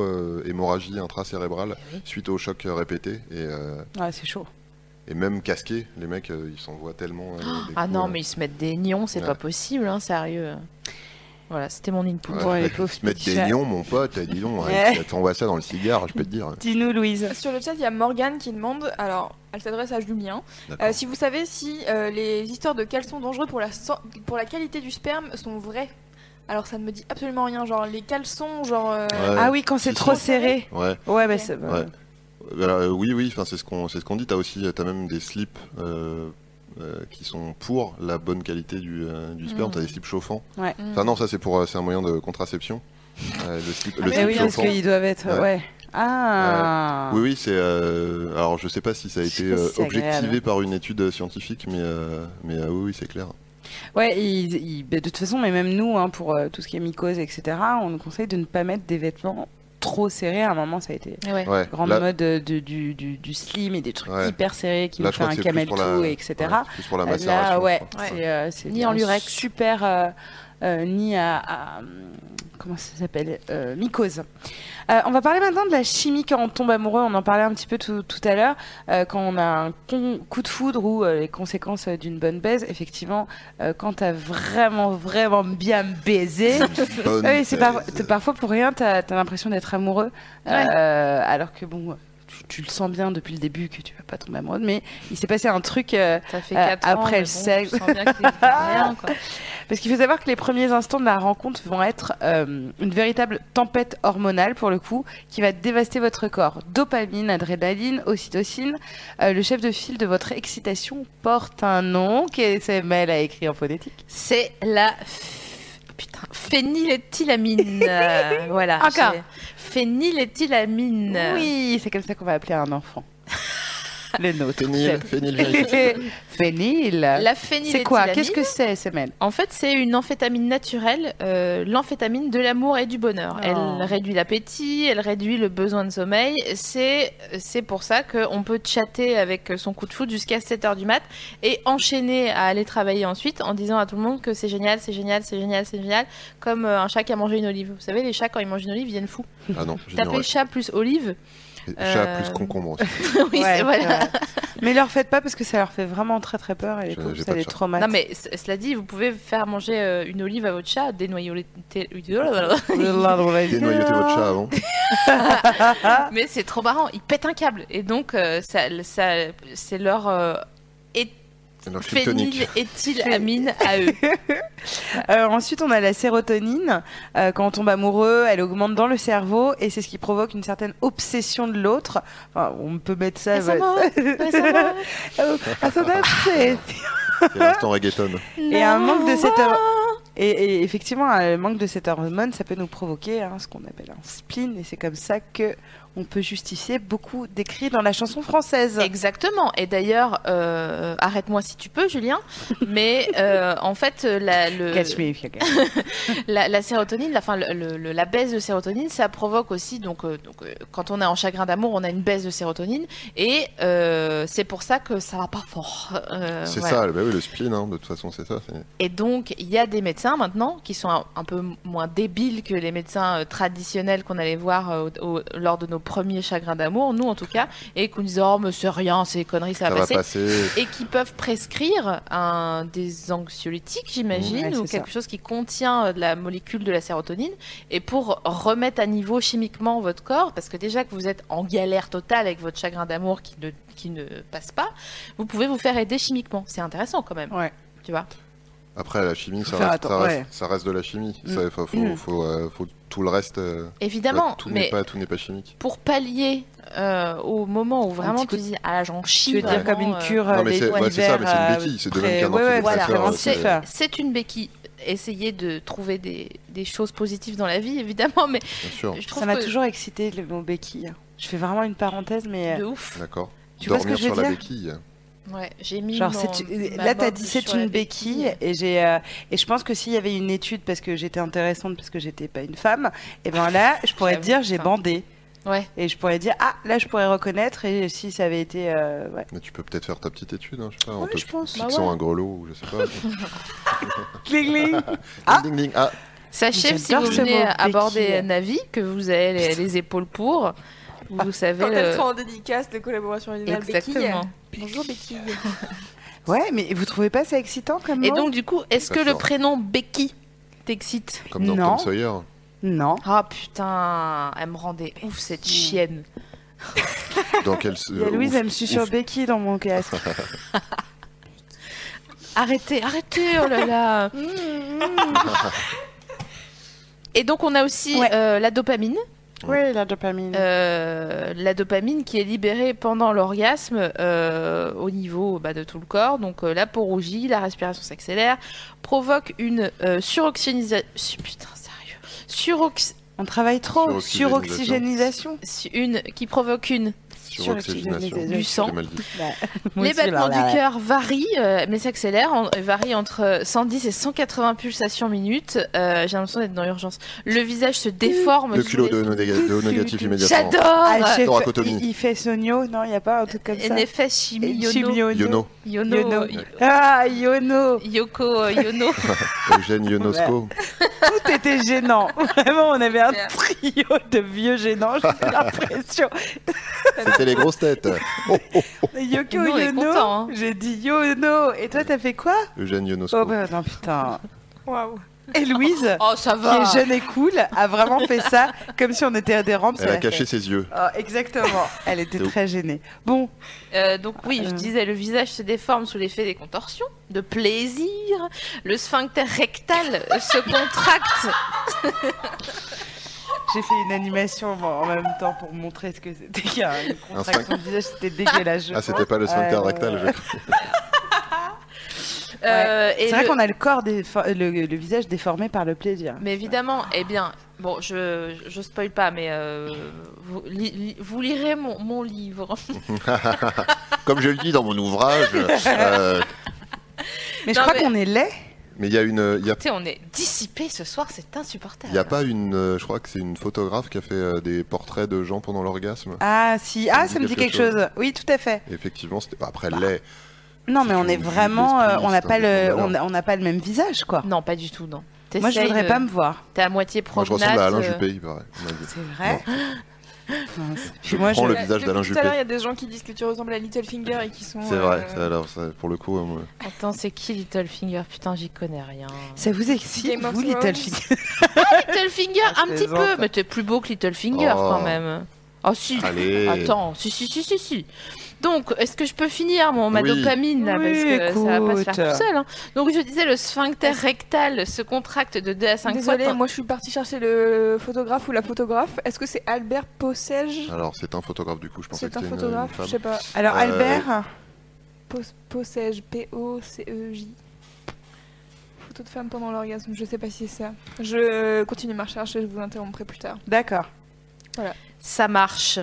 Speaker 3: micro-hémorragie intracérébrale suite au choc répété. Et, euh,
Speaker 2: ouais c'est chaud.
Speaker 3: et même casqués, les mecs, euh, ils s'en voient tellement. euh, des
Speaker 1: Ah
Speaker 3: coups,
Speaker 1: non
Speaker 3: euh.
Speaker 1: mais ils se mettent des nions, c'est
Speaker 3: Ouais.
Speaker 1: pas possible, hein, sérieux. Voilà, c'était mon input.
Speaker 3: Ouais.
Speaker 2: Bon, les pauvres
Speaker 3: Mettre
Speaker 2: petits
Speaker 3: des
Speaker 2: chats.
Speaker 3: nions, mon pote, eh, dis donc,
Speaker 2: Ouais.
Speaker 3: ouais, t'en vois ça dans le cigare, je peux te dire. hein,
Speaker 2: Dis-nous, Louise.
Speaker 4: Sur le chat, il y a Morgane qui demande. Alors, elle s'adresse à Julien.
Speaker 3: D'accord.
Speaker 4: Euh, si vous savez si euh, les histoires de caleçons dangereux pour la, so- pour la qualité du sperme sont vraies. Alors, ça ne me dit absolument rien. Genre, les caleçons, genre. euh,
Speaker 3: Ouais.
Speaker 2: Ah oui, quand c'est
Speaker 3: Si,
Speaker 2: trop
Speaker 3: si.
Speaker 2: serré.
Speaker 3: Ouais.
Speaker 2: Ouais, bah c'est.
Speaker 3: Ouais. Voilà, euh, oui, oui, enfin, c'est ce qu'on c'est ce qu'on dit. T'as aussi, t'as même des slips euh, euh, qui sont pour la bonne qualité du, euh, du sperme.
Speaker 1: Mm.
Speaker 3: T'as des slips chauffants.
Speaker 2: Ouais.
Speaker 3: Enfin non, ça c'est pour euh, c'est un moyen de contraception. Euh, le slip, le
Speaker 2: Mais
Speaker 3: slip
Speaker 2: Ah Eh oui, parce
Speaker 3: chauffant.
Speaker 2: qu'ils doivent être.
Speaker 3: Ouais.
Speaker 2: Ouais. Ah
Speaker 3: Oui, oui, c'est. euh, alors, je sais pas si ça a
Speaker 2: Je sais
Speaker 3: été
Speaker 2: pas si
Speaker 3: euh,
Speaker 2: c'est agréable.
Speaker 3: objectivé par une étude euh, scientifique, mais, euh, mais euh, oui, oui, c'est clair.
Speaker 2: Ouais, ils- ils- bah, de toute façon, mais même nous, hein, pour euh, tout ce qui est mycose, etc., on nous conseille de ne pas mettre des vêtements trop serrés. À un moment, ça a été
Speaker 1: Ouais.
Speaker 3: Ouais,
Speaker 2: grande
Speaker 3: là,
Speaker 2: mode euh, de- du, du- du slim et des trucs
Speaker 3: Ouais.
Speaker 2: hyper serrés qui
Speaker 3: là,
Speaker 2: nous
Speaker 3: je
Speaker 2: fait
Speaker 3: crois
Speaker 2: un
Speaker 3: que c'est plus
Speaker 2: camel
Speaker 3: pour
Speaker 2: toe,
Speaker 3: la,
Speaker 2: etc.
Speaker 3: ouais, c'est plus pour la macération.
Speaker 2: Euh, Là, ouais,
Speaker 3: je crois.
Speaker 2: c'est euh, c'est
Speaker 1: Ni en
Speaker 2: un
Speaker 1: lurex.
Speaker 2: Super euh, euh, ni à, à- hum, comment ça s'appelle Euh, mycose. Euh, on va parler maintenant de la chimie quand on tombe amoureux. On en parlait un petit peu tout, tout à l'heure Euh, quand on a un con- coup de foudre ou euh, les conséquences euh, d'une bonne baise. Effectivement, euh, quand t'as vraiment vraiment bien baisé.
Speaker 3: Bonne
Speaker 2: Ah Oui, c'est par-
Speaker 3: thèse.
Speaker 2: parfois pour rien, t'as as, l'impression d'être amoureux. Euh, alors que bon, tu, tu le sens bien depuis le début que tu vas pas tomber amoureux, mais il s'est passé un truc. euh,
Speaker 1: Ça fait
Speaker 2: Euh,
Speaker 1: 4 ans.
Speaker 2: après
Speaker 1: mais
Speaker 2: le
Speaker 1: bon,
Speaker 2: sexe.
Speaker 1: je sens bien qu'il y a rien, quoi.
Speaker 2: parce qu'il faut savoir que les premiers instants de la rencontre vont être euh, une véritable tempête hormonale pour le coup, qui va dévaster votre corps. Dopamine, adrénaline, ocytocine. Euh, le chef de file de votre excitation porte un nom qu'SML a écrit en phonétique.
Speaker 1: C'est la. ph- Putain, phényléthylamine. Euh, voilà.
Speaker 2: Encore.
Speaker 1: j'ai- Phényléthylamine.
Speaker 2: Oui, c'est comme ça qu'on va appeler un enfant. le nôtre.
Speaker 3: Phényl, phényl, j'arrive.
Speaker 2: Phényl.
Speaker 1: La
Speaker 2: C'est quoi
Speaker 1: phényléthylamine.
Speaker 2: Qu'est-ce que c'est, SML
Speaker 1: En fait, c'est une amphétamine naturelle, euh, l'amphétamine de l'amour et du bonheur.
Speaker 2: Oh.
Speaker 1: Elle réduit l'appétit, elle réduit le besoin de sommeil. C'est c'est pour ça qu'on peut chatter avec son coup de foudre jusqu'à 7h du mat et enchaîner à aller travailler ensuite en disant à tout le monde que c'est génial, c'est génial, c'est génial, c'est génial, comme euh, un chat qui a mangé une olive. Vous savez, les chats, quand ils mangent une olive, ils viennent fous.
Speaker 3: Ah non, j'ignorais.
Speaker 1: Tapez chat plus olive.
Speaker 3: Chat
Speaker 1: euh,
Speaker 3: plus concombre aussi.
Speaker 1: oui,
Speaker 2: Ouais,
Speaker 1: c'est- voilà.
Speaker 2: ouais. Mais leur faites pas parce que ça leur fait vraiment très très peur et les
Speaker 3: Je-
Speaker 2: pauvres,
Speaker 3: j'ai
Speaker 2: ça
Speaker 3: pas de
Speaker 2: les
Speaker 3: chat.
Speaker 2: traumatise.
Speaker 1: Non mais c- cela dit, vous pouvez faire manger euh, une olive à votre chat, dénoyauter.
Speaker 3: Dénoyautez votre chat avant.
Speaker 2: Ah,
Speaker 1: Mais c'est trop marrant, ils pètent un câble et donc euh, ça, ça, c'est leur euh,
Speaker 3: Alors, kryptonique.
Speaker 1: phényléthylamine à eux.
Speaker 2: Euh, ensuite, on a la sérotonine. Euh, quand on tombe amoureux, elle augmente dans le cerveau et c'est ce qui provoque une certaine obsession de l'autre. Enfin, on peut mettre ça.
Speaker 1: Ça va, ça va.
Speaker 2: Oh, ah, ça va, c'est-
Speaker 3: C'est l'instant reggaeton.
Speaker 2: Et un manque de cette hor- et, et effectivement, un manque de cette hormone, ça peut nous provoquer hein, ce qu'on appelle un spleen, et c'est comme ça que on peut justifier beaucoup d'écrits dans la chanson française.
Speaker 1: Exactement. Et d'ailleurs, euh, arrête-moi si tu peux, Julien. Mais euh, en fait, la, le,
Speaker 2: Catch me if you can.
Speaker 1: la, la sérotonine, la, enfin, le- le- le- la baisse de sérotonine, ça provoque aussi, donc, euh, donc, euh, quand on est en chagrin d'amour, on a une baisse de sérotonine, et euh, c'est pour ça que ça va pas fort. Euh,
Speaker 3: C'est
Speaker 1: voilà.
Speaker 3: ça, bah oui, le spleen, hein, de toute façon, c'est ça. c'est-
Speaker 1: Et donc, il y a des médecins maintenant qui sont un, un peu moins débiles que les médecins euh, traditionnels qu'on allait voir euh, au- au- lors de nos premiers chagrins d'amour, nous en tout cas, et qui nous disent Oh, mais c'est rien, c'est conneries, ça,
Speaker 3: Ça
Speaker 1: va
Speaker 3: va
Speaker 1: passer.
Speaker 3: passer.
Speaker 1: Et qui peuvent prescrire un, des anxiolytiques, j'imagine,
Speaker 2: Ouais, c'est
Speaker 1: ou quelque chose qui contient euh, de la molécule de la sérotonine, et pour remettre à niveau chimiquement votre corps, parce que déjà que vous êtes en galère totale avec votre chagrin d'amour qui ne, qui ne passe pas, vous pouvez vous faire aider chimiquement. C'est intéressant quand même.
Speaker 2: Ouais.
Speaker 1: Tu vois
Speaker 3: Après, la chimie, ça
Speaker 2: Faire
Speaker 3: reste,
Speaker 2: atten-
Speaker 3: ça reste-
Speaker 2: ouais.
Speaker 3: ça reste de la chimie.
Speaker 2: Mm.
Speaker 3: Ça, faut, faut-
Speaker 2: Mm.
Speaker 3: faut, euh, faut tout le reste. euh,
Speaker 1: Évidemment,
Speaker 3: tout
Speaker 1: mais
Speaker 3: n'est pas, tout n'est pas chimique.
Speaker 1: pour pallier euh, au moment où vraiment
Speaker 2: petit
Speaker 1: tu
Speaker 2: coup de-
Speaker 1: dis ah j'en chie
Speaker 2: Tu veux dire
Speaker 1: vraiment,
Speaker 2: comme une
Speaker 1: euh,
Speaker 2: cure
Speaker 3: Non,
Speaker 2: euh,
Speaker 3: mais
Speaker 2: les
Speaker 3: c'est-
Speaker 2: doigts
Speaker 3: ouais, c'est ça, mais c'est une
Speaker 2: d'hiver,
Speaker 3: béquille, c'est
Speaker 2: euh,
Speaker 3: de même
Speaker 2: près-
Speaker 3: qu'un
Speaker 2: ouais, ouais,
Speaker 1: antidépresseur,
Speaker 2: voilà,
Speaker 1: c'est-
Speaker 2: c'est ça.
Speaker 1: c'est une béquille essayez de trouver des, des choses positives dans la vie évidemment mais
Speaker 3: Bien sûr.
Speaker 1: je trouve
Speaker 2: Ça m'a
Speaker 1: que
Speaker 2: toujours excité le mot béquille. Je fais vraiment une parenthèse, mais
Speaker 1: de
Speaker 2: euh,
Speaker 1: ouf
Speaker 3: D'accord.
Speaker 2: Tu vois ce
Speaker 3: Dormir
Speaker 2: que je veux
Speaker 3: sur la
Speaker 2: dire
Speaker 3: béquille.
Speaker 1: ouais j'ai mis
Speaker 2: euh, genre
Speaker 1: mon-
Speaker 2: c'est une-
Speaker 1: ma
Speaker 2: là t'as
Speaker 1: morgue
Speaker 2: dit
Speaker 1: bah, sur
Speaker 2: c'est
Speaker 1: la
Speaker 2: une béquille et j'ai euh, et je pense que s'il y avait une étude parce que j'étais intéressante parce que j'étais pas une femme, et ben là je pourrais
Speaker 1: J'avoue,
Speaker 2: te dire j'ai
Speaker 1: putain.
Speaker 2: bandé
Speaker 1: ouais
Speaker 2: et je pourrais dire ah là je pourrais reconnaître et si ça avait été euh, ouais.
Speaker 3: Mais tu peux peut-être faire ta petite étude, hein, je sais pas, en
Speaker 2: Ouais,
Speaker 3: te
Speaker 2: je pense.
Speaker 3: fixant
Speaker 2: Bah ouais.
Speaker 3: un grelot ou je sais pas.
Speaker 2: Cling, cling.
Speaker 3: ah, ding, ding, ah,
Speaker 1: sachez si
Speaker 2: J'adore
Speaker 1: vous
Speaker 2: ce mot,
Speaker 1: venez aborder
Speaker 2: béquille.
Speaker 1: Navi que vous avez les, les épaules pour vous savez
Speaker 4: Quand
Speaker 1: euh,
Speaker 4: elle sera en dédicace de collaboration animale, Béquille.
Speaker 1: exactement
Speaker 4: Bonjour Béquille.
Speaker 2: ouais mais vous trouvez pas ça excitant comme
Speaker 1: et
Speaker 2: mot
Speaker 1: donc du coup est-ce
Speaker 3: Ça
Speaker 1: que le
Speaker 3: sort.
Speaker 1: prénom béquille t'excite
Speaker 3: comme dans
Speaker 2: Non.
Speaker 3: Tom Sawyer.
Speaker 2: non
Speaker 1: Ah putain, elle me rendait ouf cette chienne.
Speaker 3: Dans quel.
Speaker 2: Il y a Louise
Speaker 3: ouf,
Speaker 2: elle me suit sur
Speaker 3: ouf.
Speaker 2: béquille dans mon casque.
Speaker 1: Arrêtez, arrêtez, oh là là. Et donc on a aussi
Speaker 2: Ouais.
Speaker 1: euh, la dopamine
Speaker 2: Oui, la dopamine.
Speaker 1: Euh, la dopamine qui est libérée pendant l'orgasme euh, au niveau bah, de tout le corps. Donc euh, la peau rougit, la respiration s'accélère, provoque une euh, suroxynisation. Putain, sérieux. Surox...
Speaker 2: On travaille trop.
Speaker 3: Suroxygénisation.
Speaker 2: Suroxygénisation.
Speaker 1: su- Une qui provoque une.
Speaker 3: Suroxygénation.
Speaker 1: Du sang.
Speaker 3: J'ai mal dit.
Speaker 1: Les battements du cœur varient, euh, mais s'accélèrent, en- varient entre 110 et 180 pulsations minutes. Euh, J'ai l'impression d'être dans l'urgence. Le visage se déforme.
Speaker 3: Deux
Speaker 1: sous
Speaker 3: kilos
Speaker 1: les-
Speaker 3: de no néga- de O négatif immédiatement.
Speaker 1: J'adore.
Speaker 2: Ah, chef,
Speaker 3: thoracotomie.
Speaker 2: il, il fait sonio, non, il n'y a pas un truc comme ça.
Speaker 1: En effet, chimie, Yono,
Speaker 2: Chimiono.
Speaker 3: Yono,
Speaker 1: Yono,
Speaker 2: Yono.
Speaker 1: Yo-
Speaker 2: Ah, Yono
Speaker 1: Yoko, euh, Yono.
Speaker 3: Eugène Ionosco.
Speaker 2: Tout était gênant. Vraiment, on avait un
Speaker 4: Merde.
Speaker 2: trio de vieux gênants, j'ai l'impression.
Speaker 3: C'était les grosses têtes. Oh, oh,
Speaker 2: Yoko
Speaker 1: Nous, on est
Speaker 2: Yono,
Speaker 1: contents, hein.
Speaker 2: j'ai dit Yono. Et toi, t'as fait quoi
Speaker 3: Eugène Ionosco.
Speaker 2: Oh, bah non, putain.
Speaker 4: Waouh.
Speaker 2: Et Louise,
Speaker 1: Oh, ça
Speaker 2: qui
Speaker 1: va.
Speaker 2: est jeune et cool, a vraiment fait ça comme si on était des rampes.
Speaker 3: Elle a caché ses yeux.
Speaker 2: Oh, exactement. Elle était
Speaker 3: Donc-
Speaker 2: très gênée. Bon,
Speaker 1: Euh, donc oui,
Speaker 2: Euh.
Speaker 1: je disais, le visage se déforme sous l'effet des contorsions, de plaisir. Le sphincter rectal se contracte.
Speaker 2: j'ai fait une animation en en même temps pour montrer ce que c'était qu'un- une contraction de visage. C'était dégueulasse. je
Speaker 3: Ah,
Speaker 2: pense.
Speaker 3: c'était pas le sphincter
Speaker 2: Ouais, ouais,
Speaker 3: rectal.
Speaker 2: ouais.
Speaker 3: je-
Speaker 1: Euh, et
Speaker 2: C'est vrai
Speaker 1: le-
Speaker 2: qu'on a le corps, défor- le, le visage déformé par le plaisir.
Speaker 1: Mais évidemment, eh bien, bon, je, je spoil pas, mais euh, vous, li- li- vous lirez mon, mon livre.
Speaker 3: Comme je le dis dans mon ouvrage, euh,
Speaker 2: Mais je
Speaker 1: Non,
Speaker 2: crois
Speaker 1: mais-
Speaker 2: qu'on est laid.
Speaker 3: mais il y a une, il y a,
Speaker 1: tu sais, on est dissipé ce soir, c'est insupportable.
Speaker 3: il y a pas une, euh, je crois que c'est une photographe qui a fait euh, des portraits de gens pendant l'orgasme.
Speaker 2: Ah si, ah ça me dit quelque chose. Oui, tout à fait.
Speaker 3: Effectivement, c'était bah, après l'est.
Speaker 2: Non,
Speaker 3: Si
Speaker 2: mais
Speaker 3: tu
Speaker 2: on est
Speaker 3: me dis
Speaker 2: vraiment,
Speaker 3: l'esprit,
Speaker 2: euh, on n'a
Speaker 3: c'est
Speaker 2: pas
Speaker 3: un
Speaker 2: le,
Speaker 3: défaut
Speaker 2: on
Speaker 3: hein, de
Speaker 2: a- on n'a pas le même visage quoi.
Speaker 1: Non, pas du tout, non.
Speaker 2: Moi, je
Speaker 1: T'essayes
Speaker 2: voudrais
Speaker 1: de-
Speaker 2: pas me voir.
Speaker 1: T'es à moitié
Speaker 3: Moi,
Speaker 1: promenade.
Speaker 3: je ressemble à Alain
Speaker 1: euh,
Speaker 3: hein, Juppé, il paraît. on m'a dit.
Speaker 2: C'est vrai. Mince.
Speaker 3: Je
Speaker 2: Moi,
Speaker 3: prends
Speaker 2: je-
Speaker 3: le visage d'Alain
Speaker 4: Depuis Tout à l'heure, il
Speaker 3: Juppé.
Speaker 4: y a des gens qui disent que tu ressembles à Littlefinger et qui sont.
Speaker 3: C'est
Speaker 4: euh,
Speaker 3: vrai. ça, Alors, ça, pour le coup, euh, moi-
Speaker 1: Attends, c'est qui Littlefinger Putain, j'y connais rien.
Speaker 2: Ça vous excite
Speaker 4: Game of
Speaker 2: vous,
Speaker 4: Thrones.
Speaker 2: Littlefinger
Speaker 1: Littlefinger,
Speaker 2: Ah,
Speaker 1: un
Speaker 2: je
Speaker 1: petit
Speaker 2: plaisante.
Speaker 1: peu, mais t'es plus beau que Littlefinger
Speaker 3: Oh.
Speaker 1: quand même. Oh si.
Speaker 3: Allez.
Speaker 1: Attends, si si si si si. Donc, est-ce que je peux finir mon ma
Speaker 3: Oui.
Speaker 1: dopamine là
Speaker 2: Oui,
Speaker 1: parce que ça va pas se
Speaker 2: écoute.
Speaker 1: faire tout seul. hein. Donc je disais le sphincter rectal se contracte de 2 à 5
Speaker 4: Désolée,
Speaker 1: fois.
Speaker 4: moi je suis partie chercher le photographe ou la photographe. Est-ce que c'est Albert Possège
Speaker 3: alors c'est un photographe du coup. Je pensais que
Speaker 4: C'est un
Speaker 3: c'était une- une
Speaker 4: photographe,
Speaker 3: femme.
Speaker 4: je sais pas.
Speaker 2: Alors
Speaker 3: Euh,
Speaker 2: Albert,
Speaker 4: Pos- Possège, P-O-C-E-J. E Photo de femme pendant l'orgasme, je sais pas si c'est ça. Je continue ma recherche et je vous interromprai plus tard.
Speaker 2: d'accord.
Speaker 1: Ça marche.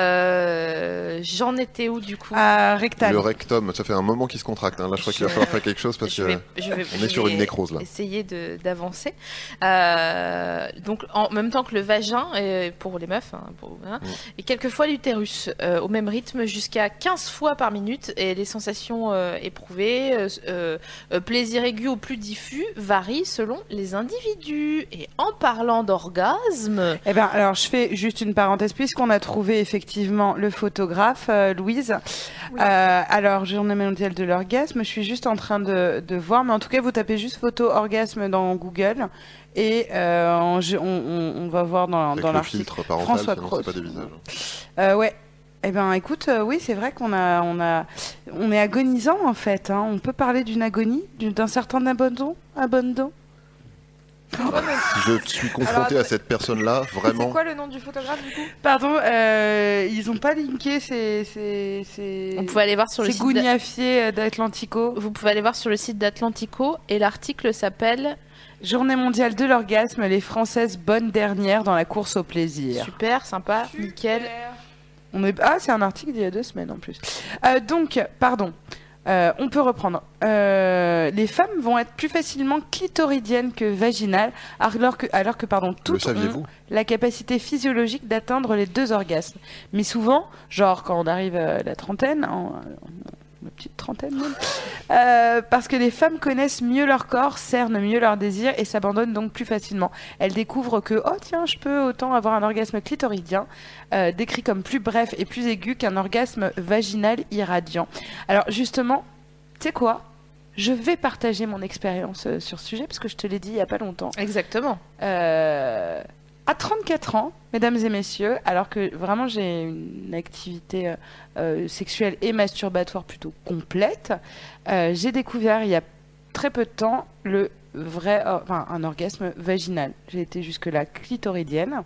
Speaker 1: Euh, j'en étais où du coup
Speaker 2: Ah, rectal.
Speaker 3: Le rectum, ça fait un moment qu'il se contracte. hein. Là, je crois qu'il va
Speaker 1: Je-
Speaker 3: falloir faire quelque chose parce
Speaker 1: Je
Speaker 3: que
Speaker 1: vais- je vais-
Speaker 3: on
Speaker 1: je
Speaker 3: est sur
Speaker 1: vais
Speaker 3: une nécrose là.
Speaker 1: Essayer de- d'avancer. Euh, donc, en même temps que le vagin, euh, pour les meufs, hein, pour- hein,
Speaker 3: Mm.
Speaker 1: et quelquefois l'utérus, euh, au même rythme, jusqu'à 15 fois par minute, et les sensations euh, éprouvées, euh, euh, euh, plaisir aigu ou plus diffus, varient selon les individus. Et en parlant d'orgasme,
Speaker 2: Eh ben, alors je fais juste une parenthèse puisqu'on a trouvé effectivement le photographe euh, Louise.
Speaker 4: Oui.
Speaker 2: Euh, alors journée mondiale de l'orgasme, je suis juste en train de, de voir, mais en tout cas vous tapez juste photo orgasme dans Google et euh, on, je- on- on- on va voir dans,
Speaker 3: Avec
Speaker 2: dans
Speaker 3: le
Speaker 2: l'article.
Speaker 3: filtre parental,
Speaker 2: François
Speaker 3: sinon
Speaker 2: Croce.
Speaker 3: c'est pas des visages. hein.
Speaker 2: Euh, ouais. Eh ben, écoute, euh, oui, c'est vrai qu'on a, on a, on est agonisant en fait. hein. On peut parler d'une agonie, d'une- d'un certain abandon, abandon.
Speaker 3: Si je suis
Speaker 4: Alors,
Speaker 3: confronté
Speaker 4: attends.
Speaker 3: à cette personne-là,
Speaker 4: Oh, C'est
Speaker 3: vraiment,
Speaker 4: quoi le nom du photographe du coup
Speaker 2: Pardon, euh, ils ont pas linké ces, ces, ces...
Speaker 1: on pouvait aller voir sur le
Speaker 2: ces
Speaker 1: site. d'A-
Speaker 2: gougnafiers euh, d'Atlantico.
Speaker 1: Vous pouvez aller voir sur le site d'Atlantico et l'article s'appelle
Speaker 2: Journée mondiale de l'orgasme, les Françaises bonnes dernières dans la course au plaisir.
Speaker 1: Super, sympa, nickel.
Speaker 4: Super.
Speaker 2: On est... Ah, c'est un article d'il y a deux semaines en plus. Euh, donc, pardon, Euh, on peut reprendre. Euh, les femmes vont être plus facilement clitoridiennes que vaginales, alors que, alors que pardon,
Speaker 3: le
Speaker 2: toutes ont
Speaker 3: saviez-vous
Speaker 2: la capacité physiologique d'atteindre les deux orgasmes. Mais souvent, genre quand on arrive à la trentaine, en, en- la petite trentaine même, euh, parce que les femmes connaissent mieux leur corps, cernent mieux leurs désirs et s'abandonnent donc plus facilement. Elles découvrent que, oh tiens, je peux autant avoir un orgasme clitoridien, euh, décrit comme plus bref et plus aigu qu'un orgasme vaginal irradiant. Alors justement, tu sais quoi je vais partager mon expérience euh, sur ce sujet parce que je te l'ai dit il y a pas longtemps.
Speaker 1: Exactement.
Speaker 2: Euh, à 34 ans, mesdames et messieurs, alors que vraiment j'ai une activité euh, euh, sexuelle et masturbatoire plutôt complète, euh, j'ai découvert il y a très peu de temps euh, le vrai, or- enfin, un orgasme vaginal. J'ai été jusque-là clitoridienne,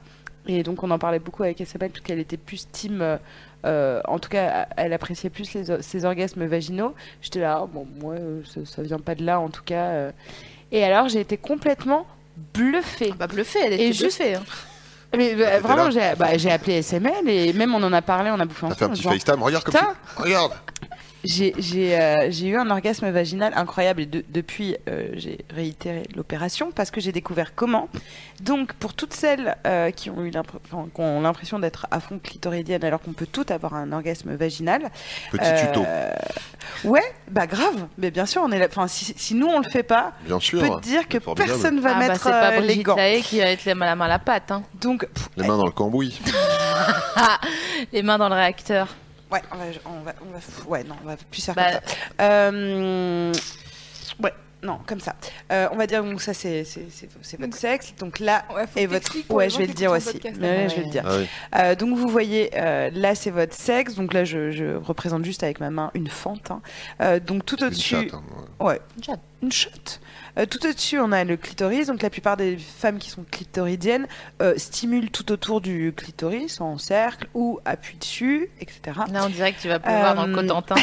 Speaker 2: Et donc on en parlait beaucoup avec Isabelle parce qu'elle était plus team, euh, euh, en tout cas elle appréciait plus les or- ses orgasmes vaginaux. J'étais là, Ah, bon moi euh, ça, ça vient pas de là en tout cas. euh. Et alors j'ai été complètement bluffée.
Speaker 1: Bah, bluffée, elle
Speaker 2: Et
Speaker 1: était
Speaker 2: juste-
Speaker 1: bluffée. hein.
Speaker 2: Mais bah,
Speaker 3: Ah, t'étais
Speaker 2: vraiment
Speaker 3: là.
Speaker 2: j'ai bah, j'ai appelé SML et même on en a parlé, on a bouffé
Speaker 3: T'as fait un
Speaker 2: ensemble. en
Speaker 3: petit
Speaker 2: disant,
Speaker 3: FaceTime, regarde comme
Speaker 2: Putain.
Speaker 3: tu... Regarde
Speaker 2: j'ai j'ai, euh, j'ai eu un orgasme vaginal incroyable et de- depuis euh, j'ai réitéré l'opération parce que j'ai découvert comment. Donc pour toutes celles euh, qui ont eu l'impr- enfin, qui ont l'impression d'être à fond clitoridienne alors qu'on peut toutes avoir un orgasme vaginal.
Speaker 3: Petit
Speaker 2: euh,
Speaker 3: tuto,
Speaker 2: Ouais, bah grave. Mais bien sûr, on est là. Enfin, si, si nous on le fait pas,
Speaker 3: bien
Speaker 2: je
Speaker 3: sûr.
Speaker 2: peux te dire que
Speaker 3: C'est formidable.
Speaker 2: personne va
Speaker 1: Ah, bah,
Speaker 2: mettre
Speaker 1: c'est
Speaker 2: euh,
Speaker 1: pas
Speaker 2: les
Speaker 1: Brigitte
Speaker 2: gants.
Speaker 1: Lahaye qui va être la la main à la pâte. hein.
Speaker 2: Donc pff,
Speaker 3: Les mains dans le cambouis.
Speaker 1: Les mains dans le réacteur.
Speaker 2: ouais, on va, on va, on va- pff, ouais, non, on va plus faire
Speaker 1: Bah,
Speaker 2: comme ça. Euh, ouais, non, comme ça. Euh, on va dire donc ça c'est c'est c'est- c'est votre sexe. Donc là,
Speaker 4: Ouais, faut
Speaker 2: Et
Speaker 4: que
Speaker 2: votre-
Speaker 4: t'expliques pour
Speaker 2: Ouais,
Speaker 4: les
Speaker 2: je
Speaker 4: gens
Speaker 2: vais
Speaker 4: qui
Speaker 2: le dire
Speaker 4: écoutent
Speaker 2: aussi.
Speaker 4: le podcast,
Speaker 2: Mais
Speaker 4: hein.
Speaker 2: ouais, je vais le dire.
Speaker 3: Ah oui.
Speaker 2: Euh, donc vous voyez, euh, là c'est votre sexe. Donc là, je, je représente juste avec ma main une fente. hein. Euh, donc tout
Speaker 3: Une
Speaker 2: au-dessus,
Speaker 3: chatte. hein, ouais.
Speaker 1: Une chatte.
Speaker 2: une chatte. Euh, tout au-dessus, on a le clitoris. Donc la plupart des femmes qui sont clitoridiennes euh, stimulent tout autour du clitoris en cercle ou appuient dessus, etc.
Speaker 1: Là, on dirait que tu vas pouvoir dans le
Speaker 2: Euh,
Speaker 1: Cotentin.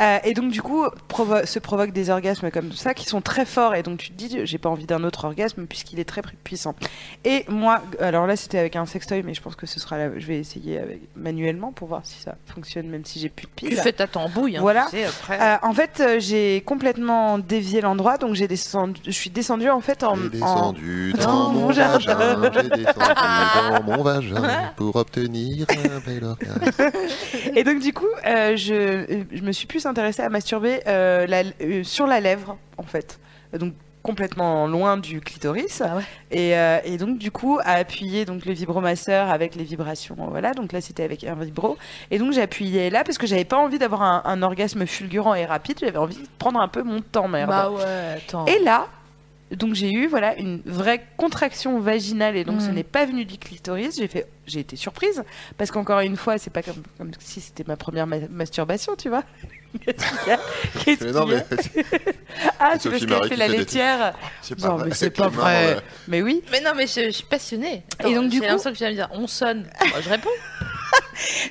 Speaker 2: Euh, et donc du coup provo- se provoquent des orgasmes comme ça qui sont très forts et donc tu te dis j'ai pas envie d'un autre orgasme puisqu'il est très pu- puissant. Et moi alors là c'était avec un sextoy mais je pense que ce sera la- je vais essayer avec- manuellement pour voir si ça fonctionne même si j'ai plus de
Speaker 1: Tu
Speaker 2: pile.
Speaker 1: fais ta tambouille. hein,
Speaker 2: Voilà.
Speaker 1: tu sais, après.
Speaker 2: Euh, en fait euh, j'ai complètement dévié l'endroit donc j'ai descendu je suis descendue en fait en,
Speaker 3: J'ai
Speaker 2: en-
Speaker 3: descendu
Speaker 2: en-
Speaker 3: dans,
Speaker 2: dans
Speaker 3: mon
Speaker 2: mon jardin.
Speaker 3: vagin, j'ai descendu dans mon vagin pour obtenir un bel orgasme.
Speaker 2: et donc du coup euh, je, je me suis plus intéressée à masturber euh, la- euh, sur la lèvre en fait donc complètement loin du clitoris
Speaker 1: Ah ouais.
Speaker 2: Et, euh, et donc du coup à appuyer donc le vibromasseur avec les vibrations voilà donc là c'était avec un vibro et donc j'appuyais là parce que j'avais pas envie d'avoir un, un orgasme fulgurant et rapide j'avais envie de prendre un peu mon temps merde
Speaker 1: Bah ouais, attends.
Speaker 2: et là donc j'ai eu voilà une vraie contraction vaginale et donc ce
Speaker 3: Mm.
Speaker 1: Mhm.
Speaker 2: n'est pas venu du clitoris j'ai fait j'ai été surprise parce qu'encore une fois c'est pas comme, comme si c'était ma première ma- masturbation tu vois Qu'est-ce qu'il y a Qu'est-ce
Speaker 3: Mais non,
Speaker 2: qu'il y a
Speaker 3: mais c'est
Speaker 2: ah c'est parce
Speaker 3: Sophie
Speaker 2: que
Speaker 3: Marie
Speaker 2: fait
Speaker 3: qui Ah,
Speaker 2: la
Speaker 3: fait des-
Speaker 2: laitière
Speaker 3: c'est
Speaker 2: non mais c'est pas
Speaker 3: Clément,
Speaker 2: vrai
Speaker 3: euh,
Speaker 2: mais oui
Speaker 1: Mais non, mais je, je suis passionnée. Attends,
Speaker 2: Et donc, du
Speaker 1: j'ai
Speaker 2: coup-
Speaker 1: l'impression que tu viens me dire, on sonne. Bah, je réponds.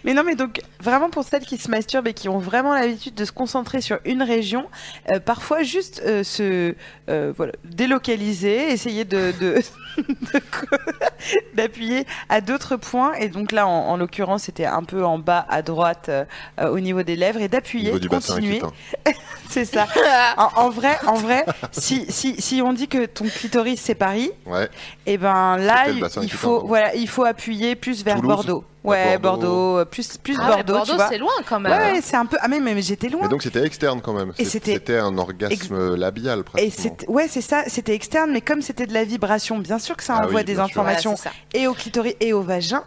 Speaker 2: Mais non, mais donc vraiment pour celles qui se masturbent et qui ont vraiment l'habitude de se concentrer sur une région, euh, parfois juste euh, se euh, voilà, délocaliser, essayer de, de- de co- d'appuyer à d'autres points. Et donc là, en, en l'occurrence, c'était un peu en bas à droite euh, euh, au niveau des lèvres et
Speaker 3: au
Speaker 2: d'appuyer,
Speaker 3: niveau
Speaker 2: de
Speaker 3: du bassin
Speaker 2: continuer.
Speaker 3: inquiétant.
Speaker 2: C'est ça.
Speaker 1: Ah,
Speaker 2: En, en vrai, en vrai, si, si, si on dit que ton clitoris c'est Paris,
Speaker 3: Ouais,
Speaker 2: et ben là,
Speaker 3: C'était le
Speaker 2: il,
Speaker 3: bassin
Speaker 2: il
Speaker 3: qui était en
Speaker 2: faut
Speaker 3: haut.
Speaker 2: voilà, il faut appuyer plus vers
Speaker 3: Toulouse,
Speaker 2: Bordeaux.
Speaker 3: à
Speaker 2: Ouais,
Speaker 3: Bordeaux.
Speaker 2: Bordeaux, euh, plus plus
Speaker 1: Ah, mais
Speaker 2: Bordeaux, tu vois.
Speaker 1: c'est loin quand même.
Speaker 2: Ouais, ouais, c'est un peu. Ah mais mais, mais j'étais loin.
Speaker 3: mais donc c'était externe quand même.
Speaker 2: Et
Speaker 3: C'est-
Speaker 2: c'était-
Speaker 3: C'était un orgasme labial
Speaker 2: Et
Speaker 3: pratiquement.
Speaker 2: c'était ouais, c'est ça. C'était externe, mais comme c'était de la vibration, bien sûr que ça
Speaker 3: Ah
Speaker 2: envoie
Speaker 3: oui,
Speaker 2: des
Speaker 3: bien sûr.
Speaker 1: Voilà,
Speaker 2: informations
Speaker 1: c'est ça.
Speaker 2: et au clitoris et au vagin.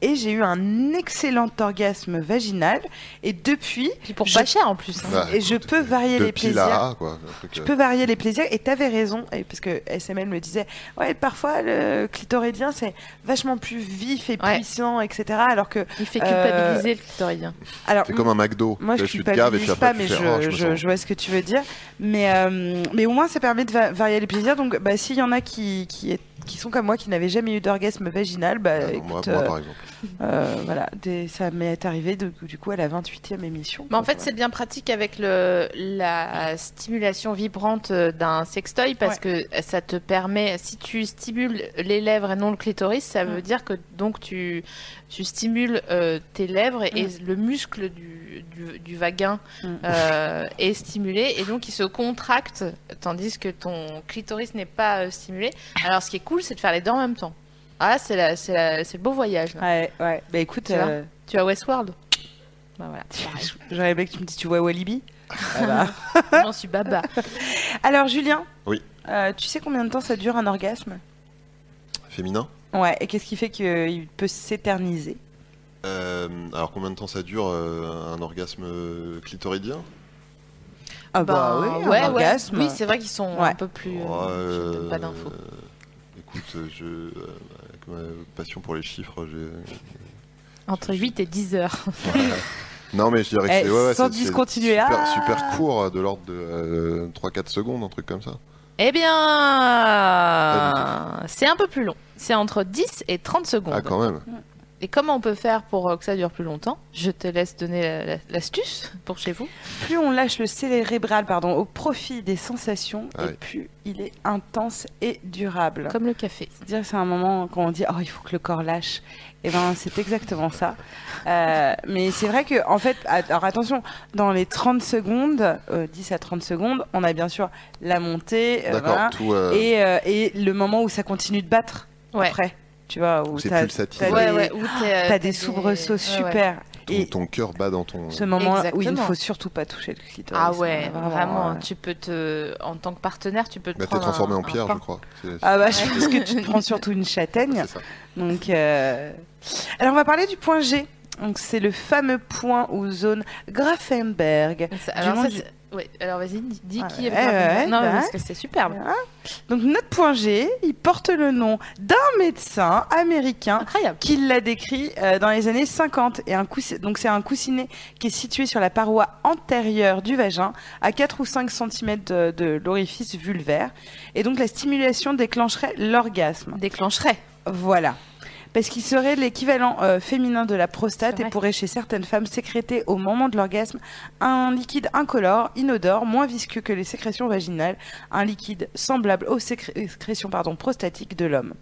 Speaker 2: Et j'ai eu un excellent orgasme vaginal. Et depuis,
Speaker 1: Puis pour
Speaker 2: Je-
Speaker 1: pas cher en plus. hein.
Speaker 3: Bah,
Speaker 2: et je
Speaker 3: écoute,
Speaker 2: peux varier
Speaker 3: de
Speaker 2: les
Speaker 3: pile
Speaker 2: plaisirs.
Speaker 3: à A, quoi. un truc,
Speaker 2: Je
Speaker 3: euh,
Speaker 2: peux varier les plaisirs et t'avais raison, et parce que SML me disait, ouais, parfois le clitoridien c'est vachement plus vif et
Speaker 1: Ouais.
Speaker 2: puissant, etc. Alors que,
Speaker 1: Il fait
Speaker 2: Euh,
Speaker 1: culpabiliser le clitoridien.
Speaker 2: alors,
Speaker 3: C'est comme un McDo.
Speaker 2: Moi,
Speaker 3: Tu
Speaker 2: je
Speaker 3: vois, tu te gaves et puis
Speaker 2: culpabilise
Speaker 3: après
Speaker 2: pas,
Speaker 3: tu
Speaker 2: mais
Speaker 3: fais,
Speaker 2: je,
Speaker 3: oh, me
Speaker 2: je-
Speaker 3: sens-
Speaker 2: je vois ce que tu veux dire. Mais, euh, mais au moins, ça permet de va- varier les plaisirs. Donc, bah, s'il y en a qui, qui, est- qui sont comme moi, qui n'avaient jamais eu d'orgasme vaginal, bah,
Speaker 3: Ah non, moi, moi,
Speaker 2: écoute, euh,
Speaker 3: par exemple.
Speaker 2: euh, voilà, des- ça m'est arrivé de- du coup à la 28e émission.
Speaker 1: Mais en fait, c'est bien pratique avec le, la stimulation vibrante euh, d'un sextoy parce que ça te permet, si tu stimules les lèvres et non le clitoris, ça veut dire que donc tu, tu stimules euh, tes lèvres et le muscle du, du, du vagin
Speaker 2: Mm.
Speaker 1: euh, est stimulé et donc il se contracte tandis que ton clitoris n'est pas euh, stimulé. Alors, ce qui est cool, c'est de faire les deux en même temps. Ah, là, c'est la- c'est la- c'est le beau voyage. là.
Speaker 2: Ouais, ouais. Bah écoute,
Speaker 1: Tu vois
Speaker 2: euh,
Speaker 1: Tu as Westworld Bah voilà.
Speaker 2: j'aurais aimé que tu me dises, tu vois Walibi Voilà.
Speaker 1: J'en suis baba.
Speaker 2: Alors, Julien
Speaker 3: Oui.
Speaker 2: euh, tu sais combien de temps ça dure un orgasme
Speaker 3: Féminin
Speaker 2: Ouais, et qu'est-ce qui fait qu'il peut s'éterniser
Speaker 3: Euh, alors combien de temps ça dure euh, un orgasme euh, clitoridien
Speaker 2: Ah
Speaker 1: Ben,
Speaker 2: un
Speaker 1: ouais, ouais.
Speaker 2: orgasme.
Speaker 1: Oui, c'est vrai qu'ils sont
Speaker 2: Ouais.
Speaker 1: un peu plus. euh,
Speaker 3: Oh, euh,
Speaker 1: je donne pas d'infos.
Speaker 3: Écoute, euh, je, euh, avec ma passion pour les chiffres, j'ai...
Speaker 1: Entre 8 et 10 heures.
Speaker 3: Voilà. non mais je dirais que
Speaker 2: Eh,
Speaker 3: c'est... Ouais, ouais,
Speaker 2: sans
Speaker 3: c'est- c'est
Speaker 2: discontinuer,
Speaker 3: Super,
Speaker 2: ah
Speaker 3: super court, de l'ordre de euh, 3-4 secondes, un truc comme ça.
Speaker 1: Eh bien. C'est un peu plus long. C'est entre 10 et 30 secondes.
Speaker 2: bah,
Speaker 3: Ah, quand même.
Speaker 1: Et comment on peut faire pour euh, que ça dure plus longtemps Je te laisse donner la- la- l'astuce pour chez vous.
Speaker 2: Plus on lâche le cérébral pardon, au profit des sensations,
Speaker 3: Ah
Speaker 2: et
Speaker 3: oui.
Speaker 2: plus il est intense et durable.
Speaker 1: Comme le café.
Speaker 2: dire que c'est un moment quand on dit oh il faut que le corps lâche et ben c'est exactement ça Euh, mais c'est vrai que en fait at- alors attention dans les 30 secondes euh, 10 à 30 secondes on a bien sûr la montée euh,
Speaker 3: D'accord,
Speaker 2: voilà,
Speaker 3: tout. euh,
Speaker 2: et, euh, et le moment où ça continue de battre
Speaker 1: Ouais.
Speaker 2: après tu vois où
Speaker 3: C'est
Speaker 2: t'as
Speaker 3: pulsatif.
Speaker 2: t'as
Speaker 1: Ouais,
Speaker 2: des,
Speaker 1: ouais, où t'es, euh,
Speaker 2: t'as des soubresauts
Speaker 1: ouais, ouais.
Speaker 2: super
Speaker 3: ton,
Speaker 2: et
Speaker 3: ton cœur bat dans ton. bah,
Speaker 2: ce moment où il ne
Speaker 1: Exactement.
Speaker 2: faut surtout pas toucher le clitoris
Speaker 1: Ah
Speaker 2: hein,
Speaker 1: ouais, vraiment,
Speaker 2: euh,
Speaker 1: tu peux te, en tant que partenaire, tu peux te
Speaker 3: Bah, t'es
Speaker 1: prendre
Speaker 3: transformé
Speaker 1: un-
Speaker 3: en pierre,
Speaker 1: un
Speaker 3: je
Speaker 1: pain.
Speaker 3: crois. C'est-
Speaker 2: ah bah je
Speaker 1: Ouais.
Speaker 2: pense que tu te prends surtout une châtaigne
Speaker 3: C'est ça.
Speaker 2: Donc, euh, alors on va parler du point G. Donc c'est le fameux point ou zone Grafenberg.
Speaker 1: Ça- Alors,
Speaker 2: nom
Speaker 1: ça,
Speaker 2: du-
Speaker 1: c'est- ouais, alors vas-y, dis, dis
Speaker 2: Ah
Speaker 1: qui est le
Speaker 2: ouais,
Speaker 1: graphe.
Speaker 2: ouais,
Speaker 1: Non, mais
Speaker 2: bah.
Speaker 1: parce que c'est superbe.
Speaker 2: Voilà. Donc notre point G, il porte le nom d'un médecin américain
Speaker 1: Incroyable.
Speaker 2: qui l'a décrit euh, dans les années 50. Et un coussi- donc c'est un coussinet qui est situé sur la paroi antérieure du vagin, à 4 ou 5 cm de, de l'orifice vulvaire. Et donc la stimulation déclencherait l'orgasme.
Speaker 1: Déclencherait.
Speaker 2: Voilà. Parce qu'il serait l'équivalent euh, féminin de la prostate
Speaker 1: C'est
Speaker 2: et
Speaker 1: vrai.
Speaker 2: pourrait chez certaines femmes sécréter au moment de l'orgasme un liquide incolore, inodore, moins visqueux que les sécrétions vaginales, un liquide semblable aux sécré- sécrétions pardon, prostatiques de l'homme.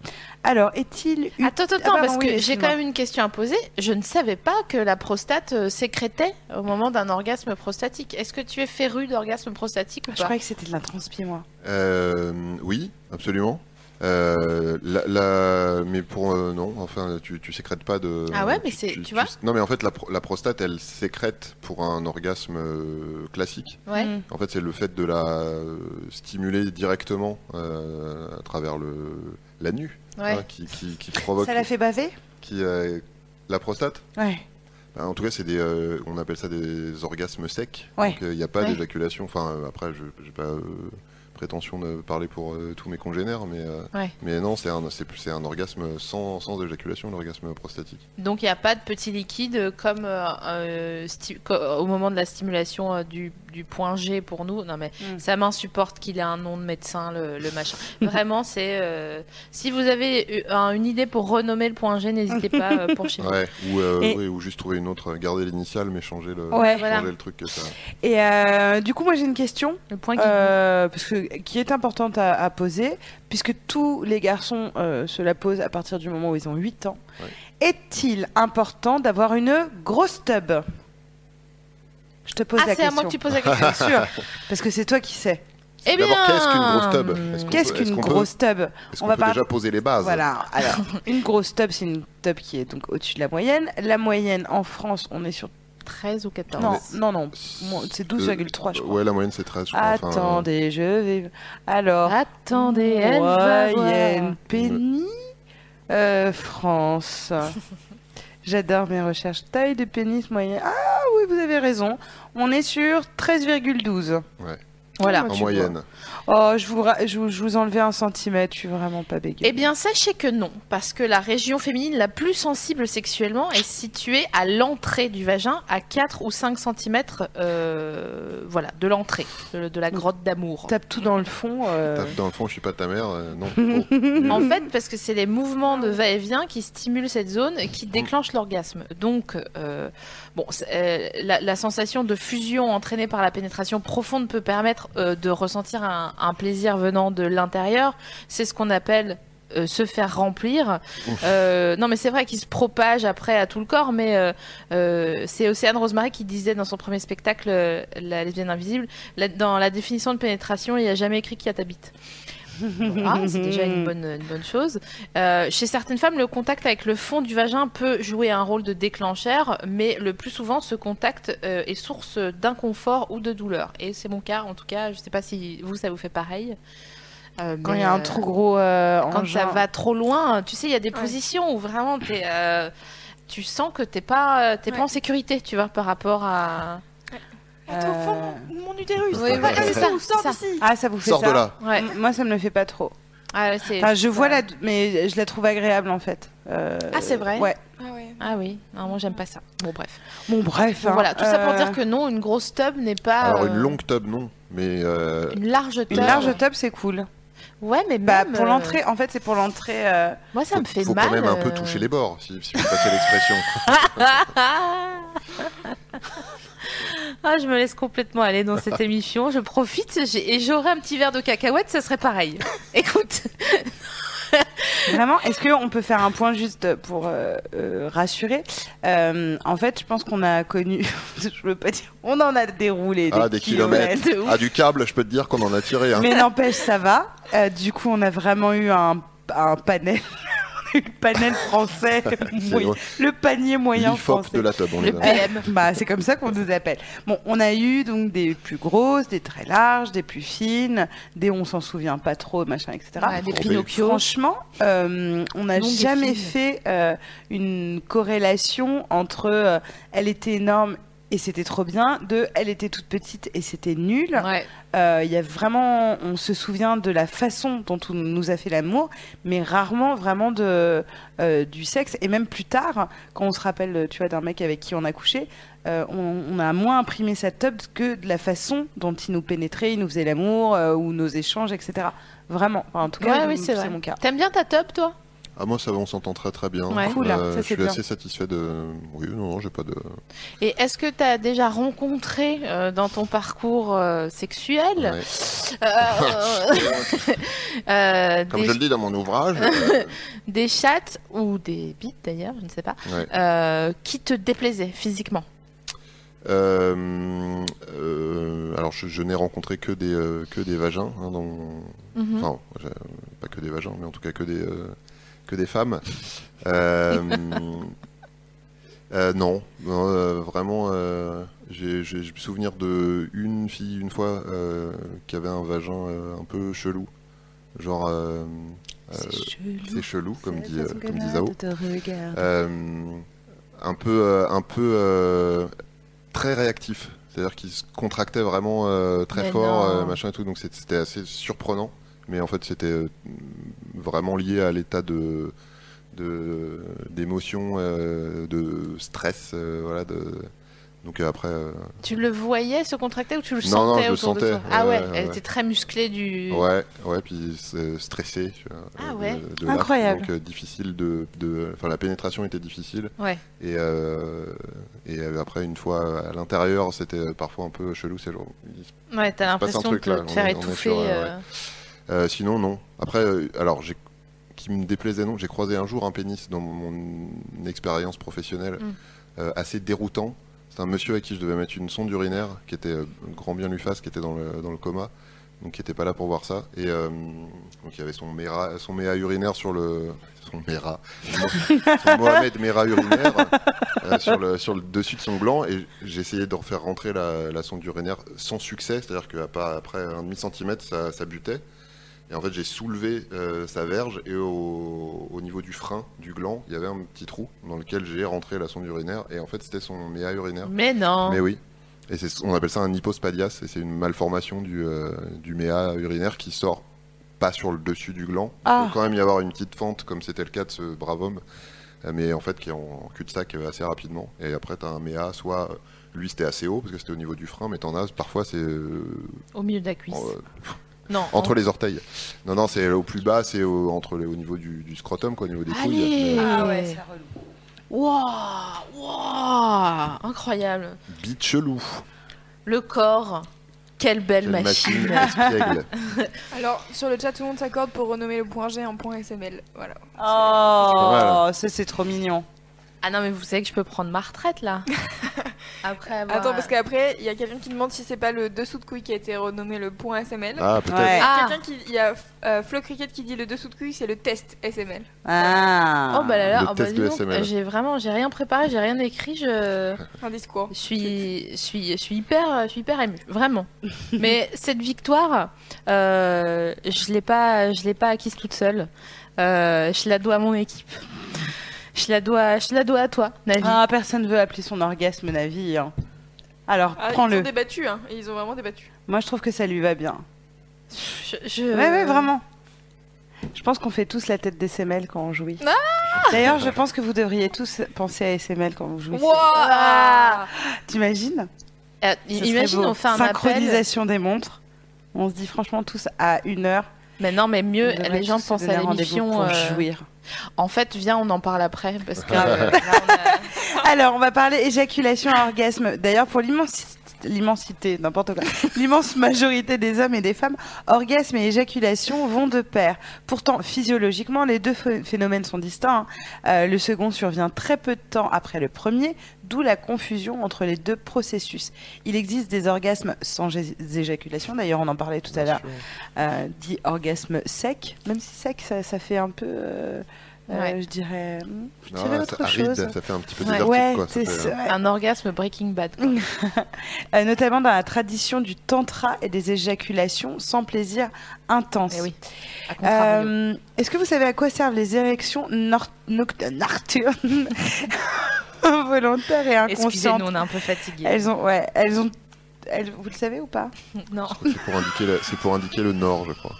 Speaker 2: Alors, est-il... ut-
Speaker 1: Attends, attends,
Speaker 2: Ah, pardon,
Speaker 1: parce
Speaker 2: oui,
Speaker 1: que j'ai
Speaker 2: excuse-moi.
Speaker 1: quand même une question à poser. Je ne savais pas que la prostate euh, sécrétait au moment d'un orgasme prostatique. Est-ce que tu es féru d'orgasme prostatique ou
Speaker 2: Ah, Je
Speaker 1: pas
Speaker 2: croyais que c'était de la transpi, moi.
Speaker 3: Euh, oui, absolument. Euh, la, la- mais pour euh, non, enfin, tu, tu sécrètes pas de.
Speaker 1: Ah ouais, mais c'est- tu vois
Speaker 3: Non, mais en fait, la, pro- la prostate, elle sécrète pour un orgasme euh, classique.
Speaker 1: Ouais.
Speaker 2: Mm.
Speaker 3: En fait, c'est le fait de la euh, stimuler directement euh, à travers le la nu,
Speaker 1: Ouais.
Speaker 3: hein, qui, qui, qui provoque.
Speaker 2: Ça l'a fait baver
Speaker 3: Qui euh, la prostate.
Speaker 2: Ouais.
Speaker 3: Ben, en tout cas, c'est des, euh, on appelle ça des orgasmes secs.
Speaker 2: Ouais.
Speaker 3: Donc il n'y a pas
Speaker 1: Ouais.
Speaker 3: d'éjaculation. Enfin, euh, après, je n'ai pas euh, prétention de parler pour euh, tous mes congénères, mais, euh,
Speaker 1: Ouais.
Speaker 3: mais non, c'est un, c'est, c'est un orgasme sans, sans éjaculation, l'orgasme prostatique.
Speaker 1: Donc il n'y a pas de petit liquide euh, comme euh, euh, sti- co- euh, au moment de la stimulation euh, du, du point G pour nous. Non mais
Speaker 2: Mm.
Speaker 1: ça m'insupporte qu'il ait un nom de médecin, le, le machin. Vraiment, c'est... euh, Si vous avez eu- un- une idée pour renommer le point G, n'hésitez pas euh, pour chez vous.
Speaker 3: Ouais, ou, euh,
Speaker 2: Et-
Speaker 3: ouais, ou juste trouver une autre, garder l'initiale, mais changer le, changer
Speaker 2: Ouais.
Speaker 1: Voilà.
Speaker 3: le truc que ça.
Speaker 2: Et euh, du coup, moi, j'ai une question.
Speaker 1: Le point qui...
Speaker 2: Euh, parce que, qui est importante à, à poser, puisque tous les garçons euh, se la posent à partir du moment où ils ont 8 ans. Est-il important d'avoir une grosse tub Je te pose
Speaker 1: Ah,
Speaker 2: la
Speaker 1: c'est à
Speaker 2: question.
Speaker 1: moi que tu poses la question.
Speaker 2: Bien sûr, parce que c'est toi qui sais.
Speaker 1: Eh bien,
Speaker 3: D'abord, qu'est-ce qu'une grosse tub Est-ce qu'on
Speaker 2: Qu'est-ce
Speaker 3: peut- est-ce
Speaker 2: qu'une
Speaker 3: qu'on
Speaker 2: grosse tub
Speaker 3: peut, est-ce
Speaker 2: On
Speaker 3: qu'on
Speaker 2: va
Speaker 3: peut
Speaker 2: pas-
Speaker 3: déjà poser les bases Euh,
Speaker 2: Voilà. Alors, une grosse tub, c'est une tub qui est donc au-dessus de la moyenne. La moyenne en France, on est sur
Speaker 1: 13 ou 14
Speaker 2: non,
Speaker 3: mais-
Speaker 2: non, non, Moi, c'est 12,3 je
Speaker 3: Euh,
Speaker 2: crois.
Speaker 3: Ouais, la moyenne c'est 13, je crois. enfin,
Speaker 2: Attendez, je vais. Alors,
Speaker 1: Attendez, elle va voir.
Speaker 2: Moyenne penny euh, France. J'adore mes recherches. Taille de pénis moyen. Ah oui, vous avez raison. On est sur 13,12.
Speaker 3: Ouais.
Speaker 1: Voilà.
Speaker 2: Ah,
Speaker 3: en
Speaker 2: tu
Speaker 3: moyenne.
Speaker 2: Oh, je vous, ra- je, vous- je vous enlevais un centimètre. Je suis vraiment pas béguée.
Speaker 1: Eh bien, sachez que non, parce que la région féminine la plus sensible sexuellement est située à l'entrée du vagin, à 4 ou 5 cm voilà, de l'entrée, de, de la grotte d'amour.
Speaker 2: Tape tout dans le fond. euh,
Speaker 3: Tape dans le fond, je suis pas ta mère, euh, non. Bon.
Speaker 1: En fait, parce que c'est les mouvements de va-et-vient qui stimulent cette zone et qui déclenchent l'orgasme. Donc, euh, bon, c'est, euh, la, la sensation de fusion entraînée par la pénétration profonde peut permettre euh, de ressentir un, un plaisir venant de l'intérieur. C'est ce qu'on appelle euh, se faire remplir. Euh, non, mais c'est vrai qu'il se propage après à tout le corps, mais euh, euh, c'est Océane Rosemary qui disait dans son premier spectacle, euh, La lesbienne invisible, la- dans la définition de pénétration, il n'y a jamais écrit qui a ta bite. Voilà, c'est déjà une bonne, une bonne chose. Euh, chez certaines femmes, le contact avec le fond du vagin peut jouer un rôle de déclencheur, mais le plus souvent, ce contact euh, est source d'inconfort ou de douleur. Et c'est mon cas, en tout cas, je sais pas si vous, ça vous fait pareil. Euh,
Speaker 2: Quand il
Speaker 1: mais,
Speaker 2: y a un
Speaker 1: euh,
Speaker 2: trop gros. euh,
Speaker 1: quand
Speaker 2: engin.
Speaker 1: ça va trop loin, tu sais, il y a des
Speaker 4: Ouais.
Speaker 1: positions où vraiment t'es, euh, tu sens que t'es pas, euh, t'es pas
Speaker 4: Ouais.
Speaker 1: en sécurité, tu vois, par rapport à.
Speaker 4: Attends,
Speaker 2: Euh,
Speaker 4: fond, mon utérus.
Speaker 3: Oui,
Speaker 4: Ouais,
Speaker 3: oui,
Speaker 4: allez,
Speaker 1: c'est
Speaker 4: sors,
Speaker 1: ça,
Speaker 4: sors
Speaker 1: c'est
Speaker 4: d'ici.
Speaker 2: Ah, ça vous fait
Speaker 3: Sors
Speaker 2: ça
Speaker 3: de là.
Speaker 1: Ouais.
Speaker 2: M- Moi, ça me le fait pas trop.
Speaker 1: Ah, ouais, c'est-
Speaker 2: Enfin, je vois la, dou- mais je la trouve agréable en fait. Euh,
Speaker 1: Ah, c'est vrai
Speaker 2: Ouais.
Speaker 4: Ah ouais.
Speaker 1: Ah oui, non, moi j'aime pas ça. Bon bref.
Speaker 2: Bon, bref.
Speaker 1: Donc
Speaker 2: hein.
Speaker 1: voilà, tout ça pour
Speaker 2: Euh,
Speaker 1: dire que non, une grosse tub n'est pas.
Speaker 3: Alors une
Speaker 1: euh,
Speaker 3: longue tub non, mais euh,
Speaker 1: Une large tub.
Speaker 2: Une large top, c'est cool.
Speaker 1: Ouais, mais
Speaker 2: Bah,
Speaker 1: même,
Speaker 2: pour
Speaker 1: euh,
Speaker 2: l'entrée, en fait, c'est pour l'entrée. euh,
Speaker 1: Moi, ça me fait
Speaker 3: faut
Speaker 1: mal.
Speaker 3: quand même un peu
Speaker 1: euh.
Speaker 3: toucher les bords, si, si vous passez l'expression.
Speaker 1: ah, je me laisse complètement aller dans cette émission. Je profite j'ai- et j'aurai un petit verre de cacahuète, ça serait pareil. Écoute,
Speaker 2: Vraiment, est-ce qu'on peut faire un point juste pour euh, euh, rassurer Euh, En fait, je pense qu'on a connu, je veux pas dire, on en a déroulé
Speaker 3: Ah,
Speaker 2: des,
Speaker 3: des kilomètres.
Speaker 2: kilomètres.
Speaker 3: Ah, du câble, je peux te dire qu'on en a tiré. Hein.
Speaker 2: Mais n'empêche, ça va. Euh, du coup, on a vraiment eu un, un panel. le panel français, moyen-
Speaker 3: vrai.
Speaker 2: le panier moyen
Speaker 3: L'IFOP
Speaker 2: français.
Speaker 3: de la table, on est
Speaker 1: le
Speaker 3: là.
Speaker 1: PM.
Speaker 2: Bah, c'est comme ça qu'on nous appelle. Bon, on a eu donc des plus grosses, des très larges, des plus fines, des on s'en souvient pas trop, machin, etc.
Speaker 1: Ouais, des
Speaker 3: Courbet.
Speaker 1: Pinocchio.
Speaker 2: Franchement, euh, on n'a
Speaker 1: Non, des
Speaker 2: jamais
Speaker 1: films.
Speaker 2: fait euh, une corrélation entre euh, elle était énorme et c'était trop bien, de elle était toute petite et c'était nul.
Speaker 1: Ouais.
Speaker 2: Euh, Il y a vraiment, on se souvient de la façon dont on nous a fait l'amour, mais rarement vraiment de euh, du sexe. Et même plus tard, quand on se rappelle, tu vois, d'un mec avec qui on a couché, euh, on, on a moins imprimé sa tub que de la façon dont il nous pénétrait, il nous faisait l'amour euh, ou nos échanges, etc. Vraiment. Enfin, en tout cas,
Speaker 1: Ouais, oui, c'est
Speaker 2: c'est
Speaker 1: vrai.
Speaker 2: mon cas.
Speaker 1: T'aimes bien ta top, toi
Speaker 3: Ah, moi, ça va, on s'entend très très bien. Euh,
Speaker 1: Ouais. hein,
Speaker 2: Cool, ça,
Speaker 3: je
Speaker 2: c'est
Speaker 3: suis
Speaker 2: bien.
Speaker 3: assez satisfait de. Oui, non, non, j'ai pas de.
Speaker 1: Et est-ce que t'as déjà rencontré euh, dans ton parcours euh, sexuel
Speaker 3: Ouais.
Speaker 1: euh, euh,
Speaker 3: Comme
Speaker 1: des,
Speaker 3: je le dis dans mon ouvrage, euh,
Speaker 1: des chattes ou des bites d'ailleurs, je ne sais pas,
Speaker 3: ouais.
Speaker 1: euh, qui te déplaisaient physiquement
Speaker 3: Euh, euh, alors, je, je n'ai rencontré que des, euh, que des vagins. hein, dans mon-
Speaker 1: Mhm.
Speaker 3: Enfin, j'ai- pas que des vagins, mais en tout cas que des, euh, que des femmes. Euh, euh, non, non, euh, vraiment, euh, j'ai j'ai- j'ai souvenir de une fille une fois euh, qui avait un vagin euh, un peu chelou. Genre, euh, euh, c'est chelou, comme dit, euh, comme dit Zao. Euh, un peu, euh, un peu euh, très réactif. C'est-à-dire qu'il se contractait vraiment euh, très
Speaker 1: Mais
Speaker 3: fort,
Speaker 1: non.
Speaker 3: euh, machin et tout. Donc c'est- c'était assez surprenant. Mais en fait, c'était euh, vraiment lié à l'état de de- d'émotion, euh, de stress, euh, voilà. De... Donc euh, après, euh,
Speaker 1: Tu le voyais se contracter ou tu le
Speaker 3: Non,
Speaker 1: sentais
Speaker 3: non, je le
Speaker 1: autour de
Speaker 3: sentais.
Speaker 1: toi Ah ouais,
Speaker 3: Ouais, ouais,
Speaker 1: elle
Speaker 3: ouais.
Speaker 1: était très musclée du.
Speaker 3: ouais, ouais, puis euh, stressé. tu vois,
Speaker 1: Ah
Speaker 3: euh,
Speaker 1: ouais.
Speaker 3: de- de là.
Speaker 2: Incroyable.
Speaker 3: Donc euh, difficile de, de, enfin la pénétration était difficile.
Speaker 1: Ouais.
Speaker 3: Et, euh, et euh, après, une fois à l'intérieur, c'était parfois un peu chelou. C'est genre, il-
Speaker 1: Ouais, t'as
Speaker 3: Il se passe un
Speaker 1: l'impression de
Speaker 3: truc,
Speaker 1: te,
Speaker 3: là,
Speaker 1: te
Speaker 3: on
Speaker 1: faire
Speaker 3: est- on est
Speaker 1: étouffer.
Speaker 3: sur, euh,
Speaker 1: euh,
Speaker 3: euh, sinon, non. Après, euh, alors, j'ai- qui me déplaisait, non, j'ai croisé un jour un pénis dans mon expérience professionnelle,
Speaker 1: Mm.
Speaker 3: euh, assez déroutant. C'est un monsieur à qui je devais mettre une sonde urinaire, qui était euh, grand bien lui fasse, qui était dans le, dans le coma, donc qui n'était pas là pour voir ça. Et euh, donc il y avait son méra, son méa urinaire sur le. Son méra. son Mohamed méra urinaire euh, sur, le, sur le dessus de son gland. Et j'essayais de refaire rentrer la, la sonde urinaire sans succès, c'est-à-dire qu'après un demi-centimètre, ça, ça butait. Et en fait, j'ai soulevé euh, sa verge et au, au niveau du frein du gland, il y avait un petit trou dans lequel j'ai rentré la sonde urinaire. Et en fait, c'était son méa urinaire.
Speaker 1: Mais non
Speaker 3: Mais oui. Et c'est- on appelle ça un hypospadias, et c'est une malformation du, euh, du méa urinaire qui sort pas sur le dessus du gland. Il
Speaker 2: Ah.
Speaker 3: peut quand même y avoir une petite fente, comme c'était le cas de ce brave homme, euh, mais en fait qui est en cul-de-sac euh, assez rapidement. Et après, t'as un méa, soit euh, lui c'était assez haut, parce que c'était au niveau du frein, mais t'en as parfois c'est euh,
Speaker 1: Au milieu de la cuisse.
Speaker 3: en- euh,
Speaker 1: Non.
Speaker 3: entre les orteils. Non, non, c'est au plus bas, c'est au, entre les- au niveau du, du scrotum, quoi, au niveau des couilles.
Speaker 1: Allez Ah.
Speaker 3: Mais-
Speaker 4: Ah
Speaker 1: Waouh Waouh Incroyable
Speaker 3: Bite chelou.
Speaker 1: Le corps, quelle belle
Speaker 3: Quelle
Speaker 1: machine,
Speaker 3: espiègle.
Speaker 4: Alors, sur le chat, tout le monde s'accorde pour renommer le point G en point SML. Voilà.
Speaker 2: Oh, ça c'est trop mignon.
Speaker 1: Ah non, mais vous savez que je peux prendre ma retraite là Après avoir.
Speaker 4: Attends, parce qu'après, il y a quelqu'un qui demande si c'est pas le dessous de couille qui a été renommé le point SML.
Speaker 3: Ah, peut-être.
Speaker 2: Ouais.
Speaker 4: Il y a
Speaker 1: Ah.
Speaker 4: quelqu'un qui. Il y a euh, Flo Cricket qui dit le dessous de couille, c'est le test SML.
Speaker 2: Ah.
Speaker 1: Oh bah là là,
Speaker 3: Le
Speaker 1: oh bah
Speaker 3: test
Speaker 1: dis
Speaker 3: de
Speaker 1: donc,
Speaker 3: SML.
Speaker 1: euh, j'ai vraiment, j'ai rien préparé, j'ai rien écrit, je,
Speaker 4: Un discours.
Speaker 1: je suis, je suis, je suis hyper, je suis hyper émue, vraiment. Mais cette victoire, euh, je l'ai pas, je l'ai pas acquise toute seule. Euh, je la dois à mon équipe. Je la dois, je la dois à toi, Navi.
Speaker 2: Ah, personne veut appeler son orgasme Navi. hein. Alors,
Speaker 4: Ah, ils
Speaker 2: prends-le.
Speaker 4: ont débattu, hein. Ils ont vraiment débattu.
Speaker 2: Moi, je trouve que ça lui va bien.
Speaker 1: Je, je-
Speaker 2: Ouais, ouais, vraiment. Je pense qu'on fait tous la tête des SML quand on jouit.
Speaker 1: Ah
Speaker 2: D'ailleurs, je pense que vous devriez tous penser à SML quand vous jouez.
Speaker 1: Ah.
Speaker 4: Wouah
Speaker 2: T'imagines
Speaker 1: Euh,
Speaker 2: Ça serait
Speaker 1: imagine,
Speaker 2: beau.
Speaker 1: on fait un appel.
Speaker 2: Synchronisation des montres. On se dit franchement tous à une heure.
Speaker 1: Mais non, mais mieux,
Speaker 2: On devrait
Speaker 1: les gens
Speaker 2: tous se
Speaker 1: pensent
Speaker 2: donner
Speaker 1: à
Speaker 2: rendez-vous
Speaker 1: l'émission.
Speaker 2: pour
Speaker 1: euh,
Speaker 2: jouir.
Speaker 1: En fait, viens, on en parle après. Parce que.
Speaker 4: Grave. Là, on a-
Speaker 2: Alors, on va parler éjaculation à orgasme. D'ailleurs, pour l'immensi- l'immensité, n'importe quoi, l'immense majorité des hommes et des femmes, orgasme et éjaculation vont de pair. Pourtant, physiologiquement, les deux ph- phénomènes sont distincts. hein. Euh, le second survient très peu de temps après le premier, d'où la confusion entre les deux processus. Il existe des orgasmes sans gé- éjaculation. D'ailleurs, on en parlait tout à l'heure, euh, dit orgasme sec, même si sec, ça, ça fait un peu, euh, euh,
Speaker 1: Ouais.
Speaker 2: je dirais, hmm, je
Speaker 3: Ah,
Speaker 2: dirais
Speaker 3: ça,
Speaker 2: autre
Speaker 3: aride,
Speaker 2: chose.
Speaker 3: ça fait un petit peu
Speaker 1: Ouais.
Speaker 3: désertique.
Speaker 2: Ouais,
Speaker 3: quoi, ça
Speaker 2: c'est
Speaker 3: fait,
Speaker 2: ça.
Speaker 3: euh,
Speaker 1: Un orgasme Breaking Bad. quoi.
Speaker 2: Euh, notamment dans la tradition du tantra et des éjaculations sans plaisir intense.
Speaker 1: Eh oui. à contrario.
Speaker 2: Euh, Est-ce que vous savez à quoi servent les érections nor- noct- euh, nocturnes involontaires et
Speaker 1: Excusez-nous,
Speaker 2: inconscientes
Speaker 1: on est un peu fatigué.
Speaker 2: Elles ont, ouais, elles ont, elles- vous le savez ou pas
Speaker 1: Non.
Speaker 3: euh, C'est pour, indiquer la- c'est pour indiquer le nord, je crois.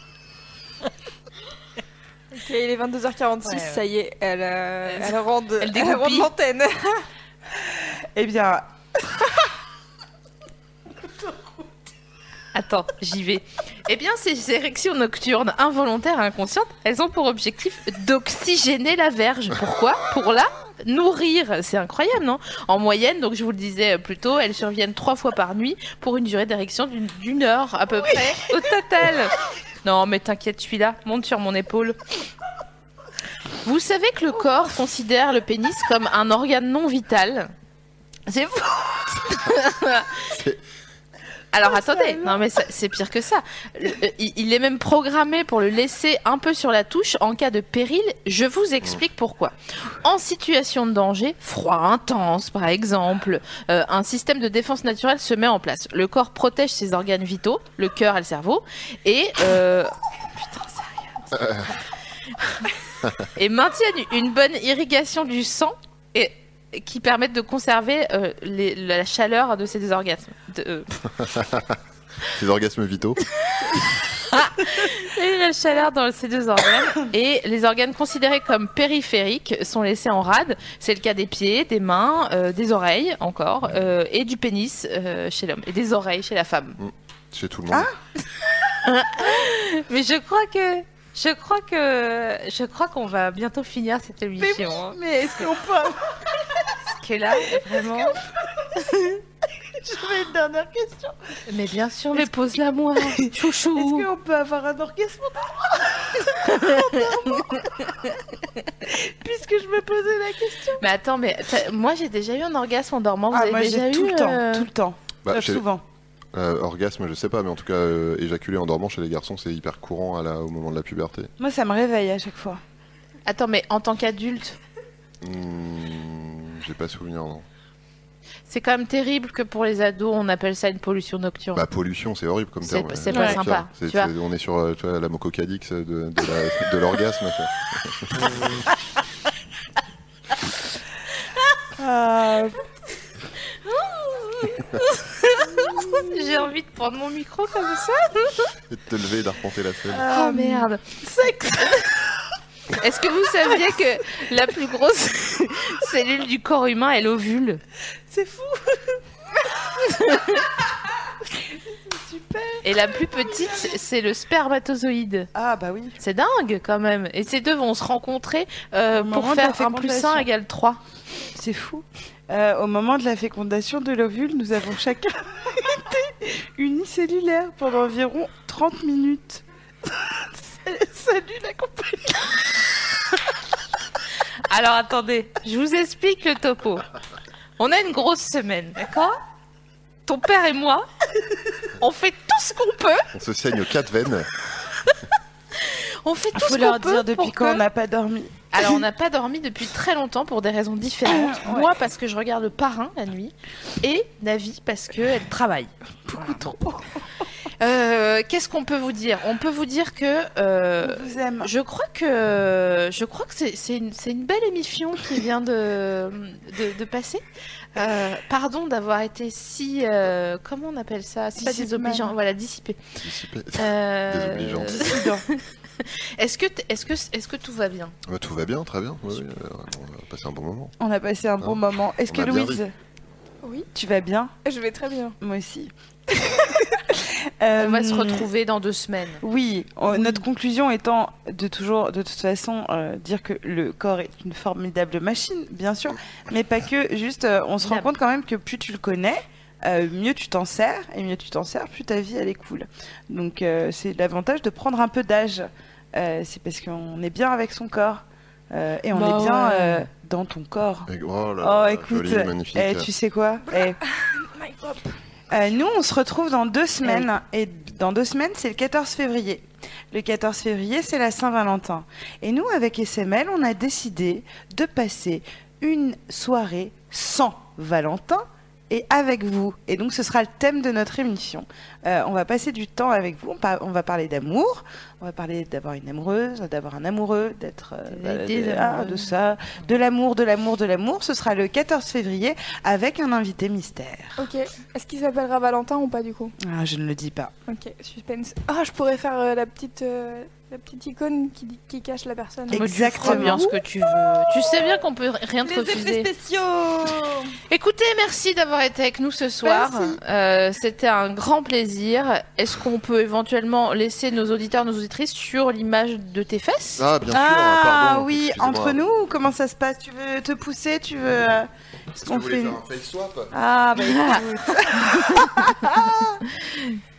Speaker 4: Ok, il est 22h46,
Speaker 1: Ouais, ouais.
Speaker 4: ça y est, elle, euh, elle rend de-
Speaker 1: Elle
Speaker 4: elle rend de
Speaker 1: dégoupille.
Speaker 4: l'antenne.
Speaker 2: Eh bien,
Speaker 1: Attends, j'y vais. Eh bien, ces érections nocturnes involontaires et inconscientes, elles ont pour objectif d'oxygéner la verge. Pourquoi Pour la nourrir. C'est incroyable, non En moyenne, donc je vous le disais plus tôt, elles surviennent trois fois par nuit pour une durée d'érection d'une- d'une heure à peu près au total. Non, mais t'inquiète, je suis là. Monte sur mon épaule. Vous savez que le corps considère le pénis comme un organe non vital. C'est fou alors attendez, non mais ça- c'est pire que ça. Le- euh, il, il est même programmé pour le laisser un peu sur la touche en cas de péril. Je vous explique pourquoi. En situation de danger, froid intense par exemple, euh, un système de défense naturelle se met en place. Le corps protège ses organes vitaux, le cœur et le cerveau, et euh, putain sérieux. et maintiennent une bonne irrigation du sang et qui permettent de conserver euh, les- la chaleur de ces orgasmes. De, euh,
Speaker 3: Ces orgasmes vitaux.
Speaker 1: Et la chaleur dans ces deux organes. Et les organes considérés comme périphériques sont laissés en rade. C'est le cas des pieds, des mains, euh, des oreilles encore, euh, et du pénis euh, chez l'homme, et des oreilles chez la femme.
Speaker 3: Chez tout le monde.
Speaker 2: Ah,
Speaker 1: Mais je crois que. Je crois que je crois qu'on va bientôt finir cette émission. hein.
Speaker 2: mais est-ce qu'on peut
Speaker 1: Parce que là, vraiment.
Speaker 2: J'avais une dernière question.
Speaker 1: Mais bien sûr, mais pose-la moi, chouchou.
Speaker 2: Est-ce qu'on peut avoir un orgasme Puisque je me posais la question.
Speaker 1: Mais attends, mais t'as- moi j'ai déjà eu un orgasme en dormant. Vous
Speaker 2: Ah,
Speaker 1: avez
Speaker 2: moi
Speaker 1: déjà
Speaker 2: j'ai
Speaker 1: eu
Speaker 2: tout le temps,
Speaker 1: euh,
Speaker 2: tout le temps,
Speaker 3: Bah,
Speaker 2: euh,
Speaker 3: chez-
Speaker 2: souvent.
Speaker 3: euh, orgasme, je sais pas, mais en tout cas, euh, éjaculer en dormant chez les garçons, c'est hyper courant à la- au moment de la puberté.
Speaker 2: Moi, ça me réveille à chaque fois.
Speaker 1: Attends, mais en tant qu'adulte,
Speaker 3: Hmm, J'ai pas souvenir, non.
Speaker 1: c'est quand même terrible que pour les ados on appelle ça une pollution nocturne.
Speaker 3: Bah, pollution, c'est horrible comme
Speaker 1: C'est-
Speaker 3: terme.
Speaker 1: c'est pas
Speaker 3: Ouais.
Speaker 1: sympa,
Speaker 3: C'est-
Speaker 1: tu vois.
Speaker 3: c'est- on est sur euh, tu vois, la mococadix de, de la- de l'orgasme. tu vois.
Speaker 2: Euh,
Speaker 1: J'ai envie de prendre mon micro comme ça.
Speaker 3: Et de te lever et d'arpenter la scène.
Speaker 2: Ah.
Speaker 1: Oh merde. Est-ce que vous saviez que la plus grosse cellule du corps humain est l'ovule
Speaker 2: c'est fou.
Speaker 1: Et la plus petite, c'est le spermatozoïde.
Speaker 2: Ah bah oui.
Speaker 1: C'est dingue quand même. Et ces deux vont se rencontrer euh,
Speaker 2: Au
Speaker 1: pour
Speaker 2: moment de la
Speaker 1: faire 1 plus
Speaker 2: fécondation.
Speaker 1: 1 égale 3.
Speaker 2: C'est fou. Euh, au moment de la fécondation de l'ovule, nous avons chacun été unicellulaires pendant environ 30 minutes. Salut la compagnie.
Speaker 1: Alors attendez, je vous explique le topo. On a une grosse semaine, d'accord Ton père et moi, on fait tout ce qu'on peut.
Speaker 3: On se saigne aux quatre veines.
Speaker 1: On fait tout
Speaker 2: Ah, Faut
Speaker 1: ce qu'on
Speaker 2: leur
Speaker 1: peut.
Speaker 2: dire depuis
Speaker 1: pour
Speaker 2: quand
Speaker 1: que-
Speaker 2: on n'a pas dormi.
Speaker 1: Alors, on n'a pas dormi depuis très longtemps pour des raisons différentes.
Speaker 2: Ah,
Speaker 1: Moi, parce que je regarde le parrain la nuit, et Navi, parce qu'elle travaille. Beaucoup trop. Euh, Qu'est-ce qu'on peut vous dire On peut vous dire que. euh,
Speaker 2: Je vous aime.
Speaker 1: je crois que je crois que c'est- c'est une, c'est une belle émission qui vient de, de, de passer. Euh, pardon d'avoir été si euh, comment on appelle ça si
Speaker 2: Dissipée.
Speaker 1: désobligeant voilà dissipé.
Speaker 3: Dissiper.
Speaker 1: Euh,
Speaker 3: Désobligeante.
Speaker 2: Dissident.
Speaker 1: Est-ce que t- est-ce que est-ce que tout va bien
Speaker 3: Bah, tout va bien, très bien. Ouais, ouais, euh, on va passer un bon moment.
Speaker 2: On a passé un bon
Speaker 3: Ah.
Speaker 2: moment. Est-ce
Speaker 3: On
Speaker 2: que
Speaker 3: a bien
Speaker 2: Louise,
Speaker 4: Oui,
Speaker 2: tu vas bien
Speaker 4: je vais très bien.
Speaker 2: Moi aussi. Euh,
Speaker 1: On va se retrouver dans deux semaines.
Speaker 2: Oui, on- notre conclusion étant de toujours, de toute façon, euh, dire que le corps est une formidable machine, bien sûr, mais pas que. Juste, euh, on se rend
Speaker 1: Évidemment.
Speaker 2: compte quand même que plus tu le connais, euh, mieux tu t'en sers, et mieux tu t'en sers, plus ta vie elle est cool. Donc euh, c'est l'avantage de prendre un peu d'âge. Euh, c'est parce qu'on est bien avec son corps euh, et on
Speaker 1: Bah
Speaker 2: est bien
Speaker 1: ouais.
Speaker 2: euh, dans ton corps.
Speaker 3: Et- Oh là
Speaker 2: Oh,
Speaker 3: là,
Speaker 2: écoute,
Speaker 3: joli, magnifique.
Speaker 2: eh, tu sais quoi Eh,
Speaker 4: My pop.
Speaker 2: euh, nous, on se retrouve dans deux semaines. Et dans deux semaines, c'est le 14 février. Le 14 février, c'est la Saint-Valentin. Et nous, avec SML, on a décidé de passer une soirée sans Valentin et avec vous. Et donc, ce sera le thème de notre émission. Euh, on va passer du temps avec vous. On, par- on va parler d'amour. On va parler d'avoir une amoureuse, d'avoir un amoureux, d'être. euh,
Speaker 1: Des- des
Speaker 2: de- ah,
Speaker 1: amoureux.
Speaker 2: de ça. De l'amour, de l'amour, de l'amour. Ce sera le 14 février avec un invité mystère.
Speaker 4: Ok. Est-ce qu'il s'appellera Valentin ou pas du coup
Speaker 2: Ah, je ne le dis pas.
Speaker 4: Ok, suspense. Ah, je pourrais faire euh, la petite euh, la petite icône qui, dit- qui cache la personne.
Speaker 2: Et-
Speaker 1: Moi, tu feras
Speaker 2: Exactement.
Speaker 1: bien ce que tu veux. Tu sais bien qu'on peut rien te refuser.
Speaker 4: spéciaux
Speaker 1: Écoutez, merci d'avoir été avec nous ce soir.
Speaker 4: Merci.
Speaker 1: Euh, C'était un grand plaisir. Est-ce qu'on peut éventuellement laisser nos auditeurs, nos auditrices sur l'image de tes fesses
Speaker 3: Ah, bien sûr,
Speaker 2: Ah
Speaker 3: pardon,
Speaker 2: oui,
Speaker 3: excusez-moi.
Speaker 2: entre nous, ou comment ça se passe Tu veux te pousser Tu veux. euh,
Speaker 3: Est-ce que
Speaker 2: qu'on
Speaker 3: vous voulez
Speaker 2: fait
Speaker 3: faire un face swap
Speaker 2: Ah, bah écoute.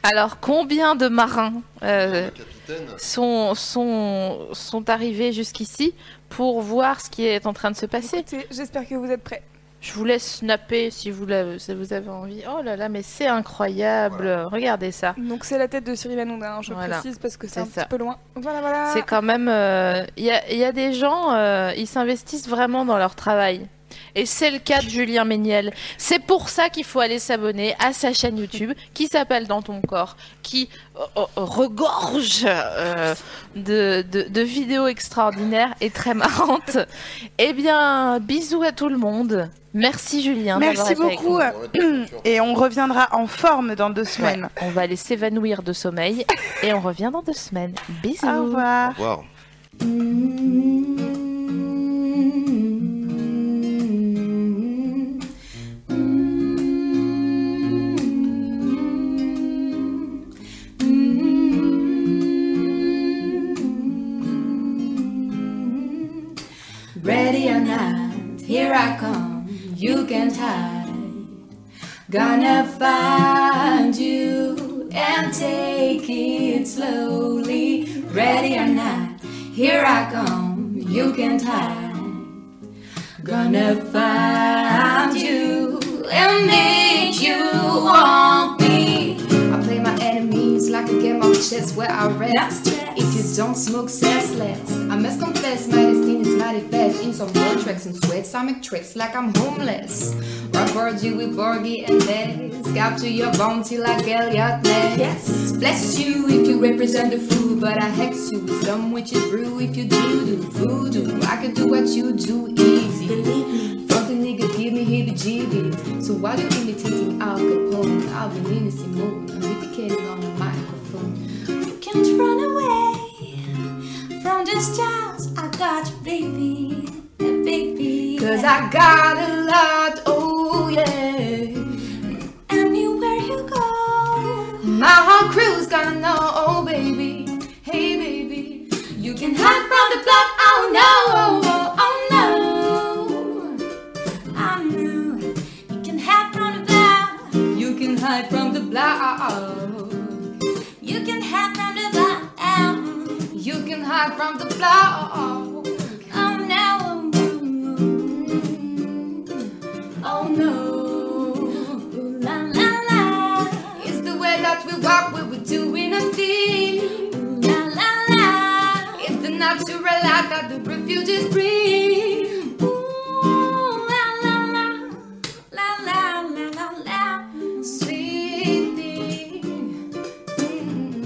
Speaker 1: Alors, combien de marins euh,
Speaker 3: Le capitaine
Speaker 1: sont, sont, sont arrivés jusqu'ici pour voir ce qui est en train de se passer
Speaker 4: Écoutez, j'espère que vous êtes prêts.
Speaker 1: Je vous laisse snapper si vous, l'avez- si vous avez envie. Oh là là, mais c'est incroyable. Regardez ça.
Speaker 4: Donc c'est la tête de Cyril Hanouna, hein, je
Speaker 1: Voilà.
Speaker 4: précise parce que c'est
Speaker 1: C'est
Speaker 4: un
Speaker 1: ça.
Speaker 4: petit peu loin. Voilà, voilà.
Speaker 1: C'est quand même. euh, Il y, a, il y a des gens, euh, ils s'investissent vraiment dans leur travail. Et c'est le cas de Julien Méniel. C'est pour ça qu'il faut aller s'abonner à sa chaîne YouTube qui s'appelle Dans ton corps, qui euh, euh, regorge euh, de, de- de vidéos extraordinaires et très marrantes. Eh bien, bisous à tout le monde. Merci Julien. d'avoir
Speaker 2: Merci
Speaker 1: été avec
Speaker 2: beaucoup.
Speaker 1: nous.
Speaker 2: Et on reviendra en forme dans deux semaines.
Speaker 1: On va aller s'évanouir de sommeil et on revient dans deux semaines. Bisous.
Speaker 2: Au revoir.
Speaker 3: Au revoir.
Speaker 7: Ready or not, here I come, you can't hide. Gonna find you and take it slowly. Ready or not, here I come, you can't hide. Gonna find you and make you want me. I play my enemies like a game of chess where I rest. If you don't smoke, sex less. I must confess, my destiny is mighty fast. In some road tracks and sweats, I make tricks like I'm homeless. Rock you with Borgie and Dennis. Capture your bounty like Elliot Ness. Yes. Bless you if you represent the food, but I hex you with some witch's brew if you do do voodoo. I can do what you do easy. Believe me. Fuck the nigga, give me heebie-jeebies. So while you're imitating Al Capone, I'll be Nina Simone, pontificating on the microphone. You can't run away from the stars. I got you, baby, baby. Cause I got a lot, oh yeah. Anywhere you go, my whole crew's gonna know, oh baby, hey baby. You can hide from the plot, oh no, oh no. I know you can hide from the block. You can hide from the block. You can hide from the block. You can hide from the block. Oh no. Oh no. Ooh, La la la. It's the way that we walk, we were doing a thing. Ooh, La la la. It's the natural light that the refugees bring. Ooh, la la la, la la la la la, sweet thing. Mm,